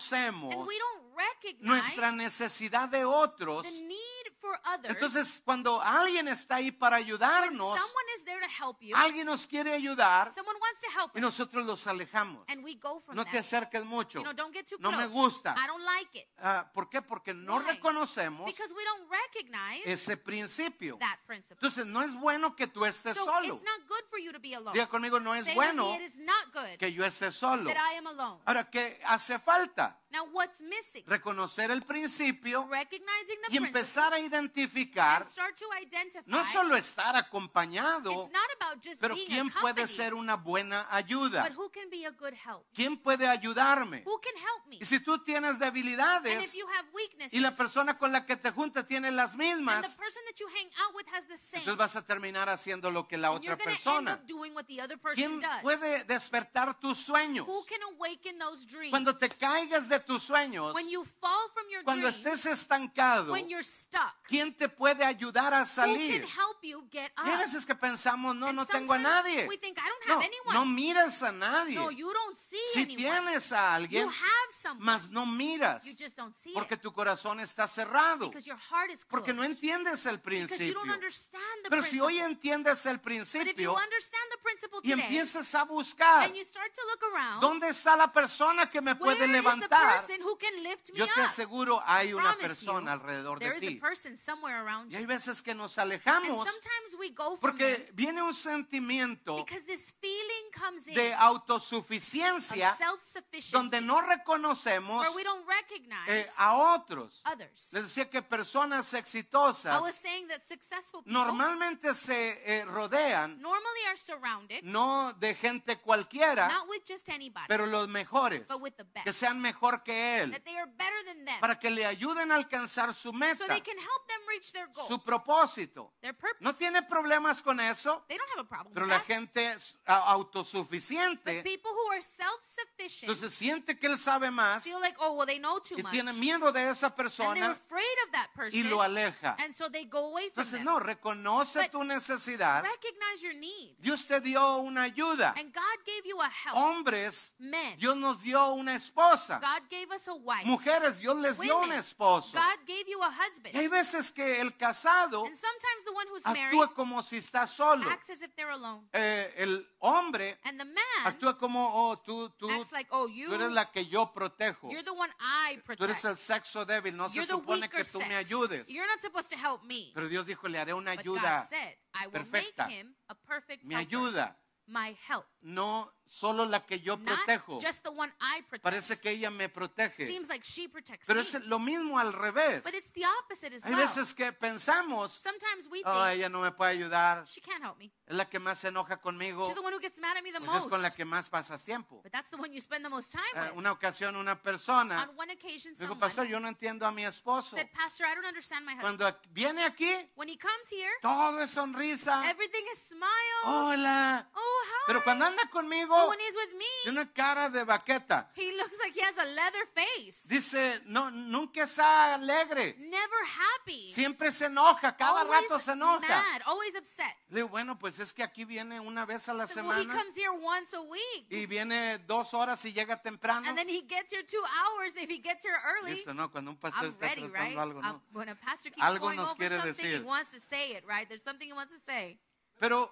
Speaker 1: reconocemos
Speaker 2: we don't recognize
Speaker 1: nuestra necesidad de otros,
Speaker 2: the need for others,
Speaker 1: entonces cuando alguien está ahí para
Speaker 2: when
Speaker 1: ayudarnos,
Speaker 2: someone is there to help you,
Speaker 1: alguien nos quiere ayudar
Speaker 2: someone wants to help
Speaker 1: y
Speaker 2: us,
Speaker 1: nosotros los alejamos.
Speaker 2: and we go from
Speaker 1: No
Speaker 2: that.
Speaker 1: te acerques mucho.
Speaker 2: you know, don't get too
Speaker 1: No
Speaker 2: close.
Speaker 1: me gusta.
Speaker 2: I don't like it.
Speaker 1: Ah, ¿Por qué? Porque no
Speaker 2: Why?
Speaker 1: reconocemos
Speaker 2: Because we don't recognize
Speaker 1: ese principio.
Speaker 2: that principle.
Speaker 1: Entonces no es bueno que tú estés
Speaker 2: so
Speaker 1: solo.
Speaker 2: it's not good for you to be alone.
Speaker 1: Diga conmigo, no es
Speaker 2: Say
Speaker 1: bueno
Speaker 2: with me, it is not good
Speaker 1: que yo esté solo.
Speaker 2: that I am alone.
Speaker 1: Ahora, ¿qué hace falta?
Speaker 2: Now, what's missing?
Speaker 1: Reconocer el principio
Speaker 2: Recognizing the
Speaker 1: y empezar a
Speaker 2: principle
Speaker 1: identificar,
Speaker 2: and start to identify.
Speaker 1: no solo estar acompañado,
Speaker 2: it's not about just
Speaker 1: pero
Speaker 2: being
Speaker 1: quién puede
Speaker 2: accompanied,
Speaker 1: ser una buena ayuda.
Speaker 2: but who can be a good help?
Speaker 1: ¿Quién puede ayudarme?
Speaker 2: Who can help me?
Speaker 1: Y si tú tienes
Speaker 2: and if
Speaker 1: debilidades
Speaker 2: you have weaknesses,
Speaker 1: y la persona con la que te junta tiene las
Speaker 2: and
Speaker 1: mismas,
Speaker 2: the person that you hang out with has the same,
Speaker 1: entonces vas a terminar haciendo lo que la
Speaker 2: and you're
Speaker 1: otra
Speaker 2: going to end
Speaker 1: persona.
Speaker 2: up doing what the other person
Speaker 1: ¿Quién
Speaker 2: does.
Speaker 1: puede despertar tus sueños?
Speaker 2: who can awaken those dreams?
Speaker 1: Cuando te caigas de tus sueños,
Speaker 2: when you fall from your
Speaker 1: cuando
Speaker 2: dreams,
Speaker 1: estés estancado,
Speaker 2: when you're stuck,
Speaker 1: ¿quién te puede ayudar a
Speaker 2: who can
Speaker 1: salir?
Speaker 2: help you get up?
Speaker 1: Y hay veces que pensamos, no,
Speaker 2: And
Speaker 1: no tengo a
Speaker 2: sometimes
Speaker 1: nadie.
Speaker 2: We think, I don't
Speaker 1: No,
Speaker 2: have anyone.
Speaker 1: no miras a nadie.
Speaker 2: No, you don't see
Speaker 1: Si
Speaker 2: anyone.
Speaker 1: tienes a
Speaker 2: You
Speaker 1: alguien,
Speaker 2: have someone.
Speaker 1: mas no miras,
Speaker 2: You just don't see
Speaker 1: porque
Speaker 2: it.
Speaker 1: tu corazón está cerrado,
Speaker 2: Because your heart is closed.
Speaker 1: porque no entiendes el
Speaker 2: because you
Speaker 1: principio.
Speaker 2: don't understand the
Speaker 1: Pero si
Speaker 2: principle.
Speaker 1: hoy entiendes el
Speaker 2: but if you
Speaker 1: principio
Speaker 2: understand the principle
Speaker 1: y
Speaker 2: today,
Speaker 1: empiezas a buscar
Speaker 2: and you start to look around,
Speaker 1: dónde está la persona que me
Speaker 2: where
Speaker 1: puede
Speaker 2: is
Speaker 1: levantar,
Speaker 2: the person who can lift me
Speaker 1: yo te
Speaker 2: up?
Speaker 1: aseguro hay una
Speaker 2: Promise
Speaker 1: persona
Speaker 2: you,
Speaker 1: alrededor
Speaker 2: there
Speaker 1: de
Speaker 2: is a
Speaker 1: ti.
Speaker 2: person somewhere around
Speaker 1: Y
Speaker 2: you.
Speaker 1: hay veces que nos
Speaker 2: And
Speaker 1: alejamos
Speaker 2: sometimes we go from there
Speaker 1: porque viene un sentimiento
Speaker 2: because this feeling comes in
Speaker 1: de
Speaker 2: of
Speaker 1: autosuficiencia donde
Speaker 2: self-sufficiency
Speaker 1: no reconocemos
Speaker 2: where we don't recognize
Speaker 1: eh, a otros.
Speaker 2: others.
Speaker 1: Les decía que personas
Speaker 2: I was
Speaker 1: exitosas
Speaker 2: saying that successful people
Speaker 1: normalmente se eh, rodean
Speaker 2: normally are surrounded
Speaker 1: no de gente cualquiera,
Speaker 2: not with just anybody,
Speaker 1: pero los mejores,
Speaker 2: but with the best.
Speaker 1: que sean mejor que él,
Speaker 2: that they are better than them,
Speaker 1: para que le ayuden a alcanzar su
Speaker 2: so
Speaker 1: meta,
Speaker 2: they can help them reach their goal,
Speaker 1: su propósito.
Speaker 2: their purpose.
Speaker 1: No tiene problemas con eso,
Speaker 2: they don't have a problem
Speaker 1: pero
Speaker 2: with
Speaker 1: la
Speaker 2: that.
Speaker 1: gente es, a-
Speaker 2: but
Speaker 1: autosuficiente,
Speaker 2: people who are self-sufficient
Speaker 1: entonces siente que él sabe más
Speaker 2: feel like, oh, well, they know too
Speaker 1: y
Speaker 2: much,
Speaker 1: tiene miedo de esa
Speaker 2: and they're
Speaker 1: persona
Speaker 2: afraid of that person,
Speaker 1: y lo aleja.
Speaker 2: and so they go away from
Speaker 1: Entonces,
Speaker 2: them.
Speaker 1: no, reconoce
Speaker 2: But
Speaker 1: tu necesidad.
Speaker 2: Recognize your need,
Speaker 1: Dios te dio una ayuda.
Speaker 2: and God gave you a help.
Speaker 1: Hombres,
Speaker 2: Men,
Speaker 1: Dios nos dio una esposa.
Speaker 2: God gave us a wife.
Speaker 1: Mujeres, Dios les dio un
Speaker 2: Women,
Speaker 1: esposo.
Speaker 2: God gave you a husband,
Speaker 1: Y hay veces que el casado
Speaker 2: and sometimes the one who's married
Speaker 1: actúa como si está solo.
Speaker 2: acts as if they're alone,
Speaker 1: Eh, el hombre
Speaker 2: and the man
Speaker 1: actúa como, oh, tú, tú,
Speaker 2: acts like, oh, you,
Speaker 1: tú eres la que yo protejo.
Speaker 2: you're the one I
Speaker 1: Tú eres
Speaker 2: protect.
Speaker 1: el sexo débil. No
Speaker 2: You're
Speaker 1: se
Speaker 2: the
Speaker 1: supone
Speaker 2: weaker
Speaker 1: que tú me
Speaker 2: sex.
Speaker 1: ayudes.
Speaker 2: You're not supposed to help me.
Speaker 1: Pero Dios dijo, le haré una
Speaker 2: But God
Speaker 1: ayuda.
Speaker 2: said, I will
Speaker 1: perfecta.
Speaker 2: make him a perfect
Speaker 1: Mi
Speaker 2: helper.
Speaker 1: ayuda.
Speaker 2: My help.
Speaker 1: No solo la que yo protejo.
Speaker 2: Not just the one I protect.
Speaker 1: Parece que ella me protege.
Speaker 2: Seems like she protects
Speaker 1: Pero
Speaker 2: me.
Speaker 1: es lo mismo al revés.
Speaker 2: But it's the opposite as
Speaker 1: Hay
Speaker 2: well.
Speaker 1: veces que pensamos,
Speaker 2: Sometimes we think,
Speaker 1: oh, ella no me puede ayudar,
Speaker 2: she can't help me.
Speaker 1: es la que más se enoja conmigo,
Speaker 2: She's the one who gets mad at me the
Speaker 1: pues es
Speaker 2: most.
Speaker 1: con la que más pasas tiempo.
Speaker 2: But that's the one you spend the most time
Speaker 1: Eh,
Speaker 2: with.
Speaker 1: una ocasión una persona
Speaker 2: On one occasion,
Speaker 1: dijo,
Speaker 2: someone
Speaker 1: pastor, yo no entiendo a mi esposo.
Speaker 2: said, Pastor, I don't understand my husband.
Speaker 1: Cuando ac- viene aquí,
Speaker 2: When he comes here,
Speaker 1: todo es sonrisa,
Speaker 2: everything is smiles.
Speaker 1: hola.
Speaker 2: Oh, hi.
Speaker 1: Ah. Pero cuando anda
Speaker 2: But
Speaker 1: conmigo,
Speaker 2: when he's with me,
Speaker 1: tiene una cara de baqueta.
Speaker 2: he looks like he has a leather face.
Speaker 1: Dice, no, nunca está alegre,
Speaker 2: never happy.
Speaker 1: siempre se enoja, cada
Speaker 2: always
Speaker 1: rato se enoja.
Speaker 2: mad, always upset.
Speaker 1: Le digo, bueno, pues es que aquí viene una vez a la
Speaker 2: So, well, he
Speaker 1: semana
Speaker 2: comes here once a week,
Speaker 1: y viene dos horas y llega temprano.
Speaker 2: and then he gets here two hours if he gets here early.
Speaker 1: Listo, ¿no? Cuando un pastor
Speaker 2: I'm
Speaker 1: está
Speaker 2: ready,
Speaker 1: tratando
Speaker 2: right?
Speaker 1: algo,
Speaker 2: I'm-
Speaker 1: ¿no?
Speaker 2: when a pastor keeps
Speaker 1: Algo
Speaker 2: going
Speaker 1: nos
Speaker 2: over
Speaker 1: quiere
Speaker 2: something, he
Speaker 1: decir.
Speaker 2: wants to say it, right? There's something he wants to say.
Speaker 1: Pero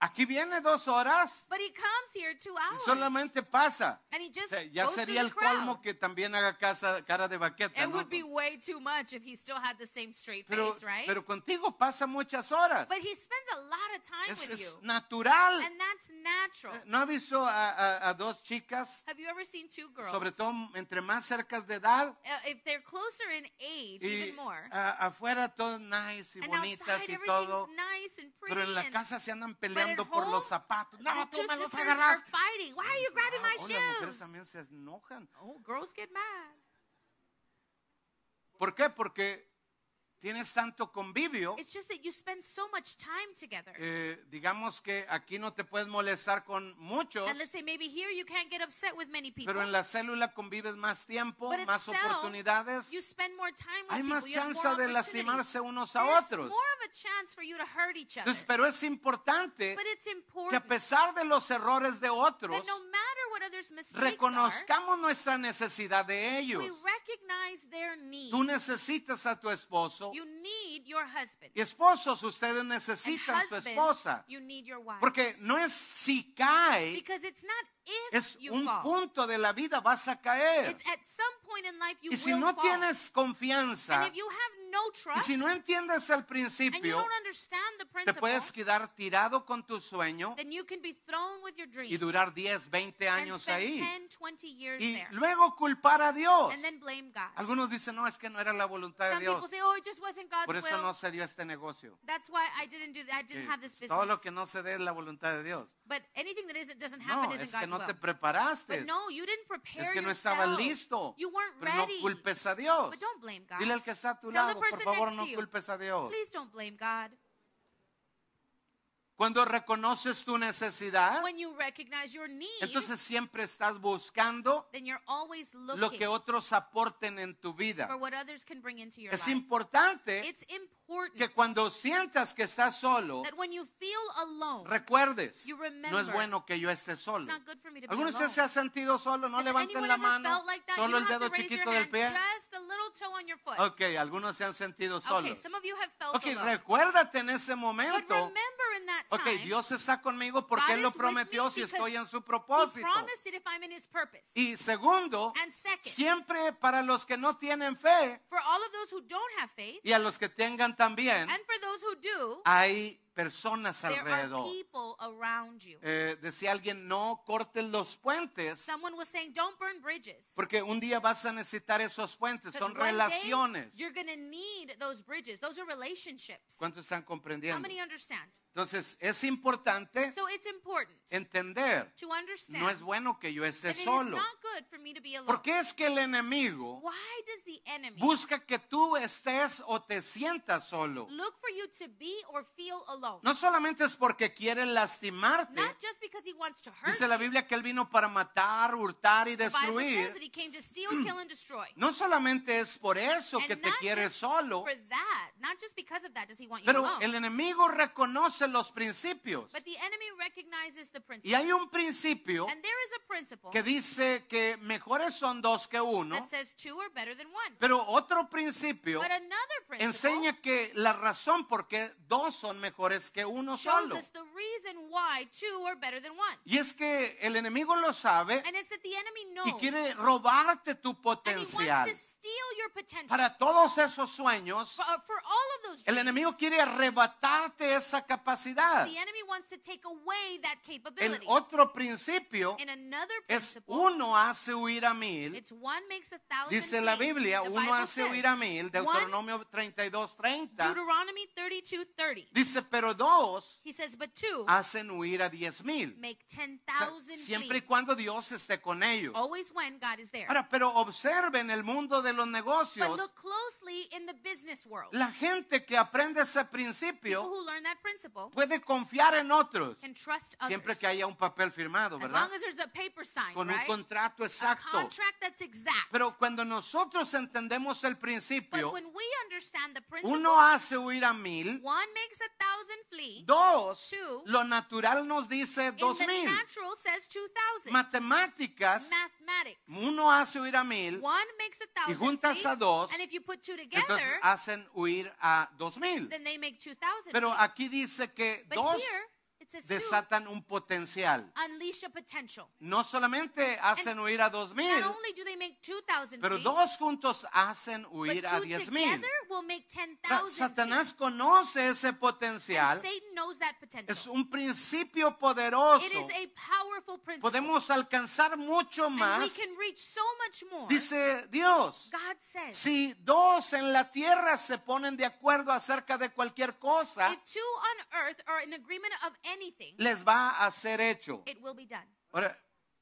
Speaker 1: aquí viene dos horas
Speaker 2: But he comes here two
Speaker 1: y
Speaker 2: hours,
Speaker 1: solamente pasa.
Speaker 2: and he
Speaker 1: O
Speaker 2: just
Speaker 1: sea, ya
Speaker 2: goes through
Speaker 1: sería
Speaker 2: the
Speaker 1: el colmo
Speaker 2: crowd.
Speaker 1: que también haga casa- cara de baqueta,
Speaker 2: It
Speaker 1: ¿no?
Speaker 2: would be way too much if he still had the same straight
Speaker 1: Pero,
Speaker 2: face, right?
Speaker 1: pero contigo pasa muchas horas.
Speaker 2: but he spends a lot of time
Speaker 1: Es,
Speaker 2: with
Speaker 1: es
Speaker 2: you,
Speaker 1: natural.
Speaker 2: and that's natural.
Speaker 1: ¿No ha visto a, a- a dos chicas,
Speaker 2: Have you ever seen two girls?
Speaker 1: sobre todo entre más cercas de edad,
Speaker 2: uh, if they're closer in age,
Speaker 1: y
Speaker 2: even more.
Speaker 1: a- afuera todas nice y
Speaker 2: and
Speaker 1: bonitas
Speaker 2: outside,
Speaker 1: y
Speaker 2: everything's
Speaker 1: todo,
Speaker 2: nice and pretty.
Speaker 1: pero en la
Speaker 2: and-
Speaker 1: casa se andan
Speaker 2: but in
Speaker 1: peleando por
Speaker 2: home,
Speaker 1: los zapatos. No,
Speaker 2: the
Speaker 1: tú
Speaker 2: two
Speaker 1: me los
Speaker 2: sisters are
Speaker 1: agarras.
Speaker 2: fighting. Why are you grabbing my
Speaker 1: Oh, las mujeres
Speaker 2: shoes?
Speaker 1: también se enojan.
Speaker 2: Oh, girls get mad.
Speaker 1: ¿Por qué? Porque tienes tanto convivio.
Speaker 2: It's just that you spend so much time together.
Speaker 1: eh, digamos que aquí no te puedes molestar con muchos,
Speaker 2: And let's say maybe here you can't get upset with many people.
Speaker 1: pero en la célula convives más tiempo,
Speaker 2: but at
Speaker 1: más
Speaker 2: cell,
Speaker 1: oportunidades.
Speaker 2: you spend more time with
Speaker 1: Hay más
Speaker 2: people. You have
Speaker 1: chance
Speaker 2: more
Speaker 1: de
Speaker 2: opportunities.
Speaker 1: lastimarse unos a
Speaker 2: There's
Speaker 1: otros.
Speaker 2: more of a chance for you to hurt each other.
Speaker 1: Entonces, pero es importante
Speaker 2: but it's
Speaker 1: que
Speaker 2: important
Speaker 1: a pesar de los errores de otros,
Speaker 2: that no matter what others' mistakes are,
Speaker 1: reconozcamos nuestra necesidad de ellos.
Speaker 2: we recognize their need.
Speaker 1: Tú necesitas a tu esposo.
Speaker 2: You need your husband.
Speaker 1: Y esposos, ustedes
Speaker 2: and
Speaker 1: necesitan a su
Speaker 2: husbands,
Speaker 1: esposa.
Speaker 2: you need your wife.
Speaker 1: Porque no es si cae,
Speaker 2: because it's not if
Speaker 1: es
Speaker 2: you
Speaker 1: un
Speaker 2: fall.
Speaker 1: punto de la vida vas a caer.
Speaker 2: It's at some point in life you
Speaker 1: Y si
Speaker 2: will
Speaker 1: no
Speaker 2: fall.
Speaker 1: tienes
Speaker 2: and
Speaker 1: confianza,
Speaker 2: if you have no
Speaker 1: y
Speaker 2: trust,
Speaker 1: si no entiendes el
Speaker 2: and you
Speaker 1: principio,
Speaker 2: don't understand the
Speaker 1: te
Speaker 2: principle,
Speaker 1: puedes quedar tirado con tu sueño
Speaker 2: then you can be thrown with your dream
Speaker 1: y durar 10, 20
Speaker 2: and
Speaker 1: años
Speaker 2: spend
Speaker 1: ahí.
Speaker 2: 10, 20 years
Speaker 1: Y
Speaker 2: there
Speaker 1: luego culpar a Dios.
Speaker 2: and then blame God.
Speaker 1: Algunos dicen, no, es que no era la voluntad de
Speaker 2: Some people
Speaker 1: Dios.
Speaker 2: say, oh, it just wasn't God's
Speaker 1: Por eso
Speaker 2: will.
Speaker 1: no se dio este negocio.
Speaker 2: That's why I didn't do that. I didn't
Speaker 1: Eh,
Speaker 2: have this business.
Speaker 1: Todo lo que no se dé es la voluntad de Dios.
Speaker 2: But anything that isn't doesn't happen
Speaker 1: No,
Speaker 2: isn't
Speaker 1: es que
Speaker 2: God's
Speaker 1: no
Speaker 2: will.
Speaker 1: te preparaste.
Speaker 2: But no, you didn't prepare
Speaker 1: Es que no
Speaker 2: yourself.
Speaker 1: estabas listo.
Speaker 2: You weren't
Speaker 1: Pero no
Speaker 2: ready.
Speaker 1: culpes a Dios.
Speaker 2: But don't blame God.
Speaker 1: Dile al que está a tu
Speaker 2: Tell the
Speaker 1: lado, por
Speaker 2: person
Speaker 1: favor,
Speaker 2: next
Speaker 1: no
Speaker 2: to you.
Speaker 1: culpes a Dios.
Speaker 2: Please don't blame God.
Speaker 1: Cuando reconoces tu necesidad,
Speaker 2: When you recognize your need,
Speaker 1: ¿Ah? entonces siempre estás buscando
Speaker 2: then you're always
Speaker 1: lo
Speaker 2: looking
Speaker 1: que otros aporten en tu vida.
Speaker 2: for what others can bring into your
Speaker 1: Es
Speaker 2: life.
Speaker 1: importante
Speaker 2: It's important
Speaker 1: que cuando sientas que estás solo,
Speaker 2: that when you feel alone,
Speaker 1: recuerdes,
Speaker 2: You remember,
Speaker 1: no es bueno que yo esté
Speaker 2: it's
Speaker 1: solo.
Speaker 2: not good for me to be
Speaker 1: ¿Alguno de ustedes se
Speaker 2: alone.
Speaker 1: ha sentido solo? No
Speaker 2: Has
Speaker 1: levanten
Speaker 2: anyone
Speaker 1: la
Speaker 2: ever
Speaker 1: mano,
Speaker 2: felt like that? You
Speaker 1: solo el
Speaker 2: don't have
Speaker 1: dedo
Speaker 2: to raise your
Speaker 1: chiquito del
Speaker 2: hand,
Speaker 1: pie.
Speaker 2: Just the little toe on your foot.
Speaker 1: Ok, algunos se han sentido
Speaker 2: Okay,
Speaker 1: solos.
Speaker 2: some of you have felt
Speaker 1: Ok,
Speaker 2: alone.
Speaker 1: recuérdate en ese
Speaker 2: But
Speaker 1: momento.
Speaker 2: remember in that time,
Speaker 1: Ok, Dios está conmigo porque
Speaker 2: God
Speaker 1: Él lo
Speaker 2: is with me
Speaker 1: prometió si
Speaker 2: because
Speaker 1: estoy en su
Speaker 2: He
Speaker 1: propósito.
Speaker 2: promised it if I'm in His purpose.
Speaker 1: Y segundo,
Speaker 2: And second,
Speaker 1: siempre para los que no tienen fe
Speaker 2: for all of those who don't have faith,
Speaker 1: y a los que tengan también,
Speaker 2: and for those who do,
Speaker 1: hay personas
Speaker 2: there are
Speaker 1: alrededor.
Speaker 2: people around you.
Speaker 1: Eh, decía alguien, no cortes los puentes
Speaker 2: Someone was saying, don't burn bridges.
Speaker 1: porque un día vas a necesitar esos puentes,
Speaker 2: 'Cause
Speaker 1: son
Speaker 2: one day,
Speaker 1: relaciones.
Speaker 2: you're going to need those bridges. Those are relationships.
Speaker 1: ¿Cuántos están
Speaker 2: How
Speaker 1: comprendiendo?
Speaker 2: many understand?
Speaker 1: Entonces, es importante
Speaker 2: So it's important
Speaker 1: entender,
Speaker 2: to understand
Speaker 1: no es bueno que yo
Speaker 2: that
Speaker 1: esté
Speaker 2: it is
Speaker 1: solo.
Speaker 2: not good for me to be alone.
Speaker 1: Porque es que el enemigo
Speaker 2: Why does the enemy
Speaker 1: busca que tú estés o te sientas solo.
Speaker 2: look for you to be or feel alone?
Speaker 1: No solamente es porque quiere lastimarte.
Speaker 2: Not just because he wants to hurt
Speaker 1: Dice la
Speaker 2: you.
Speaker 1: Biblia que él vino para matar, hurtar y
Speaker 2: The Bible says that
Speaker 1: destruir.
Speaker 2: he came to steal, kill, and destroy.
Speaker 1: No solamente es por eso
Speaker 2: And
Speaker 1: que te
Speaker 2: not
Speaker 1: quiere
Speaker 2: just
Speaker 1: solo,
Speaker 2: For that, not just because of that does he want you
Speaker 1: pero
Speaker 2: alone.
Speaker 1: el enemigo reconoce los principios.
Speaker 2: But the enemy recognizes the principle.
Speaker 1: Y hay un principio
Speaker 2: and there is a principle
Speaker 1: que dice que mejores son dos que uno,
Speaker 2: that says two are better than one.
Speaker 1: pero otro principio
Speaker 2: but another principle
Speaker 1: enseña que la razón por qué dos son mejores que uno
Speaker 2: shows
Speaker 1: solo.
Speaker 2: us the reason why two are better than one.
Speaker 1: Y es que el enemigo lo sabe
Speaker 2: And it's that the enemy
Speaker 1: y
Speaker 2: knows.
Speaker 1: quiere robarte tu
Speaker 2: and he wants to
Speaker 1: potencial.
Speaker 2: steal your potential.
Speaker 1: Para todos esos sueños,
Speaker 2: for, uh, for all of those
Speaker 1: el
Speaker 2: dreams.
Speaker 1: enemigo quiere arrebatarte esa capacidad.
Speaker 2: The enemy wants to take away that
Speaker 1: El
Speaker 2: capability.
Speaker 1: otro principio
Speaker 2: And another
Speaker 1: es
Speaker 2: principle,
Speaker 1: uno hace huir a mil.
Speaker 2: it's one makes a thousand
Speaker 1: Dice la
Speaker 2: gain.
Speaker 1: Biblia,
Speaker 2: The
Speaker 1: uno
Speaker 2: Bible
Speaker 1: hace
Speaker 2: says,
Speaker 1: huir a mil.
Speaker 2: one,
Speaker 1: Deuteronomio 32, 30.
Speaker 2: Deuteronomy 32, 30.
Speaker 1: Dice, pero dos
Speaker 2: He says, but two
Speaker 1: hacen huir a diez mil.
Speaker 2: make
Speaker 1: O sea,
Speaker 2: 10,000
Speaker 1: Ah, siempre y
Speaker 2: flee.
Speaker 1: cuando Dios esté con ellos.
Speaker 2: Always when God is there.
Speaker 1: Ahora, pero observen el mundo de los
Speaker 2: But
Speaker 1: negocios.
Speaker 2: look closely in the business world.
Speaker 1: La gente que aprende ese
Speaker 2: People
Speaker 1: principio
Speaker 2: who learn that principle
Speaker 1: puede confiar en otros.
Speaker 2: can trust others.
Speaker 1: Siempre que haya un papel firmado,
Speaker 2: as
Speaker 1: ¿verdad?
Speaker 2: long as there's a paper sign,
Speaker 1: Con un
Speaker 2: right?
Speaker 1: contrato
Speaker 2: A
Speaker 1: exacto.
Speaker 2: contract that's exact.
Speaker 1: Pero cuando nosotros entendemos el
Speaker 2: but
Speaker 1: principio,
Speaker 2: when we understand the principle,
Speaker 1: uno hace huir a mil,
Speaker 2: one makes a thousand flee,
Speaker 1: dos,
Speaker 2: two,
Speaker 1: lo natural nos dice dos
Speaker 2: in the
Speaker 1: mil.
Speaker 2: natural says 2,000.
Speaker 1: Matemáticas,
Speaker 2: Mathematics.
Speaker 1: uno hace huir a mil,
Speaker 2: One makes a thousand
Speaker 1: juntas
Speaker 2: flee,
Speaker 1: a dos,
Speaker 2: and if you put two together,
Speaker 1: entonces hacen huir a dos mil.
Speaker 2: then they make 2,000
Speaker 1: Pero
Speaker 2: flee.
Speaker 1: aquí dice que
Speaker 2: But
Speaker 1: dos
Speaker 2: here, it says two,
Speaker 1: desatan un potencial.
Speaker 2: unleash a potential.
Speaker 1: No solamente hacen huir a dos mil,
Speaker 2: Not only do they make 2,000
Speaker 1: pero
Speaker 2: flee,
Speaker 1: dos juntos hacen
Speaker 2: but
Speaker 1: huir a
Speaker 2: two
Speaker 1: diez
Speaker 2: together
Speaker 1: mil.
Speaker 2: will make
Speaker 1: Ahora,
Speaker 2: 10,000
Speaker 1: Satanás
Speaker 2: flee.
Speaker 1: conoce ese
Speaker 2: And
Speaker 1: potencial.
Speaker 2: Satan knows that
Speaker 1: Es
Speaker 2: potential.
Speaker 1: un principio poderoso.
Speaker 2: It is a powerful principle.
Speaker 1: Podemos alcanzar mucho
Speaker 2: and we
Speaker 1: más.
Speaker 2: can reach so much more.
Speaker 1: Dice Dios.
Speaker 2: God says,
Speaker 1: Si dos en la tierra se ponen de acuerdo acerca de cualquier cosa,
Speaker 2: if two on earth are in agreement of anything,
Speaker 1: les va a ser hecho.
Speaker 2: it will be done.
Speaker 1: Ahora,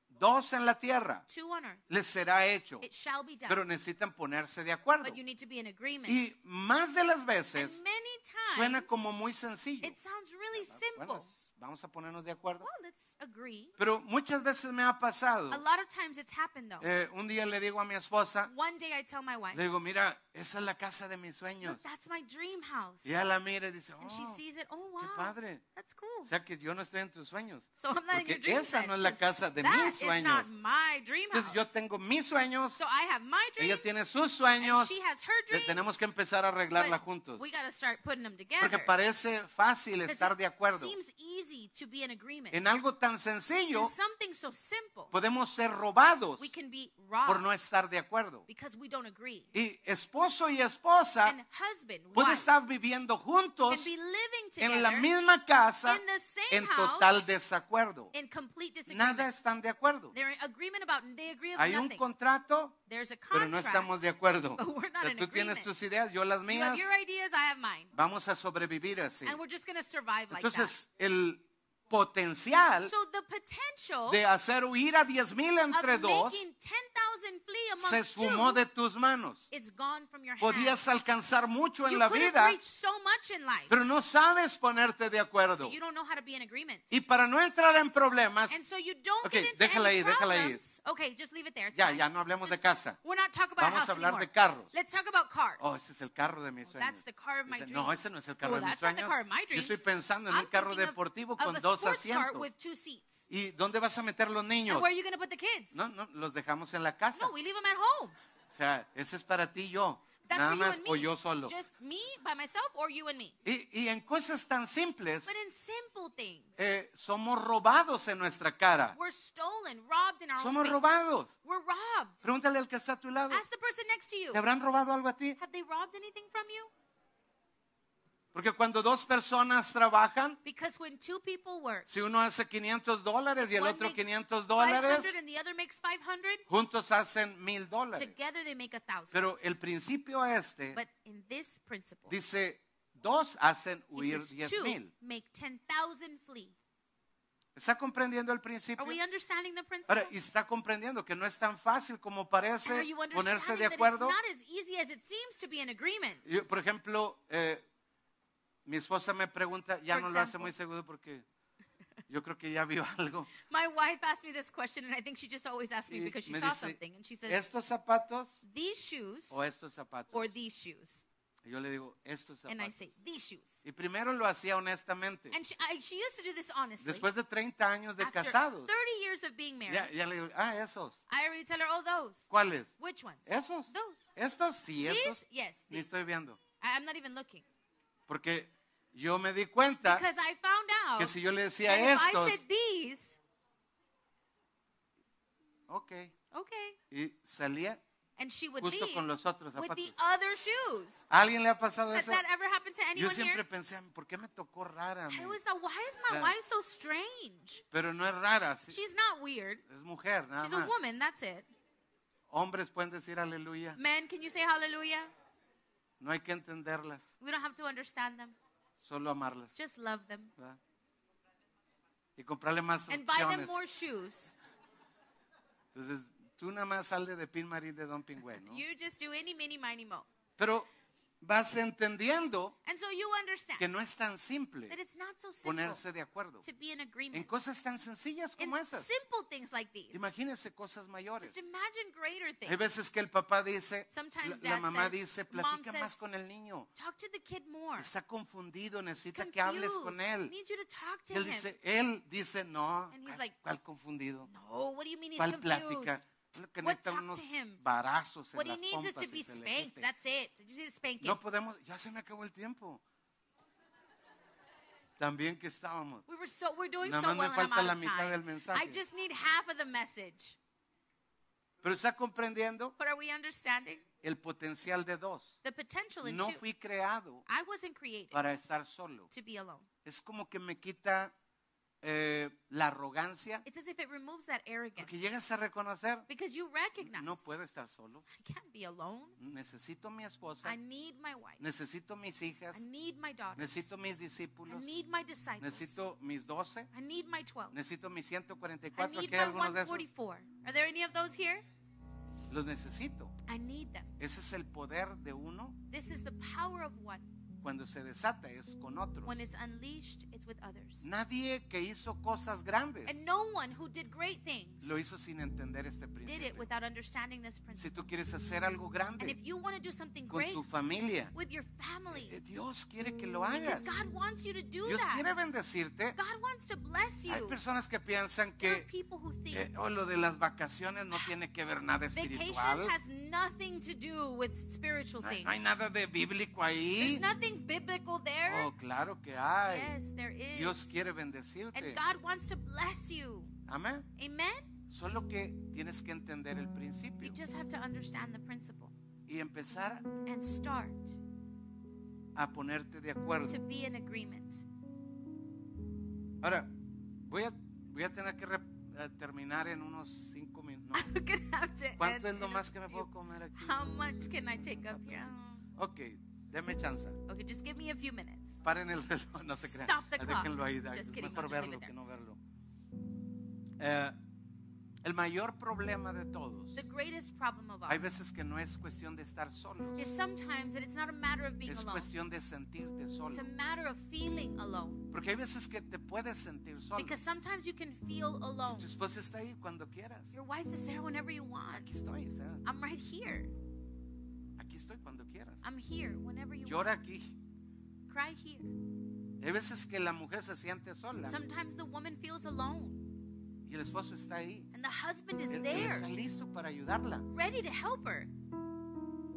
Speaker 1: dos en la tierra
Speaker 2: Two on earth,
Speaker 1: les será hecho,
Speaker 2: it shall be
Speaker 1: pero
Speaker 2: done.
Speaker 1: necesitan ponerse de acuerdo.
Speaker 2: But you need to be in agreement.
Speaker 1: Y más de las
Speaker 2: And
Speaker 1: veces
Speaker 2: many
Speaker 1: suena
Speaker 2: times,
Speaker 1: como muy sencillo.
Speaker 2: it sounds really
Speaker 1: Bueno,
Speaker 2: simple.
Speaker 1: vamos a ponernos de acuerdo.
Speaker 2: Well, let's agree.
Speaker 1: Pero muchas veces me ha pasado.
Speaker 2: A lot of times it's happened though.
Speaker 1: eh, un día le digo a mi esposa,
Speaker 2: One day I tell my wife,
Speaker 1: le digo, mira, esa es la casa de mis
Speaker 2: "Look,
Speaker 1: sueños.
Speaker 2: that's my dream house.
Speaker 1: Y ella la mira y dice, oh,
Speaker 2: And she
Speaker 1: qué
Speaker 2: sees it, oh wow,
Speaker 1: padre.
Speaker 2: that's
Speaker 1: O
Speaker 2: cool.
Speaker 1: sea que yo no estoy en tus sueños.
Speaker 2: So I'm not in your
Speaker 1: Porque
Speaker 2: dream
Speaker 1: esa
Speaker 2: then,
Speaker 1: no es la
Speaker 2: 'cause
Speaker 1: casa de
Speaker 2: that
Speaker 1: mis
Speaker 2: is not
Speaker 1: sueños.
Speaker 2: my dream
Speaker 1: Entonces yo
Speaker 2: house.
Speaker 1: tengo mis sueños,
Speaker 2: So I have my dreams,
Speaker 1: ella tiene sus
Speaker 2: and
Speaker 1: sueños.
Speaker 2: she has her
Speaker 1: Le-
Speaker 2: dreams.
Speaker 1: Tenemos que empezar a
Speaker 2: but
Speaker 1: arreglarla juntos.
Speaker 2: We got to start putting them together.
Speaker 1: Porque parece fácil
Speaker 2: 'cause
Speaker 1: estar de acuerdo.
Speaker 2: It seems easy to be in agreement.
Speaker 1: En algo tan
Speaker 2: In
Speaker 1: sencillo
Speaker 2: something so simple,
Speaker 1: podemos ser robados
Speaker 2: we can be robbed
Speaker 1: por no estar de acuerdo.
Speaker 2: because we don't agree.
Speaker 1: Y esposo y esposa
Speaker 2: and husband,
Speaker 1: pueden
Speaker 2: wife,
Speaker 1: estar viviendo
Speaker 2: can
Speaker 1: juntos
Speaker 2: be living together
Speaker 1: en la misma casa
Speaker 2: in the same
Speaker 1: en
Speaker 2: house
Speaker 1: total desacuerdo.
Speaker 2: in complete disagreement.
Speaker 1: Nada están de acuerdo.
Speaker 2: They're in agreement about, they agree about
Speaker 1: Hay un
Speaker 2: nothing.
Speaker 1: contrato,
Speaker 2: There's a contract.
Speaker 1: pero no estamos de acuerdo.
Speaker 2: but we're
Speaker 1: O
Speaker 2: not
Speaker 1: sea,
Speaker 2: in
Speaker 1: tú tienes
Speaker 2: agreement.
Speaker 1: tus ideas, yo las
Speaker 2: You have
Speaker 1: mías.
Speaker 2: your ideas, I have mine.
Speaker 1: Vamos a sobrevivir así.
Speaker 2: And we're just going to survive like
Speaker 1: Entonces, el potencial
Speaker 2: that. So the potential
Speaker 1: de hacer huir a diez mil entre
Speaker 2: of
Speaker 1: dos
Speaker 2: making 10,000 flee
Speaker 1: se
Speaker 2: amongst
Speaker 1: esfumó
Speaker 2: two,
Speaker 1: de tus manos.
Speaker 2: it's gone from your hands.
Speaker 1: Podías alcanzar mucho en
Speaker 2: you
Speaker 1: la
Speaker 2: could have
Speaker 1: vida,
Speaker 2: reached so much in life,
Speaker 1: pero no sabes ponerte de acuerdo.
Speaker 2: but you don't know how to be in agreement.
Speaker 1: Y para no entrar en problemas,
Speaker 2: And so you don't
Speaker 1: Okay,
Speaker 2: get into
Speaker 1: déjala
Speaker 2: any
Speaker 1: ahí, déjala ahí.
Speaker 2: problems. Okay, just leave it there. It's
Speaker 1: ya,
Speaker 2: fine.
Speaker 1: ya no hablemos de
Speaker 2: Just-
Speaker 1: casa.
Speaker 2: We're not talking about
Speaker 1: Vamos
Speaker 2: house
Speaker 1: a hablar de
Speaker 2: anymore.
Speaker 1: carros.
Speaker 2: Let's talk about cars.
Speaker 1: Oh, ese es el carro de mis
Speaker 2: Well,
Speaker 1: sueños.
Speaker 2: that's the car of my
Speaker 1: Dice, no,
Speaker 2: dreams.
Speaker 1: ese no es el carro
Speaker 2: Well,
Speaker 1: de mis
Speaker 2: that's not the
Speaker 1: sueños.
Speaker 2: car of my
Speaker 1: Yo estoy
Speaker 2: dreams.
Speaker 1: pensando en
Speaker 2: I'm
Speaker 1: un carro
Speaker 2: thinking of-
Speaker 1: deportivo
Speaker 2: of
Speaker 1: con
Speaker 2: a
Speaker 1: dos
Speaker 2: sports car
Speaker 1: asientos.
Speaker 2: with two seats.
Speaker 1: ¿Y dónde vas a meter los niños?
Speaker 2: And where are you going to put the kids?
Speaker 1: No, no, los dejamos en la casa.
Speaker 2: No, we leave them at home.
Speaker 1: O sea, ese es para ti y yo.
Speaker 2: That's
Speaker 1: Nada
Speaker 2: for you
Speaker 1: más
Speaker 2: and me.
Speaker 1: o yo solo.
Speaker 2: Just me by myself or you and me.
Speaker 1: Y, y en cosas tan simples,
Speaker 2: But in simple things,
Speaker 1: eh, somos robados en nuestra cara.
Speaker 2: we're stolen, robbed in our own
Speaker 1: Somos
Speaker 2: face.
Speaker 1: robados.
Speaker 2: We're robbed.
Speaker 1: Pregúntale al que está a tu lado.
Speaker 2: Ask the person next to you.
Speaker 1: ¿Te habrán robado algo a ti?
Speaker 2: Have they robbed anything from you?
Speaker 1: Porque cuando dos personas trabajan,
Speaker 2: Because when two people work,
Speaker 1: si uno hace 500 dólares y el
Speaker 2: one
Speaker 1: otro
Speaker 2: makes
Speaker 1: 500 dólares,
Speaker 2: 500 and the other makes 500,
Speaker 1: juntos hacen 1000 dólares.
Speaker 2: together they make a thousand.
Speaker 1: Pero el principio este
Speaker 2: But in this principle,
Speaker 1: dice, dos hacen
Speaker 2: he
Speaker 1: huir
Speaker 2: says,
Speaker 1: diez
Speaker 2: two
Speaker 1: mil.
Speaker 2: make 10,000 flee.
Speaker 1: ¿Está comprendiendo el principio?
Speaker 2: Are we understanding the principle?
Speaker 1: Ahora, y está comprendiendo que no es tan fácil como
Speaker 2: And are
Speaker 1: parece
Speaker 2: you
Speaker 1: ponerse
Speaker 2: understanding
Speaker 1: de
Speaker 2: that it's
Speaker 1: acuerdo.
Speaker 2: not as easy as it seems to be an agreement?
Speaker 1: Yo, por ejemplo, eh, mi esposa me pregunta, ya
Speaker 2: For
Speaker 1: no lo hace
Speaker 2: example.
Speaker 1: muy seguro porque yo creo que ya vio algo.
Speaker 2: My wife asked me this question, and I think she just always asks me
Speaker 1: Y
Speaker 2: because she
Speaker 1: me
Speaker 2: saw
Speaker 1: dice,
Speaker 2: something. And she says,
Speaker 1: ¿Estos zapatos
Speaker 2: These shoes
Speaker 1: o estos zapatos?
Speaker 2: or these shoes?
Speaker 1: Y yo le digo, estos
Speaker 2: And I
Speaker 1: zapatos.
Speaker 2: say, These shoes.
Speaker 1: Y primero lo hacía honestamente.
Speaker 2: And she, I, she used to do this honestly.
Speaker 1: Después de 30 años de
Speaker 2: After
Speaker 1: casados,
Speaker 2: 30 years of being married,
Speaker 1: ya, ya le digo, ah, esos.
Speaker 2: I already tell her, Oh, those.
Speaker 1: ¿Cuáles?
Speaker 2: Which ones?
Speaker 1: Esos.
Speaker 2: Those.
Speaker 1: Estos sí,
Speaker 2: These?
Speaker 1: esos.
Speaker 2: Yes.
Speaker 1: Ni
Speaker 2: These.
Speaker 1: estoy viendo.
Speaker 2: I, I'm not even looking.
Speaker 1: Porque yo me di cuenta
Speaker 2: Because I found out
Speaker 1: Ah. que si yo le decía
Speaker 2: that if I
Speaker 1: estos,
Speaker 2: said these,
Speaker 1: ok,
Speaker 2: okay.
Speaker 1: y salía
Speaker 2: And she would
Speaker 1: justo
Speaker 2: leave
Speaker 1: con los otros
Speaker 2: with the
Speaker 1: zapatos.
Speaker 2: other shoes.
Speaker 1: ¿A ¿Alguien le ha pasado
Speaker 2: Has
Speaker 1: eso?
Speaker 2: that ever happened to
Speaker 1: Yo
Speaker 2: anyone
Speaker 1: siempre
Speaker 2: here?
Speaker 1: pensé, ¿por qué me tocó rara? a mí?"
Speaker 2: I always thought, why is
Speaker 1: Yeah.
Speaker 2: my wife so strange?
Speaker 1: Pero no es rara, sí,
Speaker 2: She's not weird.
Speaker 1: es mujer, nada
Speaker 2: She's a
Speaker 1: más.
Speaker 2: woman, that's it.
Speaker 1: Hombres pueden decir aleluya,
Speaker 2: Men, can you say hallelujah?
Speaker 1: no hay que entenderlas,
Speaker 2: We don't have to understand them.
Speaker 1: solo amarlas.
Speaker 2: Just love them.
Speaker 1: ¿verdad? Y comprarle más
Speaker 2: And buy
Speaker 1: opciones.
Speaker 2: them more shoes.
Speaker 1: Entonces, tú nada más sale de Pin Marín de Don Pingüe, ¿no?
Speaker 2: You just do any, mini, miny, mo.
Speaker 1: Pero vas entendiendo
Speaker 2: And so you
Speaker 1: que
Speaker 2: understand
Speaker 1: no es tan simple
Speaker 2: that it's not so simple
Speaker 1: ponerse de acuerdo
Speaker 2: to be
Speaker 1: en
Speaker 2: in agreement
Speaker 1: cosas tan sencillas
Speaker 2: in
Speaker 1: como esas.
Speaker 2: simple things like these.
Speaker 1: Imagínense cosas mayores.
Speaker 2: Just imagine greater
Speaker 1: Hay
Speaker 2: things.
Speaker 1: veces que el papá dice, la,
Speaker 2: Sometimes
Speaker 1: la
Speaker 2: dad
Speaker 1: mamá
Speaker 2: says,
Speaker 1: dice,
Speaker 2: mom
Speaker 1: platica
Speaker 2: says,
Speaker 1: más con el niño.
Speaker 2: Talk to the kid more.
Speaker 1: Está confundido, necesita
Speaker 2: Confused.
Speaker 1: que hables con él.
Speaker 2: Need you to talk
Speaker 1: Y
Speaker 2: to
Speaker 1: él
Speaker 2: him.
Speaker 1: dice, él dice, no,
Speaker 2: And he's
Speaker 1: ¿cuál,
Speaker 2: like,
Speaker 1: cuál confundido?
Speaker 2: no, what do you mean he's
Speaker 1: ¿Cuál
Speaker 2: confused?
Speaker 1: plática? Lo que necesita
Speaker 2: talk to
Speaker 1: unos
Speaker 2: him?
Speaker 1: barazos en
Speaker 2: What he
Speaker 1: las
Speaker 2: needs is
Speaker 1: pompas
Speaker 2: to
Speaker 1: y
Speaker 2: be
Speaker 1: se le
Speaker 2: spanked.
Speaker 1: quite.
Speaker 2: That's it. You just need to spank him.
Speaker 1: No podemos, ya se me acabó el tiempo. También que estábamos.
Speaker 2: We were so we're doing
Speaker 1: Nada
Speaker 2: so
Speaker 1: más
Speaker 2: well
Speaker 1: me
Speaker 2: and I'm
Speaker 1: falta
Speaker 2: out
Speaker 1: la
Speaker 2: of
Speaker 1: mitad del
Speaker 2: time. I
Speaker 1: mensaje.
Speaker 2: just need half of the message.
Speaker 1: Pero está comprendiendo
Speaker 2: But are we understanding
Speaker 1: el potencial de dos.
Speaker 2: the potential in
Speaker 1: No
Speaker 2: two?
Speaker 1: fui creado
Speaker 2: I wasn't created
Speaker 1: para estar solo.
Speaker 2: to be alone.
Speaker 1: Es como que me quita eh, la arrogancia,
Speaker 2: It's as if it removes that arrogance.
Speaker 1: porque llegas a reconocer,
Speaker 2: Because you recognize
Speaker 1: no puedo estar solo,
Speaker 2: I can't be alone.
Speaker 1: necesito mi esposa,
Speaker 2: I need my wife.
Speaker 1: necesito mis hijas,
Speaker 2: I need my daughters.
Speaker 1: necesito mis
Speaker 2: I
Speaker 1: discípulos,
Speaker 2: need my disciples.
Speaker 1: necesito mis doce,
Speaker 2: I need my 12.
Speaker 1: necesito mis
Speaker 2: I
Speaker 1: 144,
Speaker 2: need
Speaker 1: que
Speaker 2: my
Speaker 1: hay algunos de esos,
Speaker 2: 144. Are there any of those here?
Speaker 1: los necesito.
Speaker 2: I need them.
Speaker 1: Ese es el poder de uno
Speaker 2: This is the power of one.
Speaker 1: cuando se desata, es con otros.
Speaker 2: When it's unleashed, it's with others.
Speaker 1: Nadie que hizo cosas grandes
Speaker 2: And no one who did great things
Speaker 1: lo hizo sin entender este
Speaker 2: did it
Speaker 1: principio.
Speaker 2: without understanding this
Speaker 1: Si
Speaker 2: principle.
Speaker 1: tú quieres hacer algo
Speaker 2: And if
Speaker 1: grande
Speaker 2: you want to do something
Speaker 1: con
Speaker 2: great
Speaker 1: tu familia,
Speaker 2: with your family,
Speaker 1: eh, Dios quiere que lo
Speaker 2: because
Speaker 1: hagas.
Speaker 2: God wants you to do
Speaker 1: Dios quiere
Speaker 2: that.
Speaker 1: bendecirte.
Speaker 2: God wants to bless
Speaker 1: Hay
Speaker 2: you.
Speaker 1: personas que piensan
Speaker 2: There are
Speaker 1: que
Speaker 2: people who think
Speaker 1: eh, oh, lo de las vacaciones no tiene que ver nada espiritual.
Speaker 2: vacation has nothing to do with spiritual
Speaker 1: No hay,
Speaker 2: things.
Speaker 1: no hay nada de bíblico
Speaker 2: There's
Speaker 1: ahí.
Speaker 2: nothing biblical there.
Speaker 1: Oh, claro que hay.
Speaker 2: Yes, there is.
Speaker 1: Dios quiere
Speaker 2: And
Speaker 1: bendecirte.
Speaker 2: God wants to bless you.
Speaker 1: Amén.
Speaker 2: Amen?
Speaker 1: Solo que tienes que entender el
Speaker 2: You
Speaker 1: principio
Speaker 2: just have to understand the principle
Speaker 1: y empezar
Speaker 2: and start
Speaker 1: a ponerte de acuerdo.
Speaker 2: to be in agreement.
Speaker 1: Ahora, voy a, voy a tener que re- eh, terminar en unos cinco minutos.
Speaker 2: I'm going to have to end
Speaker 1: ¿Cuánto es lo
Speaker 2: in a
Speaker 1: más que me
Speaker 2: few-
Speaker 1: puedo comer aquí?
Speaker 2: How much can I take up here?
Speaker 1: Ok, deme chance.
Speaker 2: Okay, just give me a few minutes.
Speaker 1: Paren el reloj, no se crean.
Speaker 2: Stop the clock.
Speaker 1: Déjenlo ahí, da-
Speaker 2: Just kidding, no,
Speaker 1: mejor
Speaker 2: just leave it
Speaker 1: verlo que
Speaker 2: there.
Speaker 1: no verlo. Eh, el mayor problema de todos,
Speaker 2: The greatest problem of all
Speaker 1: hay veces que no es cuestión de estar solos,
Speaker 2: is sometimes that it's not a matter of being
Speaker 1: es
Speaker 2: alone.
Speaker 1: cuestión de sentirte
Speaker 2: It's a
Speaker 1: solo.
Speaker 2: matter of feeling alone.
Speaker 1: Porque hay veces que te puedes sentir solo.
Speaker 2: Because sometimes you can feel alone.
Speaker 1: Tu esposa está ahí cuando quieras.
Speaker 2: Your wife is there whenever you want.
Speaker 1: Aquí estoy, o sea,
Speaker 2: I'm right here.
Speaker 1: aquí estoy cuando quieras.
Speaker 2: I'm here whenever you
Speaker 1: Llora aquí.
Speaker 2: want. Cry here.
Speaker 1: Hay veces que la mujer se siente sola
Speaker 2: Sometimes the woman feels alone
Speaker 1: y el esposo está ahí.
Speaker 2: and the husband is
Speaker 1: Él, él
Speaker 2: there,
Speaker 1: está listo para ayudarla.
Speaker 2: ready to help her.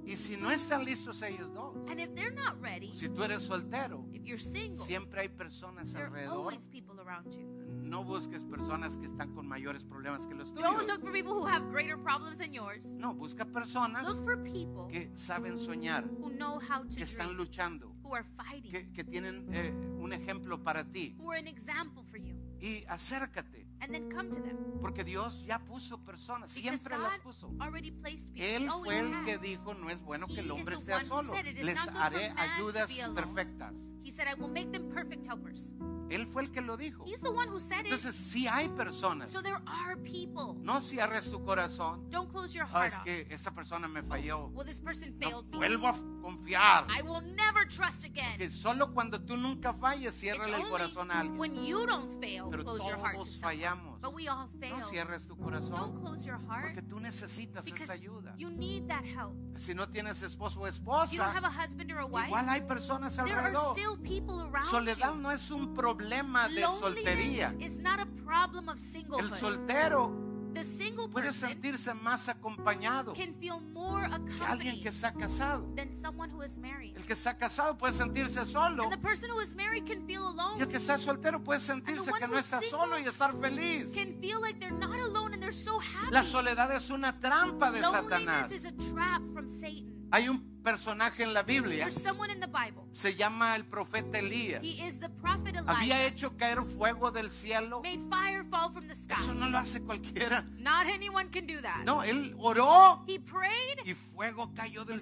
Speaker 1: Y si no están listos ellos dos,
Speaker 2: And if they're not ready,
Speaker 1: si tú eres soltero,
Speaker 2: if you're single,
Speaker 1: siempre hay personas
Speaker 2: there are
Speaker 1: alrededor.
Speaker 2: always people around you.
Speaker 1: No busques personas que están con mayores problemas que los
Speaker 2: Don't
Speaker 1: tuyos.
Speaker 2: look for people who have greater problems than yours.
Speaker 1: No, busca personas
Speaker 2: Look for people
Speaker 1: que saben soñar,
Speaker 2: who know how
Speaker 1: que
Speaker 2: to
Speaker 1: están
Speaker 2: dream,
Speaker 1: luchando,
Speaker 2: who are fighting,
Speaker 1: que, que tienen eh, un ejemplo para ti.
Speaker 2: who are an example for you.
Speaker 1: Y acércate,
Speaker 2: And then come to them.
Speaker 1: porque Dios ya puso personas,
Speaker 2: Because
Speaker 1: siempre las
Speaker 2: God
Speaker 1: puso.
Speaker 2: already placed people. He
Speaker 1: Él
Speaker 2: always
Speaker 1: fue el que
Speaker 2: has.
Speaker 1: dijo, no es bueno que
Speaker 2: He
Speaker 1: el
Speaker 2: is
Speaker 1: hombre
Speaker 2: the
Speaker 1: esté
Speaker 2: one who
Speaker 1: solo.
Speaker 2: said it is
Speaker 1: Les
Speaker 2: not good for
Speaker 1: haré
Speaker 2: man to
Speaker 1: ayudas
Speaker 2: be alone."
Speaker 1: perfectas.
Speaker 2: He said, I will make them perfect helpers.
Speaker 1: Él fue el que lo dijo.
Speaker 2: He's the one who said it.
Speaker 1: Entonces, sí hay personas.
Speaker 2: So there are people.
Speaker 1: No cierres tu corazón.
Speaker 2: Don't close your
Speaker 1: Ah,
Speaker 2: heart
Speaker 1: es
Speaker 2: off.
Speaker 1: que esta persona me falló.
Speaker 2: Well, this person
Speaker 1: No
Speaker 2: failed me.
Speaker 1: vuelvo a confiar.
Speaker 2: I will never trust again.
Speaker 1: Que solo cuando tú nunca falles,
Speaker 2: It's
Speaker 1: cierra el corazón a
Speaker 2: only
Speaker 1: alguien.
Speaker 2: when you don't fail,
Speaker 1: Pero
Speaker 2: close your heart to
Speaker 1: todos
Speaker 2: someone.
Speaker 1: fallamos.
Speaker 2: But we all
Speaker 1: No
Speaker 2: fail.
Speaker 1: cierres tu
Speaker 2: Don't
Speaker 1: corazón.
Speaker 2: close your heart
Speaker 1: Porque tú necesitas
Speaker 2: because
Speaker 1: esa ayuda.
Speaker 2: you need that help.
Speaker 1: Si no tienes esposo o
Speaker 2: If you don't have
Speaker 1: esposa,
Speaker 2: a husband or a wife,
Speaker 1: igual hay personas
Speaker 2: there are
Speaker 1: alrededor.
Speaker 2: still people around
Speaker 1: Soledad
Speaker 2: you.
Speaker 1: no es un problema de soltería.
Speaker 2: Loneliness is not a problem of
Speaker 1: El
Speaker 2: singlehood.
Speaker 1: soltero
Speaker 2: The single
Speaker 1: puede
Speaker 2: person
Speaker 1: sentirse más acompañado que
Speaker 2: can feel more
Speaker 1: alguien que
Speaker 2: accompanied
Speaker 1: está casado.
Speaker 2: than someone who is married.
Speaker 1: El que está casado puede sentirse solo
Speaker 2: And the person who is married can feel
Speaker 1: y el
Speaker 2: alone,
Speaker 1: que está soltero puede sentirse
Speaker 2: one
Speaker 1: que no
Speaker 2: who's
Speaker 1: está
Speaker 2: single
Speaker 1: solo y estar feliz.
Speaker 2: can feel like they're not alone and they're so happy.
Speaker 1: La soledad es una trampa de
Speaker 2: Loneliness
Speaker 1: Satanás.
Speaker 2: is a trap from Satan.
Speaker 1: Hay un personaje en la Biblia,
Speaker 2: There's someone in the Bible.
Speaker 1: se llama el profeta Elías.
Speaker 2: He is the prophet
Speaker 1: Había
Speaker 2: Elijah.
Speaker 1: hecho caer fuego del cielo.
Speaker 2: Made fire fall from the
Speaker 1: Eso
Speaker 2: sky.
Speaker 1: no lo hace cualquiera.
Speaker 2: Not anyone can do that.
Speaker 1: No, él oró
Speaker 2: He prayed,
Speaker 1: y fuego cayó del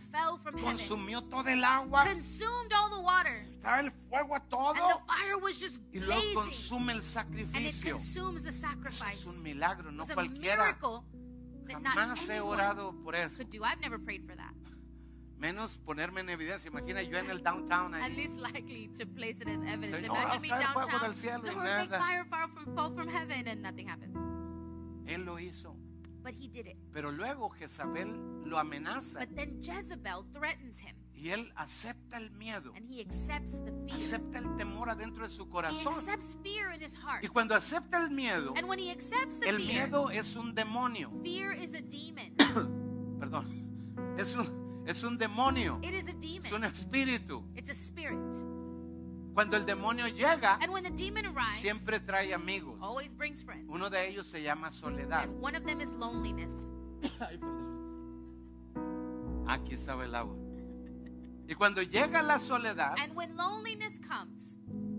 Speaker 1: cielo.
Speaker 2: fell from heaven,
Speaker 1: Consumió todo el agua.
Speaker 2: consumed all the water,
Speaker 1: Estaba el fuego a
Speaker 2: and the
Speaker 1: todo.
Speaker 2: fire was just
Speaker 1: y luego
Speaker 2: blazing.
Speaker 1: consume el
Speaker 2: And it
Speaker 1: sacrificio.
Speaker 2: consumes the
Speaker 1: Eso
Speaker 2: sacrifice.
Speaker 1: es un milagro,
Speaker 2: It
Speaker 1: no
Speaker 2: was a
Speaker 1: cualquiera.
Speaker 2: miracle that not
Speaker 1: Jamás he
Speaker 2: anyone
Speaker 1: orado por eso.
Speaker 2: could do. I've never prayed for that.
Speaker 1: Menos ponerme en evidencia. Imagina yo en el downtown
Speaker 2: At
Speaker 1: ahí.
Speaker 2: least likely to place it as evidence.
Speaker 1: Señor,
Speaker 2: Imagine
Speaker 1: haz
Speaker 2: me
Speaker 1: Oh, caer fuego
Speaker 2: downtown.
Speaker 1: del cielo y
Speaker 2: Lord, make
Speaker 1: nada.
Speaker 2: fire fall from, fall from heaven and nothing happens.
Speaker 1: Él lo hizo.
Speaker 2: But he did it.
Speaker 1: Pero luego Jezabel lo amenaza
Speaker 2: But then Jezebel threatens him
Speaker 1: y él acepta el miedo,
Speaker 2: and he accepts the fear.
Speaker 1: acepta el temor adentro de su
Speaker 2: He
Speaker 1: corazón.
Speaker 2: accepts fear in his heart.
Speaker 1: Y cuando acepta el miedo,
Speaker 2: And when he accepts the
Speaker 1: el
Speaker 2: fear,
Speaker 1: miedo es un demonio.
Speaker 2: fear is a demon.
Speaker 1: Perdón. Es un, es un demonio.
Speaker 2: It is a
Speaker 1: Es un
Speaker 2: demon.
Speaker 1: espíritu.
Speaker 2: It's a spirit.
Speaker 1: Cuando el demonio llega,
Speaker 2: And Oh. when the demon arrives,
Speaker 1: siempre trae amigos.
Speaker 2: always brings friends.
Speaker 1: Uno de ellos se llama Soledad.
Speaker 2: And one of them is loneliness.
Speaker 1: Aquí estaba el agua. Y cuando llega la soledad,
Speaker 2: And when loneliness comes,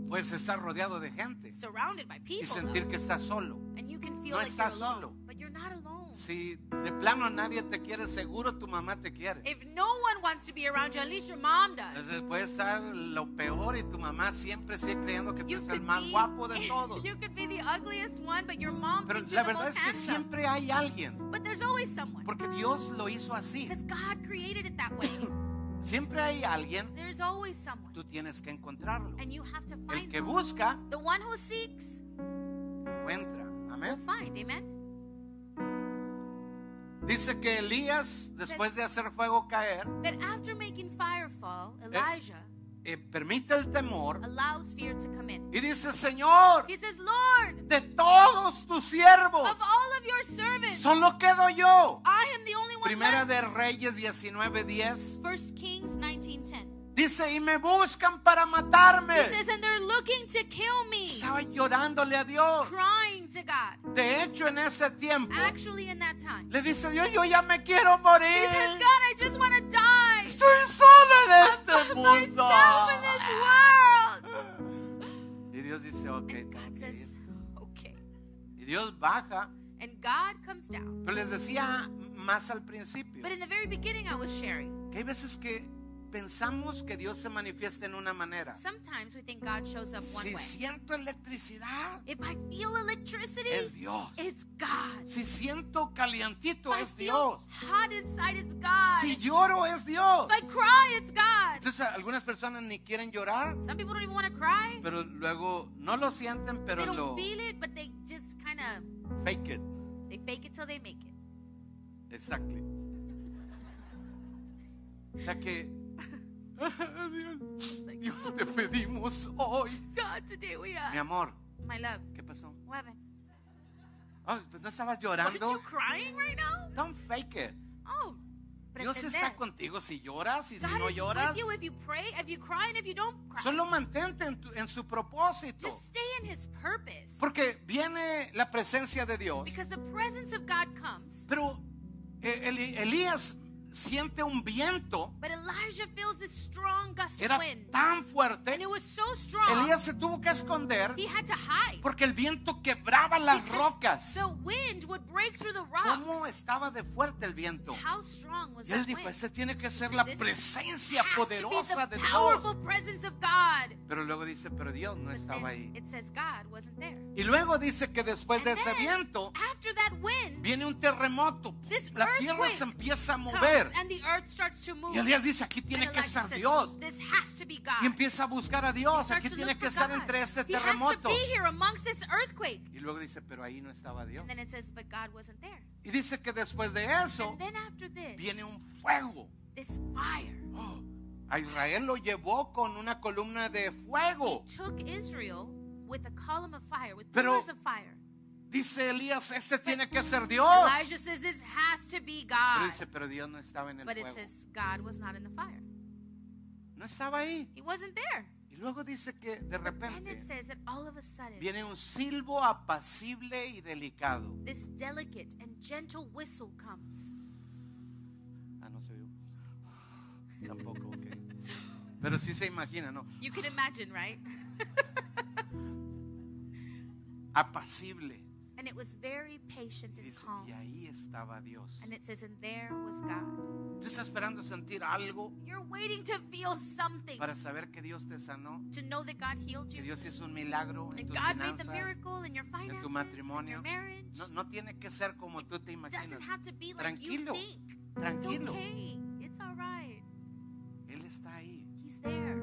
Speaker 1: Puedes estar rodeado de gente
Speaker 2: surrounded by
Speaker 1: y
Speaker 2: people,
Speaker 1: sentir
Speaker 2: though,
Speaker 1: que estás solo.
Speaker 2: and you can feel
Speaker 1: no
Speaker 2: like you're
Speaker 1: estás
Speaker 2: alone.
Speaker 1: solo.
Speaker 2: But you're not alone.
Speaker 1: Si de plano nadie te quiere, seguro tu mamá te quiere.
Speaker 2: If no one wants to be around you, at least your mom does.
Speaker 1: Entonces puede estar lo peor y tu mamá siempre sigue creyendo que tú
Speaker 2: You
Speaker 1: eres el
Speaker 2: could,
Speaker 1: más
Speaker 2: be,
Speaker 1: guapo de todos.
Speaker 2: you could be the ugliest one, but your mom
Speaker 1: Pero
Speaker 2: thinks
Speaker 1: la
Speaker 2: you're the
Speaker 1: verdad
Speaker 2: most
Speaker 1: es que
Speaker 2: handsome.
Speaker 1: siempre hay alguien,
Speaker 2: But there's always someone.
Speaker 1: porque Dios lo hizo así.
Speaker 2: Because God created it that way.
Speaker 1: Siempre hay alguien,
Speaker 2: There's always someone.
Speaker 1: tú tienes que encontrarlo.
Speaker 2: And you have to
Speaker 1: El
Speaker 2: find
Speaker 1: que
Speaker 2: them.
Speaker 1: busca,
Speaker 2: The one who seeks
Speaker 1: encuentra.
Speaker 2: will
Speaker 1: Amén.
Speaker 2: find. Amen?
Speaker 1: Dice que Elías, después de hacer fuego caer,
Speaker 2: That after making fire fall, Elijah
Speaker 1: eh, permite el temor
Speaker 2: allows fear to come in.
Speaker 1: y dice, Señor,
Speaker 2: He says, Lord,
Speaker 1: de todos tus siervos,
Speaker 2: of all of your servants,
Speaker 1: solo quedo yo.
Speaker 2: I am the only one
Speaker 1: Primera
Speaker 2: left.
Speaker 1: de Reyes 19:10
Speaker 2: First Kings 19.10.
Speaker 1: dice, y me buscan para
Speaker 2: He
Speaker 1: matarme.
Speaker 2: says, and they're looking to kill me.
Speaker 1: Estaba llorándole a Dios.
Speaker 2: Crying to God.
Speaker 1: De hecho, en ese tiempo,
Speaker 2: Actually, in that time.
Speaker 1: le dice Dios, yo ya me quiero
Speaker 2: He
Speaker 1: morir.
Speaker 2: says, God, I just want to die.
Speaker 1: Estoy sola en este
Speaker 2: I'm by
Speaker 1: mundo.
Speaker 2: myself in this world.
Speaker 1: Y Dios dice, ok,
Speaker 2: And
Speaker 1: tengo
Speaker 2: God
Speaker 1: que
Speaker 2: says,
Speaker 1: ir.
Speaker 2: okay.
Speaker 1: Y Dios baja.
Speaker 2: And God comes down.
Speaker 1: Pero les decía más al principio
Speaker 2: But in the very beginning, I was sharing.
Speaker 1: que hay veces que pensamos que Dios se manifiesta en una manera.
Speaker 2: Sometimes we think God shows up one
Speaker 1: Si
Speaker 2: way.
Speaker 1: siento electricidad,
Speaker 2: If I feel
Speaker 1: es
Speaker 2: electricity,
Speaker 1: Dios.
Speaker 2: it's God. If
Speaker 1: Si siento calientito,
Speaker 2: I
Speaker 1: es
Speaker 2: feel
Speaker 1: Dios.
Speaker 2: hot inside, it's God.
Speaker 1: Si
Speaker 2: If
Speaker 1: lloro, es Dios.
Speaker 2: I cry, it's God.
Speaker 1: Entonces, algunas personas ni quieren llorar,
Speaker 2: Some people don't even want to cry.
Speaker 1: pero luego no lo sienten,
Speaker 2: They
Speaker 1: pero lo
Speaker 2: don't feel it, but they just kind of
Speaker 1: fake it.
Speaker 2: they fake it till they make it.
Speaker 1: Exactly. O sea que, Dios,
Speaker 2: It's like,
Speaker 1: Dios, te pedimos hoy.
Speaker 2: God, today we
Speaker 1: Mi
Speaker 2: are.
Speaker 1: amor,
Speaker 2: My love,
Speaker 1: ¿qué pasó?
Speaker 2: what happened?
Speaker 1: Ay, pues no estabas
Speaker 2: Aren't you
Speaker 1: llorando.
Speaker 2: crying right now?
Speaker 1: Don't fake it.
Speaker 2: Oh,
Speaker 1: Dios
Speaker 2: pretender.
Speaker 1: está contigo si lloras y si
Speaker 2: God
Speaker 1: no
Speaker 2: is
Speaker 1: lloras.
Speaker 2: with you if you pray, if you cry, and if you don't cry.
Speaker 1: Solo mantente en, tu- en su propósito.
Speaker 2: Just stay in His purpose.
Speaker 1: Porque viene la presencia de Dios.
Speaker 2: Because the presence of God comes.
Speaker 1: Pero eh, Eli- Elías siente un viento.
Speaker 2: But Elijah feels this strong gust of
Speaker 1: Era
Speaker 2: wind.
Speaker 1: tan
Speaker 2: And
Speaker 1: fuerte.
Speaker 2: it was so strong,
Speaker 1: Elías se tuvo que esconder
Speaker 2: he had to hide.
Speaker 1: porque el viento quebraba las
Speaker 2: Because
Speaker 1: rocas.
Speaker 2: The wind would break through the
Speaker 1: ¿Cómo
Speaker 2: rocks.
Speaker 1: estaba de fuerte el viento?
Speaker 2: How strong was
Speaker 1: Y él
Speaker 2: that
Speaker 1: dijo,
Speaker 2: wind?
Speaker 1: ese tiene que ser la
Speaker 2: This
Speaker 1: presencia
Speaker 2: has to be
Speaker 1: poderosa
Speaker 2: the
Speaker 1: de
Speaker 2: powerful
Speaker 1: Dios.
Speaker 2: presence of God.
Speaker 1: Pero luego dice, pero Dios no
Speaker 2: But
Speaker 1: estaba
Speaker 2: then
Speaker 1: ahí.
Speaker 2: It says God wasn't there.
Speaker 1: Y luego dice que después
Speaker 2: And
Speaker 1: de ese
Speaker 2: then,
Speaker 1: viento
Speaker 2: after that wind
Speaker 1: viene un terremoto.
Speaker 2: This
Speaker 1: La tierra
Speaker 2: earthquake
Speaker 1: se empieza a mover.
Speaker 2: comes and the earth starts to move.
Speaker 1: Y Elías dice, aquí
Speaker 2: And
Speaker 1: tiene que
Speaker 2: Elijah
Speaker 1: estar
Speaker 2: says,
Speaker 1: Dios.
Speaker 2: This has to be God.
Speaker 1: Y empieza a buscar a Dios.
Speaker 2: Starts
Speaker 1: Aquí
Speaker 2: to
Speaker 1: tiene
Speaker 2: look
Speaker 1: que
Speaker 2: for
Speaker 1: estar
Speaker 2: God.
Speaker 1: entre este
Speaker 2: He has to
Speaker 1: terremoto.
Speaker 2: be here amongst this earthquake.
Speaker 1: Y luego dice, pero ahí no estaba Dios.
Speaker 2: And then it says, but God wasn't there.
Speaker 1: Y dice que después de eso
Speaker 2: And then after this,
Speaker 1: viene un fuego.
Speaker 2: this fire.
Speaker 1: Oh, a Israel lo llevó con una columna de
Speaker 2: He
Speaker 1: fuego.
Speaker 2: took Israel with a column of fire, with
Speaker 1: Oh. Pero-
Speaker 2: pillars of fire.
Speaker 1: Dice Elías, este tiene que ser Dios.
Speaker 2: Elijah says, this has to be
Speaker 1: Pero
Speaker 2: God.
Speaker 1: dice, pero Dios no estaba en el
Speaker 2: But it
Speaker 1: fuego.
Speaker 2: says, God was not in the fire.
Speaker 1: No estaba ahí.
Speaker 2: He wasn't there.
Speaker 1: Y luego dice que de
Speaker 2: And
Speaker 1: repente
Speaker 2: it says that all of a sudden,
Speaker 1: viene un silbo apacible y delicado.
Speaker 2: this delicate and gentle whistle comes.
Speaker 1: Ah, no se vio. Tampoco, ok. Pero sí se imagina, ¿no?
Speaker 2: You can imagine, right?
Speaker 1: Apacible.
Speaker 2: And it was very patient
Speaker 1: Y
Speaker 2: and
Speaker 1: dice,
Speaker 2: calm.
Speaker 1: y ahí estaba Dios.
Speaker 2: And it says, and there was God.
Speaker 1: Tú estás esperando sentir algo
Speaker 2: You're waiting to feel something,
Speaker 1: para saber que Dios te sanó,
Speaker 2: to know that God healed
Speaker 1: que
Speaker 2: you.
Speaker 1: Dios hizo un milagro en
Speaker 2: And
Speaker 1: tus
Speaker 2: God made the
Speaker 1: finanzas,
Speaker 2: miracle in your finances,
Speaker 1: en tu
Speaker 2: in your
Speaker 1: matrimonio.
Speaker 2: marriage.
Speaker 1: No, no tiene que ser como tú te
Speaker 2: doesn't
Speaker 1: imaginas.
Speaker 2: have to be like you
Speaker 1: Tranquilo,
Speaker 2: think. It's
Speaker 1: Tranquilo,
Speaker 2: okay. It's all right.
Speaker 1: Él está ahí.
Speaker 2: He's there.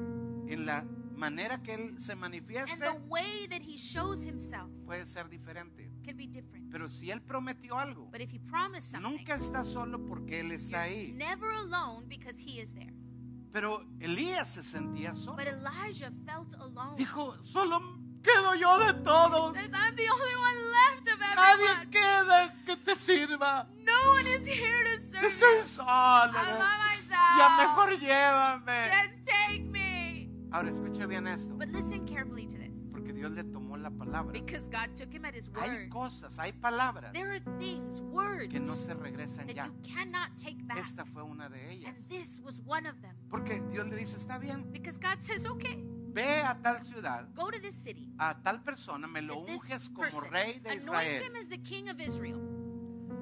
Speaker 1: En la manera que Él se
Speaker 2: And the
Speaker 1: manifieste
Speaker 2: way that he shows himself
Speaker 1: puede ser diferente.
Speaker 2: can be different.
Speaker 1: Pero si Él prometió algo,
Speaker 2: But if he promised something,
Speaker 1: nunca está solo porque Él está
Speaker 2: you're
Speaker 1: ahí.
Speaker 2: never alone because he is there.
Speaker 1: Pero Elías se sentía solo.
Speaker 2: But Elijah felt alone. He
Speaker 1: Dijo, solo quedo yo de todos.
Speaker 2: says, I'm the only one left of
Speaker 1: Nadie
Speaker 2: everyone.
Speaker 1: queda que te sirva.
Speaker 2: No one is here to serve
Speaker 1: Estoy
Speaker 2: you.
Speaker 1: solo.
Speaker 2: I'm
Speaker 1: Ya
Speaker 2: by myself.
Speaker 1: mejor llévame.
Speaker 2: Just take me.
Speaker 1: Ahora escucha bien esto.
Speaker 2: But listen carefully to this.
Speaker 1: Porque Dios le tomó la palabra.
Speaker 2: Because God took him at his
Speaker 1: Hay
Speaker 2: word.
Speaker 1: cosas, hay palabras
Speaker 2: There are things, words,
Speaker 1: que no se regresan
Speaker 2: that
Speaker 1: ya.
Speaker 2: you cannot take back.
Speaker 1: Esta fue una de
Speaker 2: And
Speaker 1: ellas.
Speaker 2: this was one of them.
Speaker 1: Porque Dios le dice, está bien,
Speaker 2: Because God says, okay,
Speaker 1: ve a tal ciudad,
Speaker 2: Go to this city.
Speaker 1: a tal persona, me lo
Speaker 2: To this
Speaker 1: unges como
Speaker 2: person.
Speaker 1: rey de
Speaker 2: Anoint him
Speaker 1: Israel.
Speaker 2: as the king of Israel.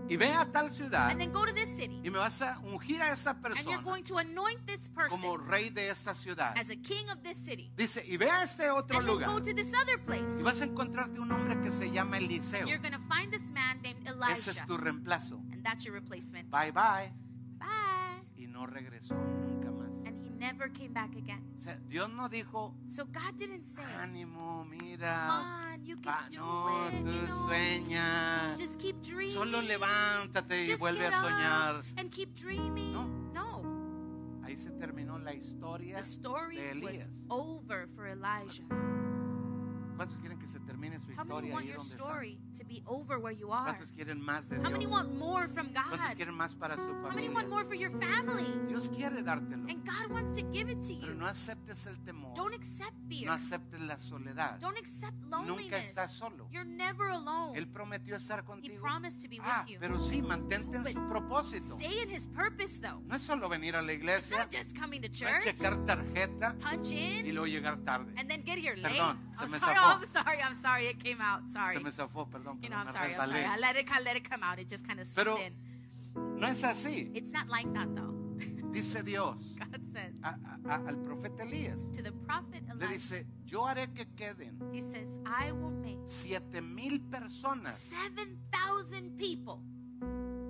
Speaker 1: Y ve a tal ciudad
Speaker 2: And then go to this city.
Speaker 1: y me vas a ungir a esa
Speaker 2: And you're
Speaker 1: persona
Speaker 2: going to anoint this
Speaker 1: como
Speaker 2: person
Speaker 1: rey de esta ciudad.
Speaker 2: as a king of this city.
Speaker 1: Dice, y ve a este otro
Speaker 2: And then go
Speaker 1: lugar
Speaker 2: to this other place.
Speaker 1: y vas a encontrarte un hombre que se llama Eliseo.
Speaker 2: You're going to find this man named
Speaker 1: Ese es tu
Speaker 2: Elijah.
Speaker 1: reemplazo.
Speaker 2: And that's your replacement.
Speaker 1: Bye bye.
Speaker 2: Bye.
Speaker 1: Y no regresó nunca más.
Speaker 2: And he never came back again.
Speaker 1: O sea, Dios no dijo,
Speaker 2: So God didn't say,
Speaker 1: ánimo,
Speaker 2: Come
Speaker 1: mira,
Speaker 2: on, you can
Speaker 1: va,
Speaker 2: do
Speaker 1: no,
Speaker 2: it. You
Speaker 1: tú
Speaker 2: know,
Speaker 1: sueñas.
Speaker 2: just keep dreaming.
Speaker 1: Solo levántate y
Speaker 2: Just
Speaker 1: vuelve a
Speaker 2: get up
Speaker 1: soñar.
Speaker 2: And keep dreaming.
Speaker 1: No.
Speaker 2: No.
Speaker 1: Ahí se terminó la historia
Speaker 2: The story
Speaker 1: de
Speaker 2: was
Speaker 1: Elías.
Speaker 2: over for Elijah.
Speaker 1: ¿Cuántos quieren que se termine su
Speaker 2: How many
Speaker 1: historia
Speaker 2: want
Speaker 1: ahí
Speaker 2: your
Speaker 1: donde
Speaker 2: story to be over where you
Speaker 1: están?
Speaker 2: are?
Speaker 1: ¿Cuántos quieren más de
Speaker 2: How many
Speaker 1: Dios?
Speaker 2: want more from
Speaker 1: ¿Cuántos
Speaker 2: God?
Speaker 1: quieren más para su
Speaker 2: How many
Speaker 1: familia?
Speaker 2: want more for your family?
Speaker 1: Dios quiere dártelo,
Speaker 2: And God wants to give it to
Speaker 1: pero
Speaker 2: you.
Speaker 1: no aceptes el temor,
Speaker 2: Don't accept
Speaker 1: no
Speaker 2: fear.
Speaker 1: aceptes la soledad.
Speaker 2: Don't accept
Speaker 1: Nunca
Speaker 2: loneliness.
Speaker 1: estás solo.
Speaker 2: You're never
Speaker 1: Él
Speaker 2: alone.
Speaker 1: prometió estar
Speaker 2: He
Speaker 1: contigo.
Speaker 2: promised to be
Speaker 1: Ah,
Speaker 2: with you.
Speaker 1: pero sí, mantente en
Speaker 2: But
Speaker 1: su propósito.
Speaker 2: Stay in His purpose, though.
Speaker 1: No es solo venir a la
Speaker 2: It's
Speaker 1: iglesia,
Speaker 2: not just coming to
Speaker 1: no es
Speaker 2: church,
Speaker 1: checar tarjeta
Speaker 2: punch
Speaker 1: y
Speaker 2: in,
Speaker 1: luego llegar tarde.
Speaker 2: and then get here late.
Speaker 1: Perdón, se me
Speaker 2: I'm sorry.
Speaker 1: zafó.
Speaker 2: I'm sorry. I'm sorry. It came out. Sorry.
Speaker 1: Se me zafó, perdón,
Speaker 2: You
Speaker 1: pero
Speaker 2: know,
Speaker 1: me
Speaker 2: I'm sorry. I'm
Speaker 1: resbalé.
Speaker 2: sorry. I let it. I let it come out. It just kind of slipped
Speaker 1: Pero-
Speaker 2: in.
Speaker 1: No es así,
Speaker 2: It's not like that, though.
Speaker 1: dice Dios
Speaker 2: God says
Speaker 1: a- a- a- al profeta Elías.
Speaker 2: to the prophet
Speaker 1: Ah. Le
Speaker 2: Elijah,
Speaker 1: dice, yo haré que queden
Speaker 2: He says, "I will make
Speaker 1: siete mil personas,
Speaker 2: seven thousand people,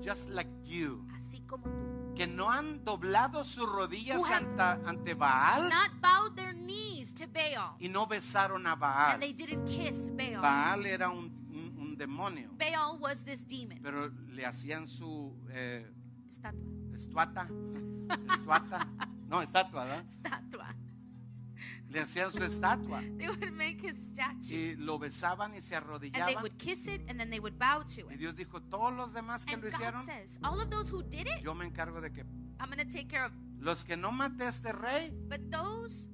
Speaker 1: just like you,
Speaker 2: así como tú,
Speaker 1: que no han doblado sus rodillas
Speaker 2: Who have-
Speaker 1: anta- ante Baal
Speaker 2: not bowed their knees to Baal,
Speaker 1: y ah. no besaron a
Speaker 2: and
Speaker 1: Baal.
Speaker 2: they didn't kiss Baal.
Speaker 1: Baal era un, un- un demonio,
Speaker 2: Baal was this demon.
Speaker 1: pero le hacían su eh,
Speaker 2: Estatua.
Speaker 1: estuata, estuata, no, estatua, ¿verdad?
Speaker 2: Estatua.
Speaker 1: Le hacían su estatua
Speaker 2: They would make his statue,
Speaker 1: y lo besaban y se
Speaker 2: and they
Speaker 1: arrodillaban.
Speaker 2: would kiss it, and then they would bow to
Speaker 1: Y
Speaker 2: it.
Speaker 1: Dios dijo, todos los demás que
Speaker 2: And
Speaker 1: lo
Speaker 2: God
Speaker 1: hicieron,
Speaker 2: says, all of those who did it,
Speaker 1: yo me encargo de que
Speaker 2: I'm going to take care of.
Speaker 1: los que no maté a este rey,
Speaker 2: But those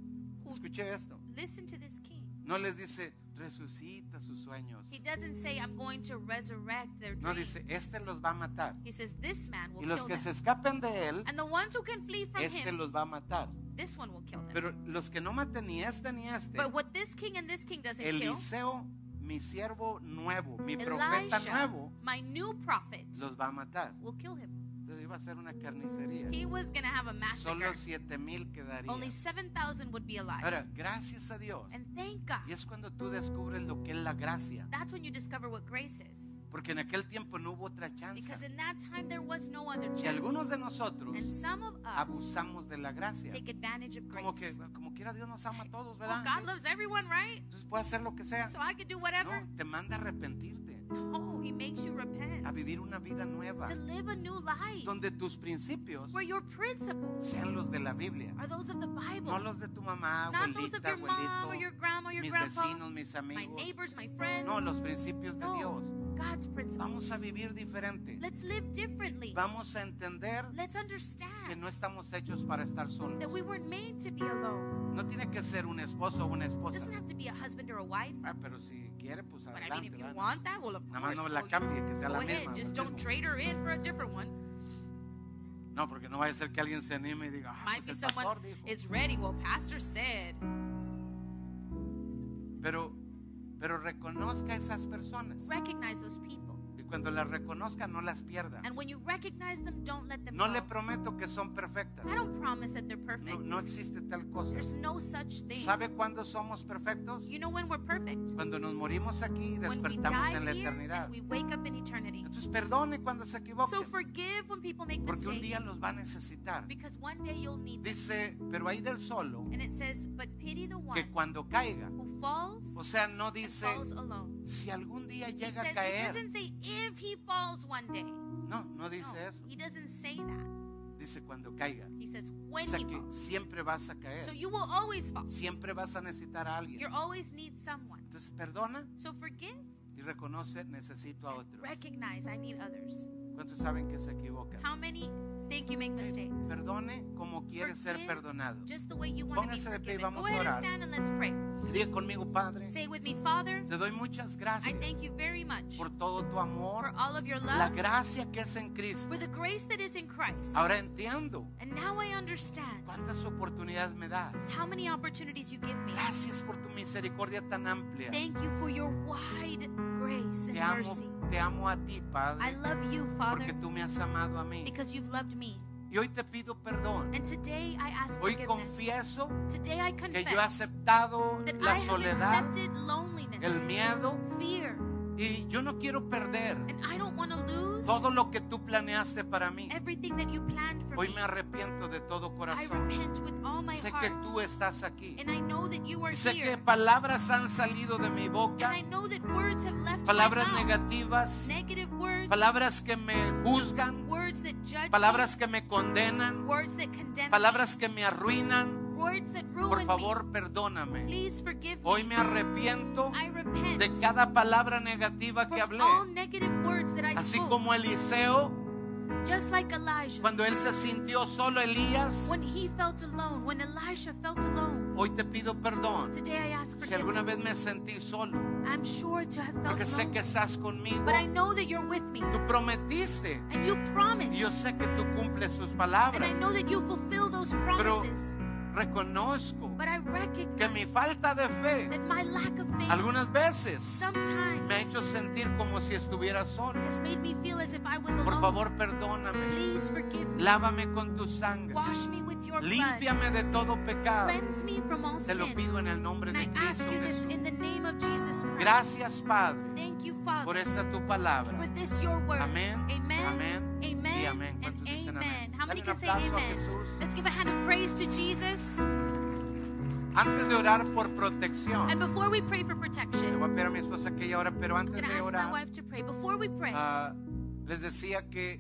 Speaker 2: who
Speaker 1: escuché esto.
Speaker 2: listen to this king,
Speaker 1: No les dice, resucita sus sueños.
Speaker 2: he doesn't say, I'm going to resurrect their
Speaker 1: No
Speaker 2: dreams.
Speaker 1: dice, este los va a matar.
Speaker 2: He says, This man will
Speaker 1: Y los
Speaker 2: kill
Speaker 1: que
Speaker 2: them.
Speaker 1: se escapen de él,
Speaker 2: And the ones who can flee from
Speaker 1: este
Speaker 2: him,
Speaker 1: los va a matar.
Speaker 2: this one will kill them.
Speaker 1: Pero los que no maten ni este ni este,
Speaker 2: but what this king and this king doesn't kill,
Speaker 1: Eliseo, mi siervo nuevo, mi profeta
Speaker 2: Elijah,
Speaker 1: nuevo,
Speaker 2: my new prophet,
Speaker 1: los va a matar.
Speaker 2: will kill him.
Speaker 1: Entonces iba a ser una carnicería.
Speaker 2: He was going to have a massacre.
Speaker 1: Solo siete mil quedarían.
Speaker 2: Only 7,000 would be alive.
Speaker 1: Ahora, gracias a Dios.
Speaker 2: and thank God.
Speaker 1: Y es cuando tú descubres lo que es la gracia.
Speaker 2: That's when you discover what grace is.
Speaker 1: Porque en aquel tiempo no hubo otra chance.
Speaker 2: Because in that time, there was no other
Speaker 1: Y
Speaker 2: chance.
Speaker 1: algunos de nosotros
Speaker 2: and some of us
Speaker 1: abusamos de la gracia.
Speaker 2: take advantage of grace.
Speaker 1: Como que como quiera Dios nos ama a todos,
Speaker 2: well,
Speaker 1: ¿verdad?
Speaker 2: God loves everyone, right?
Speaker 1: Entonces puede hacer lo que sea.
Speaker 2: So I could do whatever.
Speaker 1: No, te manda a arrepentirte,
Speaker 2: No, He makes you repent.
Speaker 1: a vivir una vida nueva
Speaker 2: To live a new life.
Speaker 1: donde tus principios
Speaker 2: where your principles
Speaker 1: sean los de la Biblia,
Speaker 2: are those of the Bible,
Speaker 1: no los de tu mamá,
Speaker 2: not those of
Speaker 1: abuelita,
Speaker 2: your mom or your
Speaker 1: abuelito,
Speaker 2: grandma or your
Speaker 1: mis
Speaker 2: grandpa,
Speaker 1: vecinos, mis
Speaker 2: my
Speaker 1: amigos.
Speaker 2: neighbors, my friends.
Speaker 1: No, los principios de
Speaker 2: No,
Speaker 1: Dios.
Speaker 2: God's principles.
Speaker 1: Vamos a vivir diferente.
Speaker 2: Let's live differently.
Speaker 1: Vamos a entender
Speaker 2: Let's
Speaker 1: que
Speaker 2: understand
Speaker 1: no estamos hechos para estar solos.
Speaker 2: that we weren't made to be alone.
Speaker 1: No tiene que ser un esposo o una
Speaker 2: It
Speaker 1: esposa.
Speaker 2: doesn't have to be a husband or a wife.
Speaker 1: Ah, pero si quiere, pues
Speaker 2: But I mean,
Speaker 1: adelante.
Speaker 2: if you
Speaker 1: ¿verdad?
Speaker 2: want that, well, of
Speaker 1: Nada más
Speaker 2: course.
Speaker 1: no
Speaker 2: go-
Speaker 1: la cambie, que sea
Speaker 2: go
Speaker 1: la
Speaker 2: ahead.
Speaker 1: misma.
Speaker 2: Just
Speaker 1: o el
Speaker 2: don't
Speaker 1: mismo.
Speaker 2: trade her in for a different one.
Speaker 1: No, porque no vaya a ser que alguien se anime y diga, ah,
Speaker 2: Might
Speaker 1: pues
Speaker 2: be
Speaker 1: el
Speaker 2: someone
Speaker 1: pastor dijo.
Speaker 2: is ready. Well, pastor said.
Speaker 1: Pero, pero reconozca a esas personas.
Speaker 2: Recognize those people,
Speaker 1: Y cuando las reconozca, no las pierda.
Speaker 2: and when you recognize them, don't let them
Speaker 1: Ah. No
Speaker 2: go.
Speaker 1: le prometo que son perfectas.
Speaker 2: I don't promise that they're
Speaker 1: No,
Speaker 2: perfect.
Speaker 1: no existe tal cosa.
Speaker 2: There's no such thing.
Speaker 1: ¿Sabe cuándo somos perfectos?
Speaker 2: You know when we're perfect?
Speaker 1: Cuando nos morimos aquí y
Speaker 2: When we
Speaker 1: despertamos en
Speaker 2: die
Speaker 1: la
Speaker 2: here
Speaker 1: eternidad.
Speaker 2: and we wake up in eternity.
Speaker 1: Entonces perdone cuando se
Speaker 2: So
Speaker 1: equivoquen.
Speaker 2: forgive when people make
Speaker 1: Porque un
Speaker 2: mistakes
Speaker 1: día los va a necesitar.
Speaker 2: because one day you'll need them.
Speaker 1: Dice, pero hay del solo
Speaker 2: And it says, but pity
Speaker 1: que
Speaker 2: the one
Speaker 1: cuando caiga.
Speaker 2: who falls
Speaker 1: O sea, no
Speaker 2: and
Speaker 1: dice
Speaker 2: falls alone.
Speaker 1: si algún día
Speaker 2: He
Speaker 1: llega
Speaker 2: says,
Speaker 1: a
Speaker 2: it
Speaker 1: caer.
Speaker 2: doesn't say if he falls one day.
Speaker 1: No, no
Speaker 2: No,
Speaker 1: dice eso.
Speaker 2: he doesn't say that.
Speaker 1: Dice cuando caiga.
Speaker 2: He says
Speaker 1: O
Speaker 2: when
Speaker 1: sea
Speaker 2: he
Speaker 1: que
Speaker 2: falls.
Speaker 1: siempre vas a
Speaker 2: So
Speaker 1: caer.
Speaker 2: you will always fall.
Speaker 1: Siempre vas a necesitar a alguien.
Speaker 2: You always need someone.
Speaker 1: Entonces perdona
Speaker 2: So forgive,
Speaker 1: y reconoce, necesito a otro.
Speaker 2: recognize, I need others.
Speaker 1: ¿Cuántos saben que se equivocan? Eh,
Speaker 2: How many think you make mistakes?
Speaker 1: Perdone como quiere ser
Speaker 2: Forgive
Speaker 1: perdonado.
Speaker 2: just the way you want to be
Speaker 1: Póngase de pie y
Speaker 2: forgiven. Go
Speaker 1: vamos a
Speaker 2: ahead and
Speaker 1: orar.
Speaker 2: stand and let's pray.
Speaker 1: Y diga conmigo, Padre,
Speaker 2: Say with me, Father,
Speaker 1: te doy muchas
Speaker 2: I
Speaker 1: gracias
Speaker 2: thank you very much
Speaker 1: por todo tu
Speaker 2: for
Speaker 1: amor,
Speaker 2: all of your
Speaker 1: la
Speaker 2: love, Pues
Speaker 1: gracia que es en Cristo.
Speaker 2: for the grace that is in Christ.
Speaker 1: Ahora entiendo
Speaker 2: And now I understand
Speaker 1: cuántas oportunidades me das.
Speaker 2: how many opportunities you give me.
Speaker 1: Gracias por tu misericordia tan amplia.
Speaker 2: Thank you for your wide grace and
Speaker 1: Te amo,
Speaker 2: mercy.
Speaker 1: te amo a ti,
Speaker 2: I
Speaker 1: Padre,
Speaker 2: love you,
Speaker 1: porque
Speaker 2: Father,
Speaker 1: tú me has amado a mí.
Speaker 2: because you've loved me.
Speaker 1: Y hoy te pido perdón.
Speaker 2: And today I ask
Speaker 1: Hoy
Speaker 2: forgiveness.
Speaker 1: confieso
Speaker 2: Today I
Speaker 1: que yo he
Speaker 2: confess
Speaker 1: aceptado
Speaker 2: that I
Speaker 1: la
Speaker 2: have
Speaker 1: soledad,
Speaker 2: accepted loneliness,
Speaker 1: el miedo,
Speaker 2: fear,
Speaker 1: y yo no quiero perder
Speaker 2: and I don't want to lose
Speaker 1: todo lo que tú planeaste para mí.
Speaker 2: everything that you planned for
Speaker 1: Hoy
Speaker 2: me.
Speaker 1: me arrepiento de todo
Speaker 2: I
Speaker 1: corazón.
Speaker 2: repent with all my
Speaker 1: Sé que
Speaker 2: heart,
Speaker 1: tú estás aquí.
Speaker 2: and I know that you are
Speaker 1: Y Sé que
Speaker 2: here,
Speaker 1: palabras han salido de mi
Speaker 2: and
Speaker 1: boca,
Speaker 2: I know that words have left
Speaker 1: palabras
Speaker 2: my mouth.
Speaker 1: negativas,
Speaker 2: negative words,
Speaker 1: palabras que me juzgan,
Speaker 2: words that judge
Speaker 1: palabras que me condenan,
Speaker 2: me, words that condemn
Speaker 1: palabras que me arruinan.
Speaker 2: me, words that ruin
Speaker 1: Por
Speaker 2: me.
Speaker 1: favor, perdóname.
Speaker 2: Please forgive
Speaker 1: Hoy
Speaker 2: me.
Speaker 1: me arrepiento
Speaker 2: I repent
Speaker 1: de cada palabra negativa que
Speaker 2: for
Speaker 1: hablé.
Speaker 2: all negative words that I
Speaker 1: Así
Speaker 2: spoke,
Speaker 1: como Eliseo,
Speaker 2: just like Elijah.
Speaker 1: cuando él se sintió solo Elías,
Speaker 2: When he felt alone, when Elisha felt alone,
Speaker 1: hoy te pido perdón
Speaker 2: today I ask
Speaker 1: si alguna vez me
Speaker 2: forgiveness.
Speaker 1: sentí solo,
Speaker 2: I'm sure to have felt
Speaker 1: porque sé que
Speaker 2: alone,
Speaker 1: estás conmigo.
Speaker 2: but I know that you're with me,
Speaker 1: Tú prometiste
Speaker 2: and you
Speaker 1: y
Speaker 2: promise,
Speaker 1: yo sé que tú cumples sus
Speaker 2: and I
Speaker 1: palabras.
Speaker 2: know that you fulfill those promises.
Speaker 1: Reconozco
Speaker 2: But I
Speaker 1: que mi
Speaker 2: recognize
Speaker 1: falta de fe
Speaker 2: that my lack of faith
Speaker 1: algunas veces me ha
Speaker 2: sometimes
Speaker 1: hecho sentir como si estuviera solo.
Speaker 2: has made me feel as if I was
Speaker 1: Por
Speaker 2: alone.
Speaker 1: favor, perdóname.
Speaker 2: Please forgive me.
Speaker 1: Lávame con tu sangre.
Speaker 2: Wash me with your blood.
Speaker 1: Límpiame de todo pecado.
Speaker 2: Cleanse me from all
Speaker 1: Te lo
Speaker 2: sin.
Speaker 1: pido en el nombre
Speaker 2: And I
Speaker 1: de
Speaker 2: ask
Speaker 1: Cristo
Speaker 2: you this
Speaker 1: Jesús.
Speaker 2: in the name of Jesus Christ.
Speaker 1: Gracias, Padre,
Speaker 2: Thank you,
Speaker 1: por
Speaker 2: Father.
Speaker 1: esta tu palabra.
Speaker 2: for this your word.
Speaker 1: Amén, amén
Speaker 2: Amen.
Speaker 1: y
Speaker 2: Amen.
Speaker 1: amén.
Speaker 2: And
Speaker 1: ¿Cuántos dicen amén?
Speaker 2: amen. How
Speaker 1: Dale
Speaker 2: many
Speaker 1: un
Speaker 2: can say
Speaker 1: aplauso a
Speaker 2: amen?
Speaker 1: Jesús.
Speaker 2: Let's give a hand of praise to Jesus.
Speaker 1: Antes de orar por
Speaker 2: And
Speaker 1: protección,
Speaker 2: before we pray for
Speaker 1: le
Speaker 2: protection,
Speaker 1: voy a pedir a mi esposa que ella ora, pero
Speaker 2: I'm
Speaker 1: antes
Speaker 2: going to
Speaker 1: de
Speaker 2: ask my
Speaker 1: orar,
Speaker 2: wife to pray. Before we pray,
Speaker 1: ah, les decía que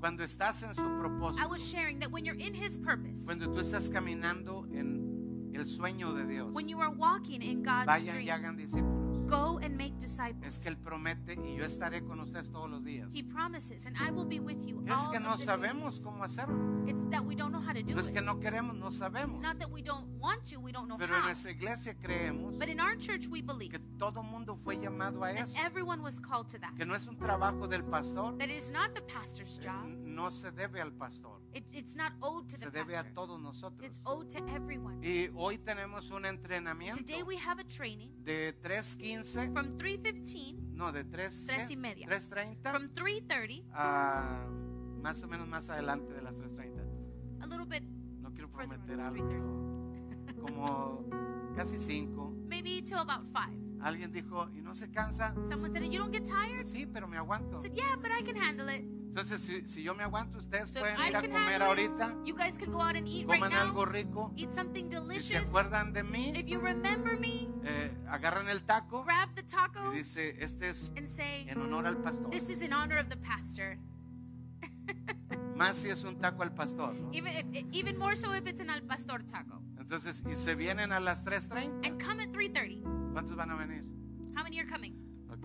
Speaker 1: cuando estás en su
Speaker 2: I
Speaker 1: propósito,
Speaker 2: was sharing that when you're in His purpose,
Speaker 1: cuando tú estás caminando en el sueño de Dios,
Speaker 2: when you are walking in God's
Speaker 1: vayan y
Speaker 2: dream,
Speaker 1: hagan discípulos.
Speaker 2: go and make
Speaker 1: Es
Speaker 2: disciples.
Speaker 1: que Él promete y yo estaré con ustedes todos los días.
Speaker 2: He promises, and I will be with you
Speaker 1: Es
Speaker 2: all
Speaker 1: que no
Speaker 2: of the
Speaker 1: sabemos
Speaker 2: days.
Speaker 1: cómo hacerlo.
Speaker 2: It's that we don't know how to do
Speaker 1: No es
Speaker 2: it.
Speaker 1: que no queremos, no sabemos.
Speaker 2: It's not that we don't want to, we don't know
Speaker 1: Pero en
Speaker 2: how.
Speaker 1: nuestra iglesia creemos
Speaker 2: But in our church, we believe
Speaker 1: que todo mundo fue llamado a
Speaker 2: that
Speaker 1: eso.
Speaker 2: everyone was called to that.
Speaker 1: Que no es un trabajo del pastor.
Speaker 2: that it is not the pastor's
Speaker 1: eh,
Speaker 2: job.
Speaker 1: No se debe al pastor.
Speaker 2: It, it's not owed to
Speaker 1: Se
Speaker 2: the
Speaker 1: debe
Speaker 2: pastor.
Speaker 1: a todos
Speaker 2: It's
Speaker 1: nosotros.
Speaker 2: owed to everyone.
Speaker 1: Y hoy tenemos un entrenamiento
Speaker 2: Today we have a training
Speaker 1: de 3.15,
Speaker 2: from 3:15,
Speaker 1: no, de 3,
Speaker 2: Tres y media.
Speaker 1: 3.30
Speaker 2: from 3:30,
Speaker 1: a más o menos más adelante de las 3.30.
Speaker 2: a little bit,
Speaker 1: No quiero
Speaker 2: Further on,
Speaker 1: prometer algo, pero como casi 5.
Speaker 2: maybe till about five.
Speaker 1: Alguien dijo, ¿y no se cansa? Pues
Speaker 2: Someone said, "You don't get tired?"
Speaker 1: Sí, pero me
Speaker 2: I
Speaker 1: aguanto.
Speaker 2: said, "Yeah, but I can handle it."
Speaker 1: Entonces, si, si yo me aguanto, ustedes
Speaker 2: So if
Speaker 1: pueden
Speaker 2: I
Speaker 1: ir a
Speaker 2: can
Speaker 1: comer
Speaker 2: handle it,
Speaker 1: ahorita.
Speaker 2: you guys can go out and eat right
Speaker 1: Coman algo
Speaker 2: now.
Speaker 1: rico.
Speaker 2: Eat something
Speaker 1: Si se
Speaker 2: delicious.
Speaker 1: acuerdan de mí,
Speaker 2: If you remember me,
Speaker 1: eh, agarran el taco
Speaker 2: grab the taco
Speaker 1: y dice, este es
Speaker 2: and say,
Speaker 1: en honor al pastor.
Speaker 2: "This is in honor of the pastor."
Speaker 1: Más si es un taco al pastor. ¿no?
Speaker 2: Even if, even more so if it's an al pastor taco.
Speaker 1: Entonces, y se vienen a las 3.30.
Speaker 2: And come at 3:30.
Speaker 1: ¿Cuántos van a venir?
Speaker 2: How many are coming?
Speaker 1: Ok.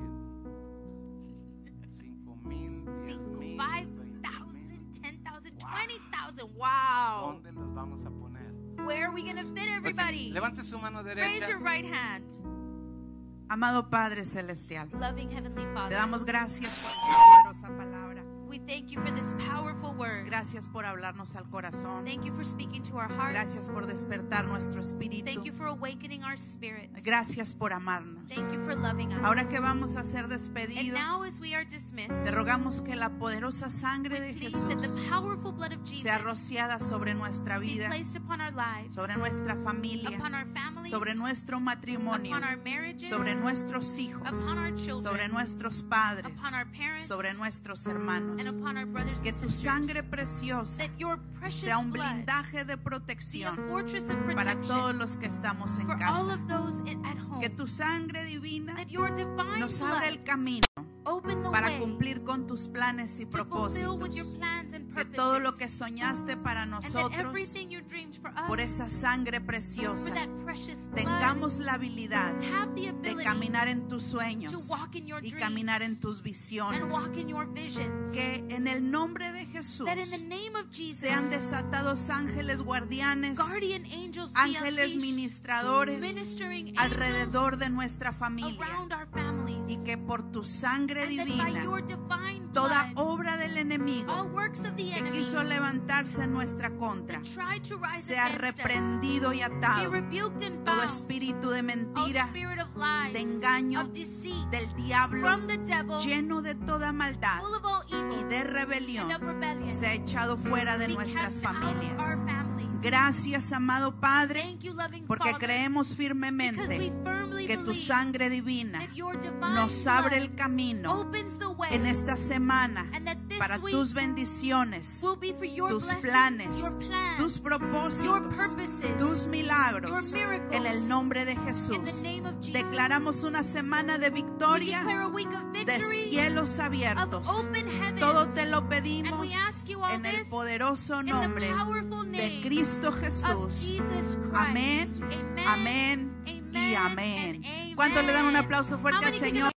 Speaker 1: 5 mil, 10 mil, 20 mil.
Speaker 2: 5,000, 10,000, 20,000. Wow.
Speaker 1: ¿Dónde los vamos a poner? Ok,
Speaker 2: Where are we going to fit everybody?
Speaker 1: Levante su mano
Speaker 2: Raise your
Speaker 1: derecha.
Speaker 2: right hand.
Speaker 3: Amado Padre Celestial,
Speaker 2: Loving Heavenly
Speaker 3: te
Speaker 2: Father,
Speaker 3: damos gracias por tu poderosa palabra.
Speaker 2: we thank you for this powerful word.
Speaker 3: Gracias por hablarnos al corazón.
Speaker 2: Thank you for speaking to our
Speaker 3: Gracias
Speaker 2: hearts.
Speaker 3: por despertar nuestro
Speaker 2: Thank you
Speaker 3: espíritu.
Speaker 2: for awakening our spirit.
Speaker 3: Gracias por amarnos.
Speaker 2: Thank you for loving
Speaker 3: Ahora
Speaker 2: us.
Speaker 3: que vamos a ser
Speaker 2: And
Speaker 3: despedidos,
Speaker 2: now, as we are dismissed,
Speaker 3: te rogamos que la poderosa
Speaker 2: we
Speaker 3: sangre de
Speaker 2: plead
Speaker 3: Jesús
Speaker 2: that the powerful blood of
Speaker 3: sea
Speaker 2: Jesus
Speaker 3: rociada sobre nuestra
Speaker 2: be
Speaker 3: vida,
Speaker 2: placed upon our lives,
Speaker 3: sobre nuestra
Speaker 2: upon
Speaker 3: familia,
Speaker 2: our families,
Speaker 3: sobre nuestro matrimonio,
Speaker 2: upon our marriages,
Speaker 3: sobre nuestros hijos,
Speaker 2: upon our
Speaker 3: sobre
Speaker 2: children,
Speaker 3: nuestros padres,
Speaker 2: upon our parents,
Speaker 3: sobre nuestros hermanos.
Speaker 2: and upon our brothers
Speaker 3: Que
Speaker 2: and
Speaker 3: tu
Speaker 2: sisters.
Speaker 3: sangre preciosa
Speaker 2: that your precious
Speaker 3: sea un
Speaker 2: blood
Speaker 3: blindaje de
Speaker 2: be a
Speaker 3: protección
Speaker 2: fortress of
Speaker 3: para todos
Speaker 2: protection
Speaker 3: los que estamos en
Speaker 2: for all
Speaker 3: casa.
Speaker 2: of those in, at home.
Speaker 3: Que tu sangre divina
Speaker 2: that your divine
Speaker 3: nos abra
Speaker 2: blood
Speaker 3: el camino
Speaker 2: open the
Speaker 3: para
Speaker 2: way
Speaker 3: cumplir con tus planes y
Speaker 2: to fulfill with your
Speaker 3: propósitos.
Speaker 2: plans and
Speaker 3: Que que todo lo que
Speaker 2: carpenters.
Speaker 3: soñaste para
Speaker 2: And that
Speaker 3: nosotros,
Speaker 2: everything you dreamed for us,
Speaker 3: por esa sangre
Speaker 2: for
Speaker 3: preciosa,
Speaker 2: that precious blood,
Speaker 3: tengamos la habilidad
Speaker 2: have the
Speaker 3: de
Speaker 2: ability
Speaker 3: caminar en tus sueños
Speaker 2: to walk in your
Speaker 3: y
Speaker 2: dreams
Speaker 3: caminar en tus
Speaker 2: and
Speaker 3: visiones.
Speaker 2: walk in your visions.
Speaker 3: Que en el nombre de Jesús
Speaker 2: that in the name of Jesus,
Speaker 3: sean desatados ángeles guardianes,
Speaker 2: guardian angels
Speaker 3: ángeles
Speaker 2: be unleashed,
Speaker 3: ministradores
Speaker 2: ministering
Speaker 3: alrededor de nuestra
Speaker 2: angels
Speaker 3: familia
Speaker 2: around our families.
Speaker 3: y que por tu sangre
Speaker 2: and that by
Speaker 3: divina
Speaker 2: your divine
Speaker 3: toda
Speaker 2: blood,
Speaker 3: obra del enemigo
Speaker 2: all works of the
Speaker 3: que
Speaker 2: enemy
Speaker 3: quiso levantarse en nuestra contra
Speaker 2: that try to rise
Speaker 3: sea
Speaker 2: against
Speaker 3: reprendido y
Speaker 2: us be
Speaker 3: atado
Speaker 2: rebuked and
Speaker 3: todo
Speaker 2: bound.
Speaker 3: espíritu de
Speaker 2: all
Speaker 3: mentira
Speaker 2: spirit of lies,
Speaker 3: de engaño,
Speaker 2: of deceit,
Speaker 3: del diablo
Speaker 2: from the devil,
Speaker 3: lleno de toda maldad
Speaker 2: full of all evil,
Speaker 3: y de rebelión
Speaker 2: and of rebellion,
Speaker 3: se ha echado fuera de
Speaker 2: be
Speaker 3: nuestras
Speaker 2: cast out of our
Speaker 3: familias.
Speaker 2: families.
Speaker 3: Gracias, amado Padre,
Speaker 2: Thank you, loving
Speaker 3: porque
Speaker 2: Father,
Speaker 3: creemos
Speaker 2: because we
Speaker 3: firmemente
Speaker 2: firmly
Speaker 3: que tu
Speaker 2: believe
Speaker 3: sangre divina
Speaker 2: that your divine
Speaker 3: nos abre
Speaker 2: blood
Speaker 3: el camino
Speaker 2: opens the way
Speaker 3: en esta semana
Speaker 2: and that this
Speaker 3: para
Speaker 2: week
Speaker 3: tus bendiciones,
Speaker 2: will be for your
Speaker 3: tus
Speaker 2: blessings,
Speaker 3: planes,
Speaker 2: your plans,
Speaker 3: tus
Speaker 2: your
Speaker 3: propósitos,
Speaker 2: purposes.
Speaker 3: tus milagros.
Speaker 2: your miracles.
Speaker 3: En el nombre de
Speaker 2: in the
Speaker 3: Jesús,
Speaker 2: name of Jesus,
Speaker 3: declaramos una semana de
Speaker 2: we
Speaker 3: victoria,
Speaker 2: declare a week of
Speaker 3: de
Speaker 2: victory,
Speaker 3: cielos
Speaker 2: of
Speaker 3: abiertos.
Speaker 2: open heavens,
Speaker 3: Todo te lo
Speaker 2: and
Speaker 3: pedimos
Speaker 2: we ask you all
Speaker 3: en el
Speaker 2: this
Speaker 3: poderoso
Speaker 2: in the
Speaker 3: nombre
Speaker 2: powerful
Speaker 3: de
Speaker 2: name
Speaker 3: Cristo
Speaker 2: of
Speaker 3: Jesús.
Speaker 2: Jesus
Speaker 3: Amén,
Speaker 2: Christ. Amen.
Speaker 3: amén y
Speaker 2: Amen
Speaker 3: amén.
Speaker 2: and
Speaker 3: ¿Cuánto le dan un
Speaker 2: amen?
Speaker 3: aplauso fuerte
Speaker 2: How
Speaker 3: al
Speaker 2: many can give
Speaker 3: Señor?